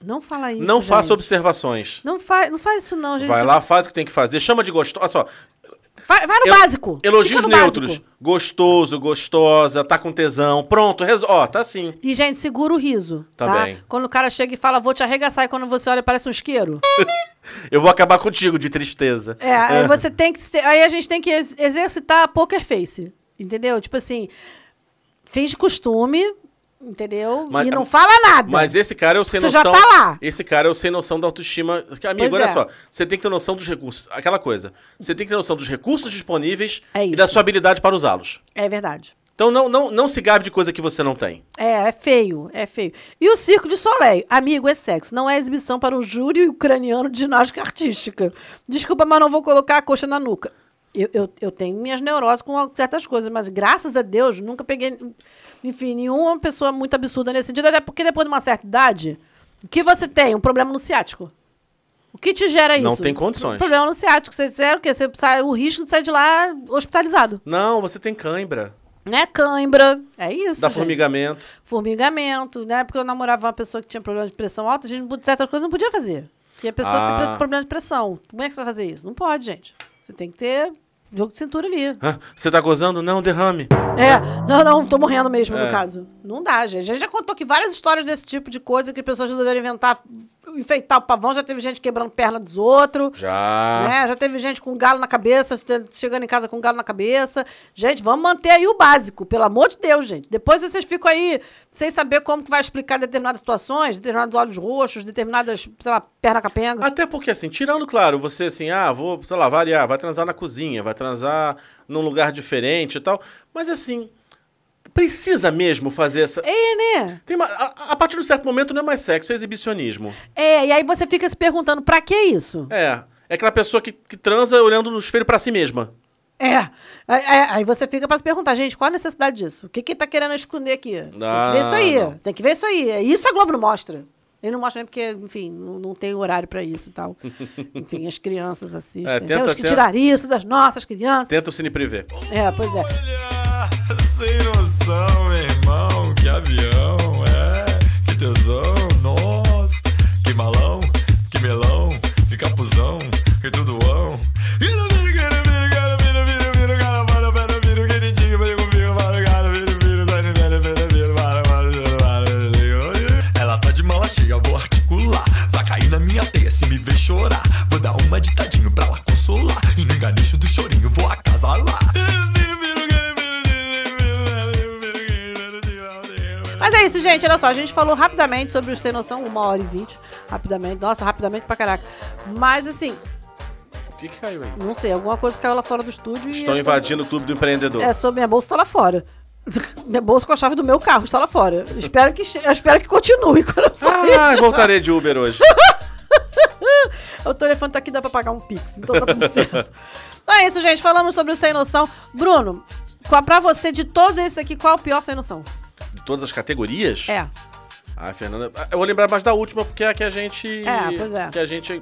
Não fala isso.
não faça
gente.
observações.
Não, fa não faz isso, não, gente.
Vai lá, faz o que tem que fazer. Chama de gostoso. Olha só,
Vai, vai no
Eu-
básico. Fica
elogios
no básico.
neutros. Gostoso, gostosa, tá com tesão. Pronto, reso... ó, tá assim.
E, gente, segura o riso.
Tá
Tá,
bem.
Quando o cara chega e fala, vou te arregaçar, e quando você olha, parece um isqueiro.
Eu vou acabar contigo de tristeza.
É, aí você tem que. ser- aí a gente tem que ex- exercitar a poker face. Entendeu? Tipo assim, finge costume, entendeu?
Mas-
e não fala nada.
Mas esse cara é o sem
Você já
noção.
tá lá.
Esse cara é o sem noção da autoestima. Porque, Amigo,
Pois
olha
é.
só. Você tem que ter noção dos recursos. Aquela coisa. Você tem que ter noção dos recursos disponíveis
É
e
isso.
da sua habilidade para usá-los.
É verdade.
Então não, não, não se gabe de coisa que você não tem.
É, é feio, é feio. E o circo de Soleil? Amigo, é sexo. Não é exibição para um júri ucraniano de ginástica artística. Desculpa, mas não vou colocar a coxa na nuca. Eu, eu, eu tenho minhas neuroses com certas coisas, mas graças a Deus nunca peguei, enfim, nenhuma pessoa muito absurda nesse sentido. Até porque depois de uma certa idade, o que você tem? Um problema no ciático. O que te gera isso?
Não tem condições.
Um problema no ciático. Você é o quê? Você sai, o risco de sair de lá hospitalizado.
Não, você tem cãibra.
Né? Cãibra. É isso.
Dá
gente
formigamento.
formigamento. Na época eu namorava uma pessoa que tinha problema de pressão alta, a gente não- certas coisas não podia fazer. Porque a pessoa tem
Ah.
pre- problema de pressão. Como é que você vai fazer isso? Não pode, gente. Você tem que ter jogo de cintura ali.
Hã? Você tá gozando? Não, derrame.
É, não, não, tô morrendo mesmo,
É.
no caso. Não dá, gente. A gente já contou que várias histórias desse tipo de coisa que pessoas resolveram inventar, enfeitar o pavão, já teve gente quebrando perna dos outros.
Já.
Né? Já teve gente com galo na cabeça, se- chegando em casa com galo na cabeça. Gente, vamos manter aí o básico, pelo amor de Deus, gente. Depois vocês ficam aí sem saber como que vai explicar determinadas situações, determinados olhos roxos, determinadas, sei lá, perna capenga.
Até porque, assim, tirando, claro, você assim, ah, vou, sei lá, variar, vai transar na cozinha, vai transar num lugar diferente e tal. Mas assim, precisa mesmo fazer essa.
É, né?
Tem uma- a, a partir de um certo momento não é mais sexo, é exibicionismo.
É, e aí você fica se perguntando, pra que isso?
É. É aquela pessoa que, que transa olhando no espelho pra si mesma.
É. Aí- aí- aí você fica pra se perguntar, gente, qual a necessidade disso? O que que ele tá querendo esconder aqui? tem
Ah,
que ver isso aí.
não.
Tem que ver isso aí. É Isso a Globo não mostra. Ele não mostra mesmo porque, enfim, não, não tem horário pra isso e tal. enfim, as crianças assistem.
É, tenta-
Temos que
tenta-
tirar isso das nossas crianças.
Tenta o Cine Privé.
É, pois é.
Olha, sem noção, meu irmão, que avião, é, que tesão, nossa, que malão, que melão, que capuzão, que tudoão. Vira, vira, vira, vira, cara, vira, vira, vira, cara, para, para, vira, queridinho, vem comigo, para, cara, vira, vira, sai, vira, vira, vira, para, para, vira, para, vira, vira. Ela tá de mala cheia, vou articular, vai cair na minha teia se me ver chorar, vou dar uma ditadinho pra ela consolar, e no enganicho do chorinho vou acasalar.
Mas é isso, gente. Olha só, a gente falou rapidamente sobre o Sem Noção, uma hora e vinte. Rapidamente. Nossa, rapidamente pra caraca. Mas, assim,
O que, que caiu aí?
não sei, alguma coisa caiu lá fora do estúdio e...
Estão
essa-
invadindo o clube do empreendedor.
É, sobre minha bolsa tá lá fora. Minha bolsa com a chave do meu carro está lá fora. Espero que, che- eu espero que continue quando eu sair.
Ah, voltarei de Uber hoje.
O telefone tá aqui, dá pra pagar um pix, então tá tudo certo. Então é isso, gente. Falamos sobre o Sem Noção. Bruno, qual, pra você, de todos esses aqui, qual é o pior Sem Noção?
De todas as categorias?
É.
Ah, Fernanda. ah, Eu vou lembrar mais da última, porque é a que a gente.
É, pois é.
Que a gente.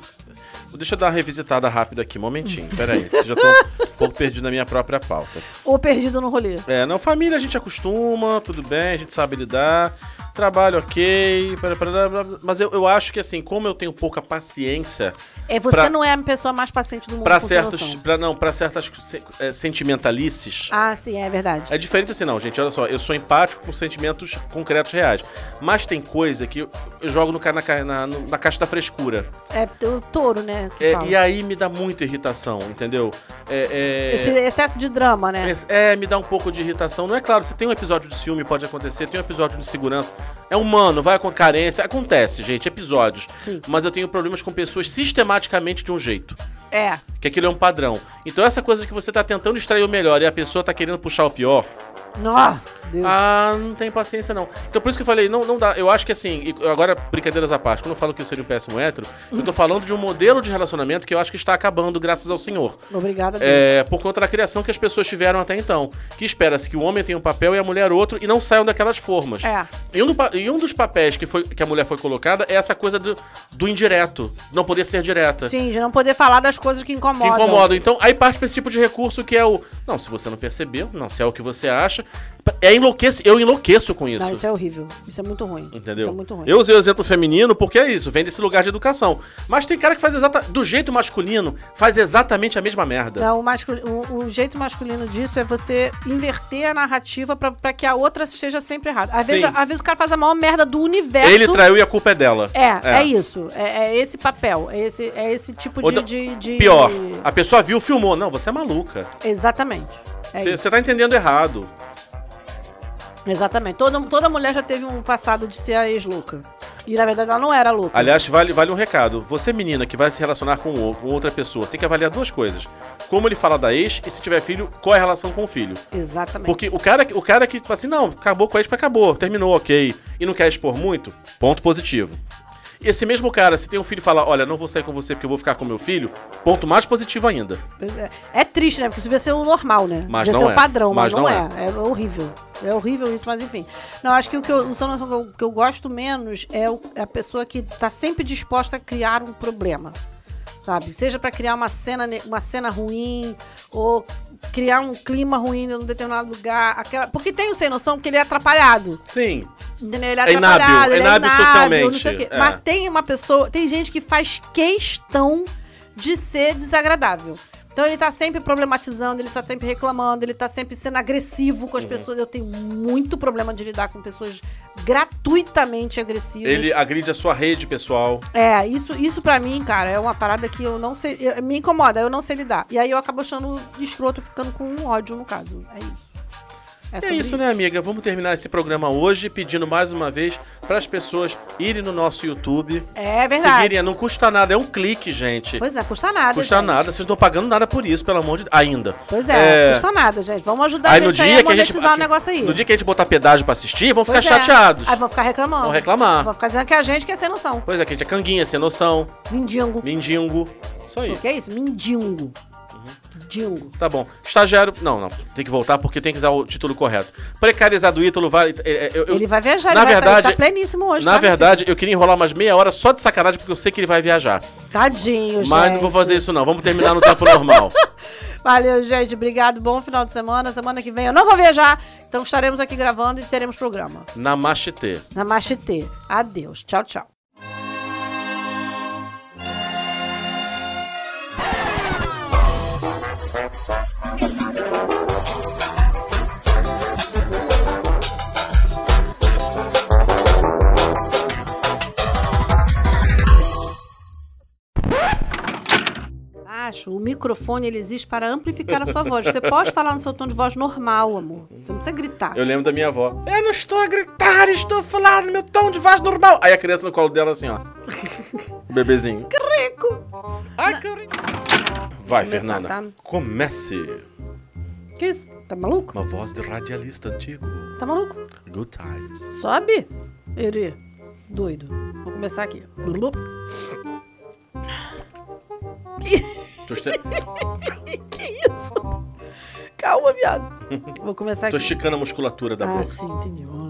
Deixa eu dar uma revisitada rápida aqui, um momentinho. Peraí. Já tô um pouco perdido na minha própria pauta.
Ou perdido no rolê.
É, não, família a gente acostuma, tudo bem, a gente sabe lidar. Trabalho ok, para- para- para- mas eu, eu acho que assim, como eu tenho pouca paciência
É, você
Pra-
não é a pessoa mais paciente do mundo
pra
com Sem
certos,
Noção.
para não, para certas se- é, sentimentalices,
Ah, sim, é verdade.
é diferente assim, não, gente. Olha só, eu sou empático com sentimentos concretos reais. Mas tem coisa que eu, eu jogo no, ca- na, ca- na, no- na caixa da frescura.
É, o touro, né? que
É,
fala.
e aí me dá muita irritação, entendeu?
Esse
É, é,
excesso de drama, né?
é, me dá um pouco de irritação. Não é claro, você tem um episódio de ciúme, pode acontecer, tem um episódio de segurança. É humano, vai com carência. Acontece, gente, episódios.
Sim.
Mas eu tenho problemas com pessoas sistematicamente de um jeito.
É.
Que aquilo é um padrão. Então essa coisa que você tá tentando extrair o melhor e a pessoa tá querendo puxar o pior.
Nossa, Deus.
Ah, não tem paciência, não. Então por isso que eu falei, não, não dá. Eu acho que assim, e agora, brincadeiras à parte, quando eu falo que eu seria um péssimo hétero, eu tô falando de um modelo de relacionamento que eu acho que está acabando, graças ao senhor.
Obrigada, Deus.
É, por conta da criação que as pessoas tiveram até então. Que espera-se que o homem tenha um papel e a mulher outro e não saiam daquelas formas.
É.
E um, do pa- e um dos papéis que, foi, que a mulher foi colocada é essa coisa do, do indireto, não poder ser direta.
Sim, de não poder falar das coisas que
Que
incomodam.
incomodam. Então, aí parte pra esse tipo de recurso que é o. Não, se você não percebeu, não, se é o que você acha. É enlouquece, eu enlouqueço com isso.
Não, isso é horrível. Isso é muito ruim.
Entendeu?
Isso é muito ruim.
eu usei o exemplo feminino porque é isso, vem desse lugar de educação. Mas tem cara que faz exata, do jeito masculino, faz exatamente a mesma merda.
Não, o, mascul- o- o jeito masculino disso é você inverter a narrativa pra, pra que a outra esteja sempre errada. Às vezes,
Sim.
às vezes o cara faz a maior merda do universo.
Ele traiu e a culpa é dela.
É, é, isso. É, é esse papel. É esse, é esse tipo
Ou
de,
da-
de- de-
Pior, a pessoa viu, filmou. Não, você é maluca.
Exatamente. É isso.
Você tá entendendo errado.
Exatamente. Toda, toda mulher já teve um passado de ser a ex-louca. E na verdade ela não era louca.
Aliás, vale, vale um recado. Você, menina, que vai se relacionar com, o- com outra pessoa, tem que avaliar duas coisas. Como ele fala da ex e se tiver filho, qual é a relação com o filho.
Exatamente.
Porque o cara, que- o cara que fala assim, não, acabou com a ex, acabou, terminou, ok. E não quer expor muito, ponto positivo. E esse mesmo cara, se tem um filho e fala, olha, não vou sair com você porque eu vou ficar com meu filho, ponto mais positivo ainda.
É triste, né? Porque isso devia ser o normal, né?
Mas
devia
não
ser o
é.
padrão, mas,
Mas
não,
não
é. é. horrível. É horrível isso, mas enfim. Não, acho que o que eu, o São Noção que eu, que eu gosto menos é o- a pessoa que tá sempre disposta a criar um problema. Sabe? Seja pra criar uma cena, ne- uma cena ruim, ou criar um clima ruim em um determinado lugar. aquela- Porque tem o sem noção que ele é atrapalhado.
Sim,
Entendeu? Ele é
É inábil,
atrapalhado, ele é
inábil
inábil,
socialmente,
não sei o quê.
é.
Mas tem uma pessoa, tem gente que faz questão de ser desagradável. Então ele tá sempre problematizando, ele tá sempre reclamando, ele tá sempre sendo agressivo
Uhum.
com as pessoas. Eu tenho muito problema de lidar com pessoas gratuitamente agressivas.
ele agride a sua rede pessoal.
É, isso, isso pra mim, cara, é uma parada que eu não sei. eu- me incomoda, eu não sei lidar. E aí eu acabo achando escroto, ficando com ódio, no caso. É isso.
É
sobre
isso, né, amiga? Vamos terminar esse programa hoje pedindo mais uma vez para as pessoas irem no nosso YouTube.
É verdade.
Seguirem, não custa nada, é um clique, gente.
Pois é, custa nada.
custa
gente.
nada, vocês não estão pagando nada por isso, pelo amor de ainda.
Pois é,
É.
custa nada, gente. Vamos ajudar
Aí
a
no
gente
dia
aí a
que a gente
monetizar o negócio aí.
No dia que a gente botar pedágio pra assistir, vão ficar
Pois é.
chateados.
Aí vão ficar reclamando.
Vão reclamar.
Vão ficar dizendo que a gente quer ser noção.
Pois é, que a gente é canguinha, sem noção,
Mindingo.
mendigo. Isso aí.
O que é isso? Mindingo. Dingo.
Tá bom. Estagiário. Não, não. Tem que voltar porque tem que usar o título correto. Precarizado Ítalo vai. é, é, eu-
Ele vai viajar,
Na
ele vai-
verdade-
ele tá pleníssimo hoje.
Na
tá, meu
verdade, eu queria enrolar umas meia hora só de sacanagem, porque eu sei que ele vai viajar.
filho? Tadinho, gente.
Mas não vou fazer isso, não. Vamos terminar no tempo normal.
Valeu, gente. Obrigado. Bom final de semana. Semana que vem eu não vou viajar, então estaremos aqui gravando e teremos programa.
Na Machete.
Namastê. Adeus. Tchau, tchau. Baixo, O microfone ele existe para amplificar a sua voz. Você pode falar no seu tom de voz normal, amor. Você não precisa gritar.
Eu lembro da minha avó. Eu não estou a gritar, estou a falar no meu tom de voz normal. Aí a criança no colo dela assim, ó. O bebezinho.
Rico.
Ai, que horrível. Vai,
Começar,
Fernanda.
tá?
Comece.
Que isso? Tá maluco?
Uma voz de radialista antigo.
Tá maluco?
Good times.
Sobe, Eri. Doido. Vou começar aqui. Blup.
Tô, este...
Que isso? Calma, viado. Vou começar
Tô
aqui.
esticando a musculatura da
Ah,
boca.
sim, entendi.